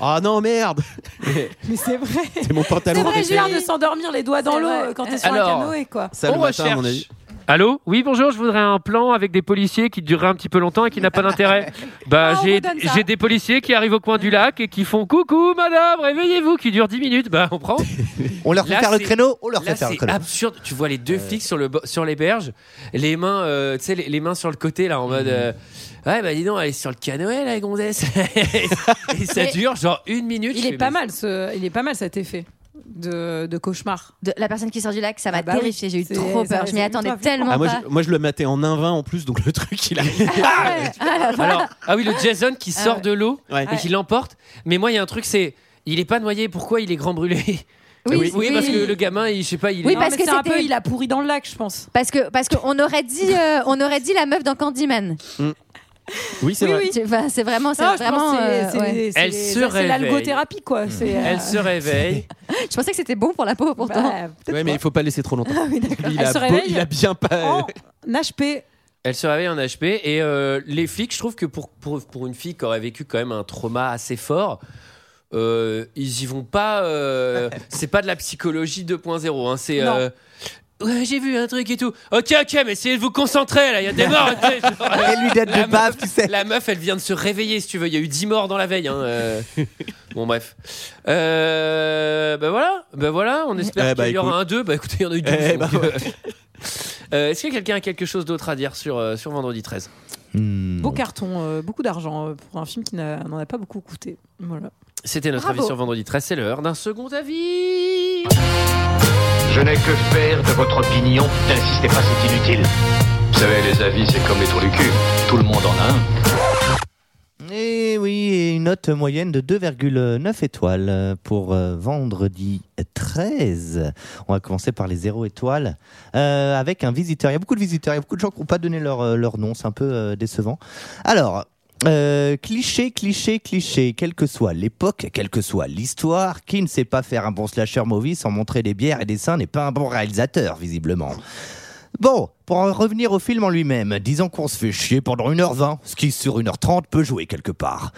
[SPEAKER 6] Ah non, merde
[SPEAKER 7] Mais c'est vrai.
[SPEAKER 6] C'est mon
[SPEAKER 7] C'est
[SPEAKER 6] pantalon.
[SPEAKER 7] vrai,
[SPEAKER 6] qui fait-
[SPEAKER 7] Julien, de s'endormir les doigts dans
[SPEAKER 8] C'est
[SPEAKER 7] l'eau
[SPEAKER 8] vrai.
[SPEAKER 7] euh, quand t'es sur
[SPEAKER 1] Alors,
[SPEAKER 7] un canoë quoi.
[SPEAKER 6] Ça, le
[SPEAKER 1] On
[SPEAKER 6] matin, à mon
[SPEAKER 1] recherche.
[SPEAKER 6] avis.
[SPEAKER 1] Allô Oui, bonjour, je voudrais un plan avec des policiers qui durerait un petit peu longtemps et qui n'a pas d'intérêt. Bah,
[SPEAKER 7] Ah, on
[SPEAKER 1] j'ai
[SPEAKER 7] vous donne ça.
[SPEAKER 1] j'ai des policiers qui arrivent au coin du lac et qui font coucou madame, réveillez-vous qui dure 10 minutes. Bah, on prend.
[SPEAKER 10] On leur fait
[SPEAKER 1] Là,
[SPEAKER 10] faire le
[SPEAKER 1] c'est-
[SPEAKER 10] créneau, on leur
[SPEAKER 1] Là,
[SPEAKER 10] fait faire le
[SPEAKER 1] c'est
[SPEAKER 10] créneau.
[SPEAKER 1] absurde. Tu vois les deux flics sur, le, bo- sur les berges, les mains, euh, tu sais, les, les mains sur le côté, là, en
[SPEAKER 10] Mhm.
[SPEAKER 1] mode. euh, ouais, bah dis donc, elle est sur le canoë, la gondesse. et ça
[SPEAKER 7] Mais-
[SPEAKER 1] dure genre une minute.
[SPEAKER 7] Il
[SPEAKER 1] Je
[SPEAKER 7] est
[SPEAKER 1] fais,
[SPEAKER 7] pas
[SPEAKER 1] mais-
[SPEAKER 7] mal ce, il est pas mal cet effet de, de cauchemar.
[SPEAKER 8] De- la personne qui sort du lac, ça m'a
[SPEAKER 7] Ah bah oui.
[SPEAKER 8] terrifiée. J'ai eu
[SPEAKER 7] C'est-
[SPEAKER 8] trop
[SPEAKER 7] ça-
[SPEAKER 8] peur. Je m'y
[SPEAKER 7] c'est
[SPEAKER 8] attendais
[SPEAKER 7] ultra
[SPEAKER 8] tellement
[SPEAKER 6] Ah, moi,
[SPEAKER 8] pas.
[SPEAKER 6] je, moi, je le matais en 1,20 en plus, donc le truc, il arrive.
[SPEAKER 1] Alors, ah oui, le Jason qui
[SPEAKER 7] Ah
[SPEAKER 1] sort
[SPEAKER 7] ouais.
[SPEAKER 1] de l'eau
[SPEAKER 6] Ouais.
[SPEAKER 1] et qui l'emporte. Mais moi, il y a un truc, c'est. Il est pas noyé, pourquoi il est grand brûlé Oui,
[SPEAKER 8] Oui, oui.
[SPEAKER 1] parce que le gamin, il, je sais pas, il
[SPEAKER 8] Oui,
[SPEAKER 1] est.
[SPEAKER 8] parce
[SPEAKER 7] mais
[SPEAKER 8] que
[SPEAKER 7] c'est un
[SPEAKER 8] c'était-
[SPEAKER 7] peu, il a pourri dans le lac, je pense.
[SPEAKER 8] Parce que parce qu'on aurait dit euh, on aurait dit la meuf dans Candyman.
[SPEAKER 12] Oui, c'est
[SPEAKER 7] Oui,
[SPEAKER 12] vrai.
[SPEAKER 7] oui.
[SPEAKER 8] Tu- enfin, c'est vraiment c'est
[SPEAKER 7] Non, Ah, je
[SPEAKER 8] vraiment.
[SPEAKER 7] pense que c'est-
[SPEAKER 8] euh,
[SPEAKER 7] c'est-
[SPEAKER 8] ouais.
[SPEAKER 7] c'est-
[SPEAKER 1] Elle
[SPEAKER 7] c'est-
[SPEAKER 1] se
[SPEAKER 7] ça,
[SPEAKER 1] réveille.
[SPEAKER 7] C'est l'algothérapeute, quoi. C'est, euh,
[SPEAKER 1] Elle se réveille.
[SPEAKER 8] Je pensais que c'était bon pour la peau pourtant.
[SPEAKER 7] bah, peut-être
[SPEAKER 12] Ouais, mais il faut pas laisser trop longtemps.
[SPEAKER 7] pas. Oui, d'accord.
[SPEAKER 12] Lui, il,
[SPEAKER 7] Elle
[SPEAKER 12] a
[SPEAKER 7] se
[SPEAKER 12] beau-
[SPEAKER 7] réveille Oh.
[SPEAKER 12] il a bien
[SPEAKER 6] euh,
[SPEAKER 12] pas.
[SPEAKER 7] en HP.
[SPEAKER 1] Elle se réveille en HP et euh, les flics, je trouve que pour, pour, pour une fille qui aurait vécu quand même un trauma assez fort, euh, ils y vont pas. euh, c'est pas de la psychologie 2.0. Hein, c'est.
[SPEAKER 7] Non.
[SPEAKER 1] euh, ouais, j'ai vu un truc et tout. Ok, ok, mais essayez de vous concentrer là, il y a des morts. ok, genre, euh,
[SPEAKER 10] Et lui date
[SPEAKER 1] La
[SPEAKER 10] de bave, tu sais.
[SPEAKER 1] la meuf, elle vient de se réveiller si tu veux. Il y a eu 10 morts dans la veille. Hein, euh. bon, bref. Euh, ben voilà, ben voilà, on espère
[SPEAKER 12] Eh bah,
[SPEAKER 1] qu'il y aura
[SPEAKER 12] écoute.
[SPEAKER 1] un 2. Bah écoutez, il y en a eu 12.
[SPEAKER 12] Eh
[SPEAKER 1] donc, euh, euh, Est-ce que quelqu'un a quelque chose d'autre à dire sur, euh, sur vendredi 13
[SPEAKER 10] Hmm.
[SPEAKER 7] Beau carton, euh, beaucoup d'argent euh, pour un film qui n'a- n'en a pas beaucoup coûté. Voilà.
[SPEAKER 1] C'était notre
[SPEAKER 8] Bravo.
[SPEAKER 1] avis sur vendredi 13. C'est l'heure d'un second avis.
[SPEAKER 2] Je n'ai que faire de votre opinion. N'insistez pas, c'est inutile.
[SPEAKER 3] Vous savez, les avis, c'est comme les trous du cul. Tout le monde en a un.
[SPEAKER 10] Et Eh oui, et une note moyenne de 2,9 étoiles euh, pour euh, vendredi 13. On va commencer par les 0 étoiles euh, avec un visiteur. Il y a beaucoup de visiteurs, il y a beaucoup de gens qui n'ont pas donné leur, euh, leur nom, c'est un peu euh, décevant. Alors, euh, cliché, cliché, cliché, quelle que soit l'époque, quelle que soit l'histoire, qui ne sait pas faire un bon slasher movie sans montrer des bières et des seins n'est pas un bon réalisateur, visiblement. Bon, pour en revenir au film en lui-même, disons qu'on se fait chier pendant 1h20, ce qui sur 1h30 peut jouer quelque part.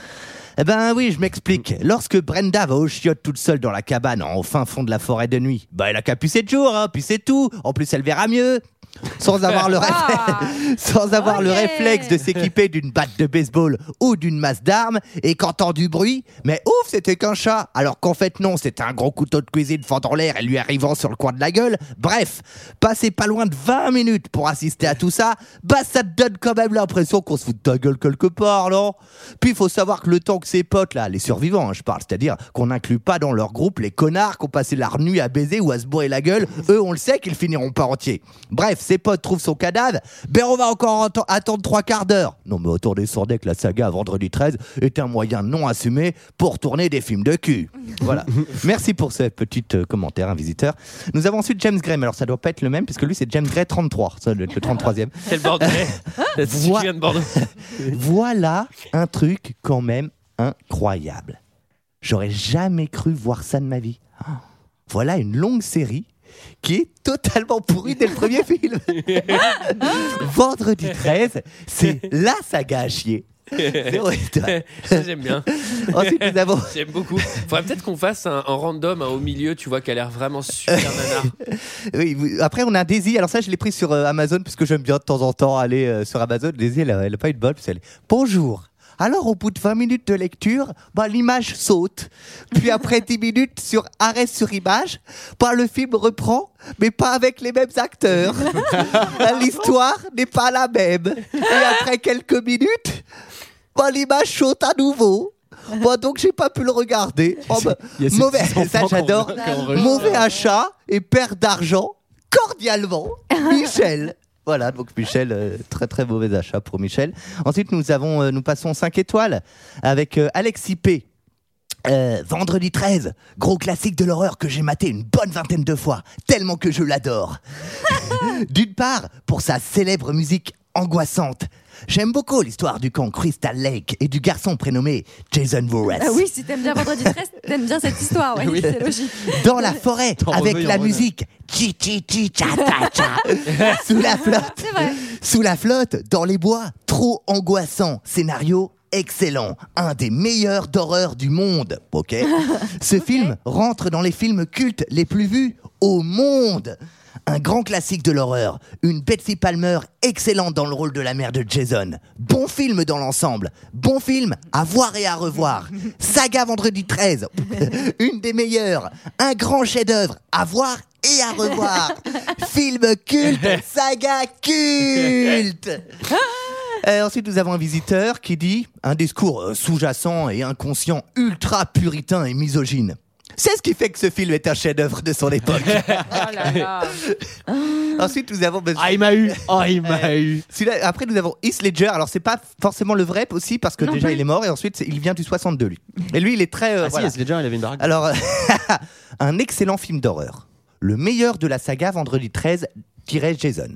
[SPEAKER 10] Eh ben oui, je m'explique. Lorsque Brenda va aux chiottes toute seule dans la cabane en- au fin fond de la forêt de nuit, bah elle a qu'à pucer de jour, hein, puis c'est tout. En plus, elle verra mieux. Sans avoir le, réflexe-
[SPEAKER 8] Ah.
[SPEAKER 10] sans avoir le
[SPEAKER 8] Ok.
[SPEAKER 10] réflexe de s'équiper d'une batte de baseball ou d'une masse d'armes et qu'entend du bruit, mais ouf, c'était qu'un chat. Alors qu'en fait, non, c'était un gros couteau de cuisine fendant l'air et lui arrivant sur le coin de la gueule. Bref, passer pas loin de 20 minutes pour assister à tout ça, bah ça te donne quand même l'impression qu'on se fout de ta gueule quelque part, non Puis il faut savoir que le temps que ses potes, là, les survivants, hein, je parle, c'est-à-dire qu'on n'inclut pas dans leur groupe les connards qui ont passé leur nuit à baiser ou à se bourrer la gueule, eux, on le sait qu'ils finiront pas entiers. Bref, ses potes trouvent son cadavre, ben on va encore atten- attendre trois quarts d'heure. Non mais attendez, sans que la saga Vendredi 13 est un moyen non assumé pour tourner des films de cul. Voilà. Merci pour ce petit euh, commentaire, un visiteur. Nous avons ensuite James Gray, mais alors ça doit pas être le même, puisque lui c'est James Gray 33, ça doit être le 33e.
[SPEAKER 1] C'est le Bordelais. C'est celui qui vient de Bordeaux.
[SPEAKER 10] voilà un truc quand même incroyable. J'aurais jamais cru voir ça de ma vie. Ah. Voilà une longue série qui est totalement pourrie dès le premier film. Vendredi 13, c'est la saga à chier. Zéro étoile.
[SPEAKER 1] Ça, J'aime bien.
[SPEAKER 10] Ensuite, nous avons
[SPEAKER 1] J'aime beaucoup. Faudrait peut-être qu'on fasse un, un random hein, au milieu, tu vois, qui a l'air vraiment super nanar.
[SPEAKER 10] Oui, vous- après, on a Daisy. Alors, ça, je l'ai pris sur euh, Amazon, puisque j'aime bien de temps en temps aller euh, sur Amazon. Daisy, elle a- elle n'a pas eu de bol, parce qu'elle est, Bonjour. Alors, au bout de 20 minutes de lecture, bah, l'image saute. Puis après 10 minutes sur arrêt sur image, bah, le film reprend, mais pas avec les mêmes acteurs. L'histoire n'est pas la même. Et après quelques minutes, bah, l'image saute à nouveau. Bon, donc j'ai pas pu le regarder. Oh, bah,
[SPEAKER 12] Il y a ces
[SPEAKER 10] mauvais,
[SPEAKER 12] petits enfants
[SPEAKER 10] ça
[SPEAKER 12] qu'on-
[SPEAKER 10] j'adore.
[SPEAKER 12] qu'on regarde.
[SPEAKER 10] Mauvais achat et perte d'argent, cordialement, Michel. Voilà, donc Michel, euh, très très mauvais achat pour Michel. Ensuite, nous avons, euh, nous passons 5 étoiles avec euh, Alexis P. Euh, vendredi 13, gros classique de l'horreur que j'ai maté une bonne vingtaine de fois, tellement que je l'adore. D'une part, pour sa célèbre musique angoissante. J'aime beaucoup l'histoire du camp Crystal Lake et du garçon prénommé Jason Voorhees.
[SPEAKER 8] Ah oui, si t'aimes bien Vendredi 13, t'aimes bien cette histoire, ouais,
[SPEAKER 10] Oui.
[SPEAKER 8] c'est logique.
[SPEAKER 10] Dans la forêt,
[SPEAKER 12] T'en
[SPEAKER 10] avec
[SPEAKER 12] revenais,
[SPEAKER 10] la
[SPEAKER 12] en revenais.
[SPEAKER 10] musique. Chi chi chi cha cha cha. Sous la flotte.
[SPEAKER 8] C'est vrai.
[SPEAKER 10] Sous la flotte, dans les bois, trop angoissant. Scénario excellent. Un des meilleurs d'horreur du monde. Ok. Ce film rentre dans les films cultes les plus vus au monde. Un grand classique de l'horreur. Une Betsy Palmer excellente dans le rôle de la mère de Jason. Bon film dans l'ensemble. Bon film à voir et à revoir. Saga Vendredi 13. Une des meilleures. Un grand chef-d'œuvre à voir et à revoir. film culte. Saga culte. Euh, ensuite, nous avons un visiteur qui dit un discours euh, sous-jacent et inconscient, ultra puritain et misogyne. C'est ce qui fait que ce film est un chef-d'œuvre de son époque.
[SPEAKER 8] Oh
[SPEAKER 10] Ensuite, nous avons.
[SPEAKER 6] Ah, il m'a eu.
[SPEAKER 12] Oh,
[SPEAKER 6] Ah, il m'a
[SPEAKER 10] Euh,
[SPEAKER 6] eu.
[SPEAKER 10] celui-là- Après, nous avons Heath Ledger. Alors, c'est pas forcément le vrai aussi, parce que
[SPEAKER 8] Non
[SPEAKER 10] déjà,
[SPEAKER 8] plus.
[SPEAKER 10] il est mort, et ensuite, c'est- il vient du 62, lui. Et lui, il est très. euh,
[SPEAKER 12] Ah si,
[SPEAKER 10] voilà.
[SPEAKER 12] Heath Ledger, il avait une baraque.
[SPEAKER 10] Alors, euh, un excellent film d'horreur. Le meilleur de la saga Vendredi 13, dirait Jason.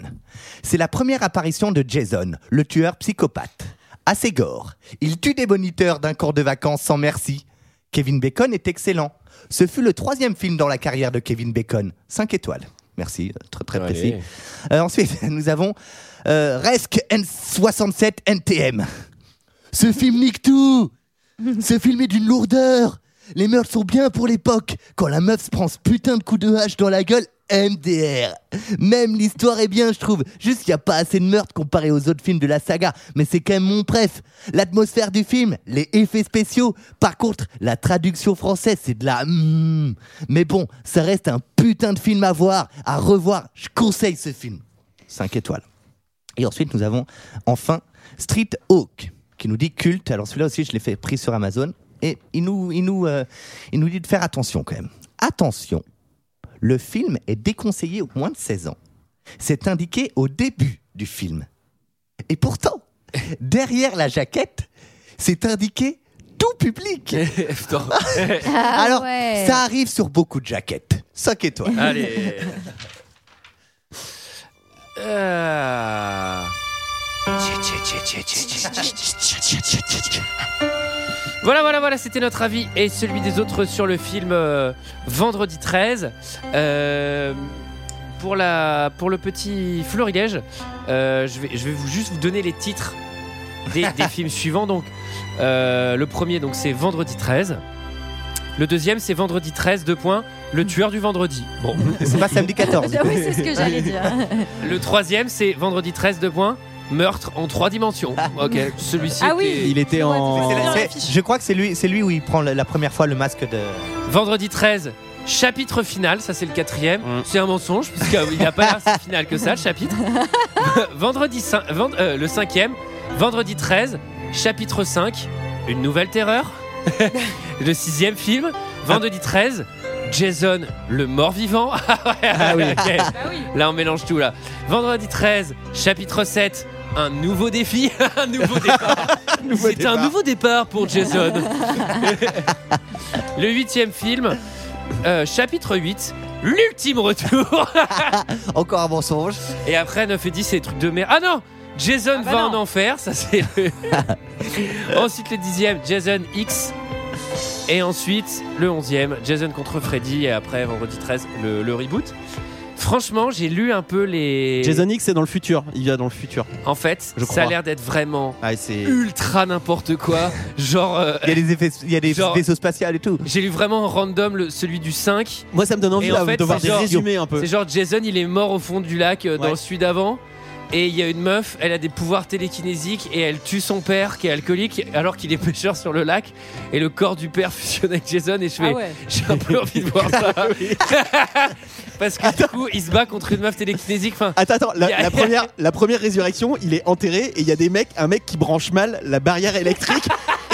[SPEAKER 10] C'est la première apparition de Jason, le tueur psychopathe. Assez gore. Il tue des moniteurs d'un corps de vacances sans merci. Kevin Bacon est excellent. Ce fut le troisième film dans la carrière de Kevin Bacon. 5 étoiles. Merci, très très
[SPEAKER 1] Allez.
[SPEAKER 10] précis. Euh, ensuite, nous avons euh, Rescue N67 NTM. Ce film nique tout Ce film est d'une lourdeur Les meurtres sont bien pour l'époque, quand la meuf se prend ce putain de coup de hache dans la gueule, MDR Même l'histoire est bien, je trouve. Juste, il n'y a pas assez de meurtres comparé aux autres films de la saga, mais c'est quand même mon préf. L'atmosphère du film, les effets spéciaux. Par contre, la traduction française, c'est de la... hmm. Mais bon, ça reste un putain de film à voir, à revoir. Je conseille ce film. 5 étoiles. Et ensuite, nous avons enfin Street Hawk, qui nous dit culte. Alors celui-là aussi, je l'ai fait pris sur Amazon. Et il nous, il, nous, euh, il nous dit de faire attention quand même. Attention, le film est déconseillé aux moins de 16 ans. C'est indiqué au début du film. Et pourtant, derrière la jaquette, c'est indiqué tout public.
[SPEAKER 1] Putain.
[SPEAKER 8] Ah
[SPEAKER 10] Alors,
[SPEAKER 8] ouais.
[SPEAKER 10] ça arrive sur beaucoup de jaquettes. 5 étoiles.
[SPEAKER 1] Allez. Euh. Voilà, voilà, voilà, c'était notre avis et celui des autres sur le film euh, Vendredi 13. Euh, pour, la, pour le petit florilège, euh, je vais, je vais vous, juste vous donner les titres des, des films suivants. Donc, euh, le premier, donc, c'est Vendredi 13. Le deuxième, c'est Vendredi 13, deux points, Le tueur du vendredi. Bon.
[SPEAKER 10] C'est pas samedi 14.
[SPEAKER 8] Ah bah oui, c'est ce que j'allais dire.
[SPEAKER 1] Le troisième, c'est Vendredi 13, deux points, Meurtre en trois dimensions. Ok, celui-ci
[SPEAKER 7] Ah oui.
[SPEAKER 1] était-
[SPEAKER 6] Il était en.
[SPEAKER 10] C'est la-
[SPEAKER 7] Dans
[SPEAKER 10] c'est-
[SPEAKER 7] l'affiche.
[SPEAKER 10] je crois que c'est lui, c'est lui où il prend la, la première fois le masque de.
[SPEAKER 1] Vendredi 13, chapitre final, ça c'est le quatrième. C'est un mensonge, puisqu'il n'y a pas si final que ça, le chapitre. vendredi cin- vend- euh, le cinquième, vendredi 13, chapitre 5, une nouvelle terreur. le sixième film, vendredi 13, Jason, le mort-vivant. ah oui, ok.
[SPEAKER 7] Bah
[SPEAKER 1] Là on mélange tout là. Vendredi 13, chapitre 7, un nouveau défi, un nouveau départ. C'est un nouveau départ pour Jason. Le huitième film, euh, chapitre 8, l'ultime retour.
[SPEAKER 10] Encore un mensonge.
[SPEAKER 1] Et après, 9 et 10, c'est des trucs de merde. Ah non Jason
[SPEAKER 7] Ah bah
[SPEAKER 1] va
[SPEAKER 7] non.
[SPEAKER 1] en enfer, ça c'est. ensuite, le dixième, Jason X. Et ensuite, le onzième, Jason contre Freddy. Et après, vendredi 13, le, le reboot. Franchement, j'ai lu un peu les.
[SPEAKER 12] Jason X, c'est dans le futur. Il vient dans le futur.
[SPEAKER 1] En fait,
[SPEAKER 12] Je
[SPEAKER 1] ça a
[SPEAKER 12] crois.
[SPEAKER 1] l'air d'être vraiment
[SPEAKER 12] Ah, c'est.
[SPEAKER 1] ultra n'importe quoi. Genre. euh,
[SPEAKER 10] Il y a des effets, il y a des
[SPEAKER 1] Genre-
[SPEAKER 10] vaisseaux spatiaux et tout.
[SPEAKER 1] j'ai lu vraiment en random le- celui du 5.
[SPEAKER 12] Moi, ça me donne envie
[SPEAKER 1] Et en
[SPEAKER 12] là,
[SPEAKER 1] fait,
[SPEAKER 12] de voir
[SPEAKER 1] c'est
[SPEAKER 12] des
[SPEAKER 1] genre-
[SPEAKER 12] résumés un peu.
[SPEAKER 1] C'est genre Jason, il est mort au fond du lac euh, dans
[SPEAKER 12] Ouais.
[SPEAKER 1] le sud avant. Et il y a une meuf, elle a des pouvoirs télékinésiques et elle tue son père qui est alcoolique alors qu'il est pêcheur sur le lac. Et le corps du père fusionne avec Jason et je fais.
[SPEAKER 7] Ah ouais.
[SPEAKER 1] J'ai un peu envie de voir ça.
[SPEAKER 10] Ah
[SPEAKER 1] Parce que du coup, il se bat contre une meuf télékinésique. Enfin,
[SPEAKER 6] Attends, attends,
[SPEAKER 1] Il y a-
[SPEAKER 6] la, la première, la première résurrection, il est enterré et il y a des mecs, un mec qui branche mal la barrière électrique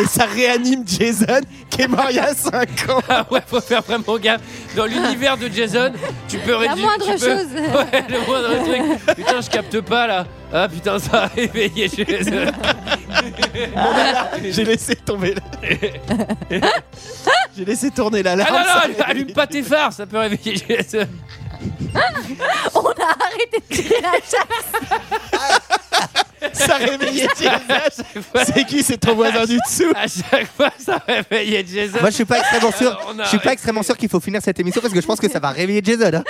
[SPEAKER 6] et ça réanime Jason qui est mort il y a 5 ans.
[SPEAKER 1] ah ouais, faut faire vraiment gaffe. Dans l'univers de Jason, tu peux
[SPEAKER 8] La
[SPEAKER 1] réduire.
[SPEAKER 8] moindre
[SPEAKER 1] tu peux-
[SPEAKER 8] chose. euh,
[SPEAKER 1] Ouais, le moindre truc. Putain, je capte pas là. Ah putain, ça a réveillé Jason.
[SPEAKER 6] J'ai laissé tomber. la- J'ai laissé tourner la larme.
[SPEAKER 1] Ah non, non, allume pas tes phares, ça peut réveiller Jason.
[SPEAKER 8] On a arrêté de tirer la chatte.
[SPEAKER 6] ça réveillait Jason. C'est qui C'est ton voisin du dessous
[SPEAKER 1] À chaque fois, ça réveillait Jason.
[SPEAKER 10] Moi, je suis pas extrêmement sûr.
[SPEAKER 1] Alors, on a
[SPEAKER 10] Je suis
[SPEAKER 1] arrêté.
[SPEAKER 10] pas extrêmement sûr qu'il faut finir cette émission parce que je pense que ça va réveiller Jason. hein.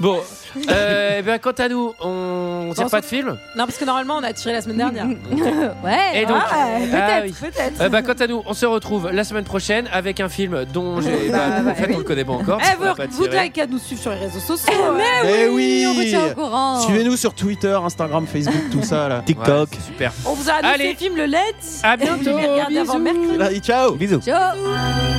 [SPEAKER 1] Bon, euh, eh ben, quant à nous, on ne
[SPEAKER 7] Bon,
[SPEAKER 1] tire pas
[SPEAKER 7] on
[SPEAKER 1] de film.
[SPEAKER 7] Non, parce que normalement, on a tiré la semaine dernière.
[SPEAKER 8] Ouais,
[SPEAKER 1] Et donc-
[SPEAKER 8] ouais, peut-être,
[SPEAKER 1] Ah oui.
[SPEAKER 8] peut-être.
[SPEAKER 1] Euh, bah, quant à nous, on se retrouve la semaine prochaine avec un film dont j'ai.
[SPEAKER 7] Bah,
[SPEAKER 1] bah, en
[SPEAKER 7] bah,
[SPEAKER 1] fait,
[SPEAKER 7] oui.
[SPEAKER 1] on le connaît pas encore.
[SPEAKER 7] Eh,
[SPEAKER 1] parce qu'on l'a
[SPEAKER 7] vous,
[SPEAKER 1] pas
[SPEAKER 7] vous
[SPEAKER 1] tiré. Eh,
[SPEAKER 7] n'avez qu'à nous suivre sur les réseaux sociaux. hein.
[SPEAKER 10] Eh
[SPEAKER 6] Mais
[SPEAKER 8] on vous tient au courant.
[SPEAKER 6] Suivez-nous sur Twitter, Instagram, Facebook, tout ça là.
[SPEAKER 1] Ouais, c'est super.
[SPEAKER 7] On vous a annoncé
[SPEAKER 1] Allez.
[SPEAKER 7] le film Le LED.
[SPEAKER 1] À
[SPEAKER 7] Vous
[SPEAKER 1] bientôt,
[SPEAKER 7] les regardez
[SPEAKER 1] bisous.
[SPEAKER 7] avant mercredi.
[SPEAKER 6] Allez, ciao.
[SPEAKER 10] Bisous.
[SPEAKER 8] Ciao.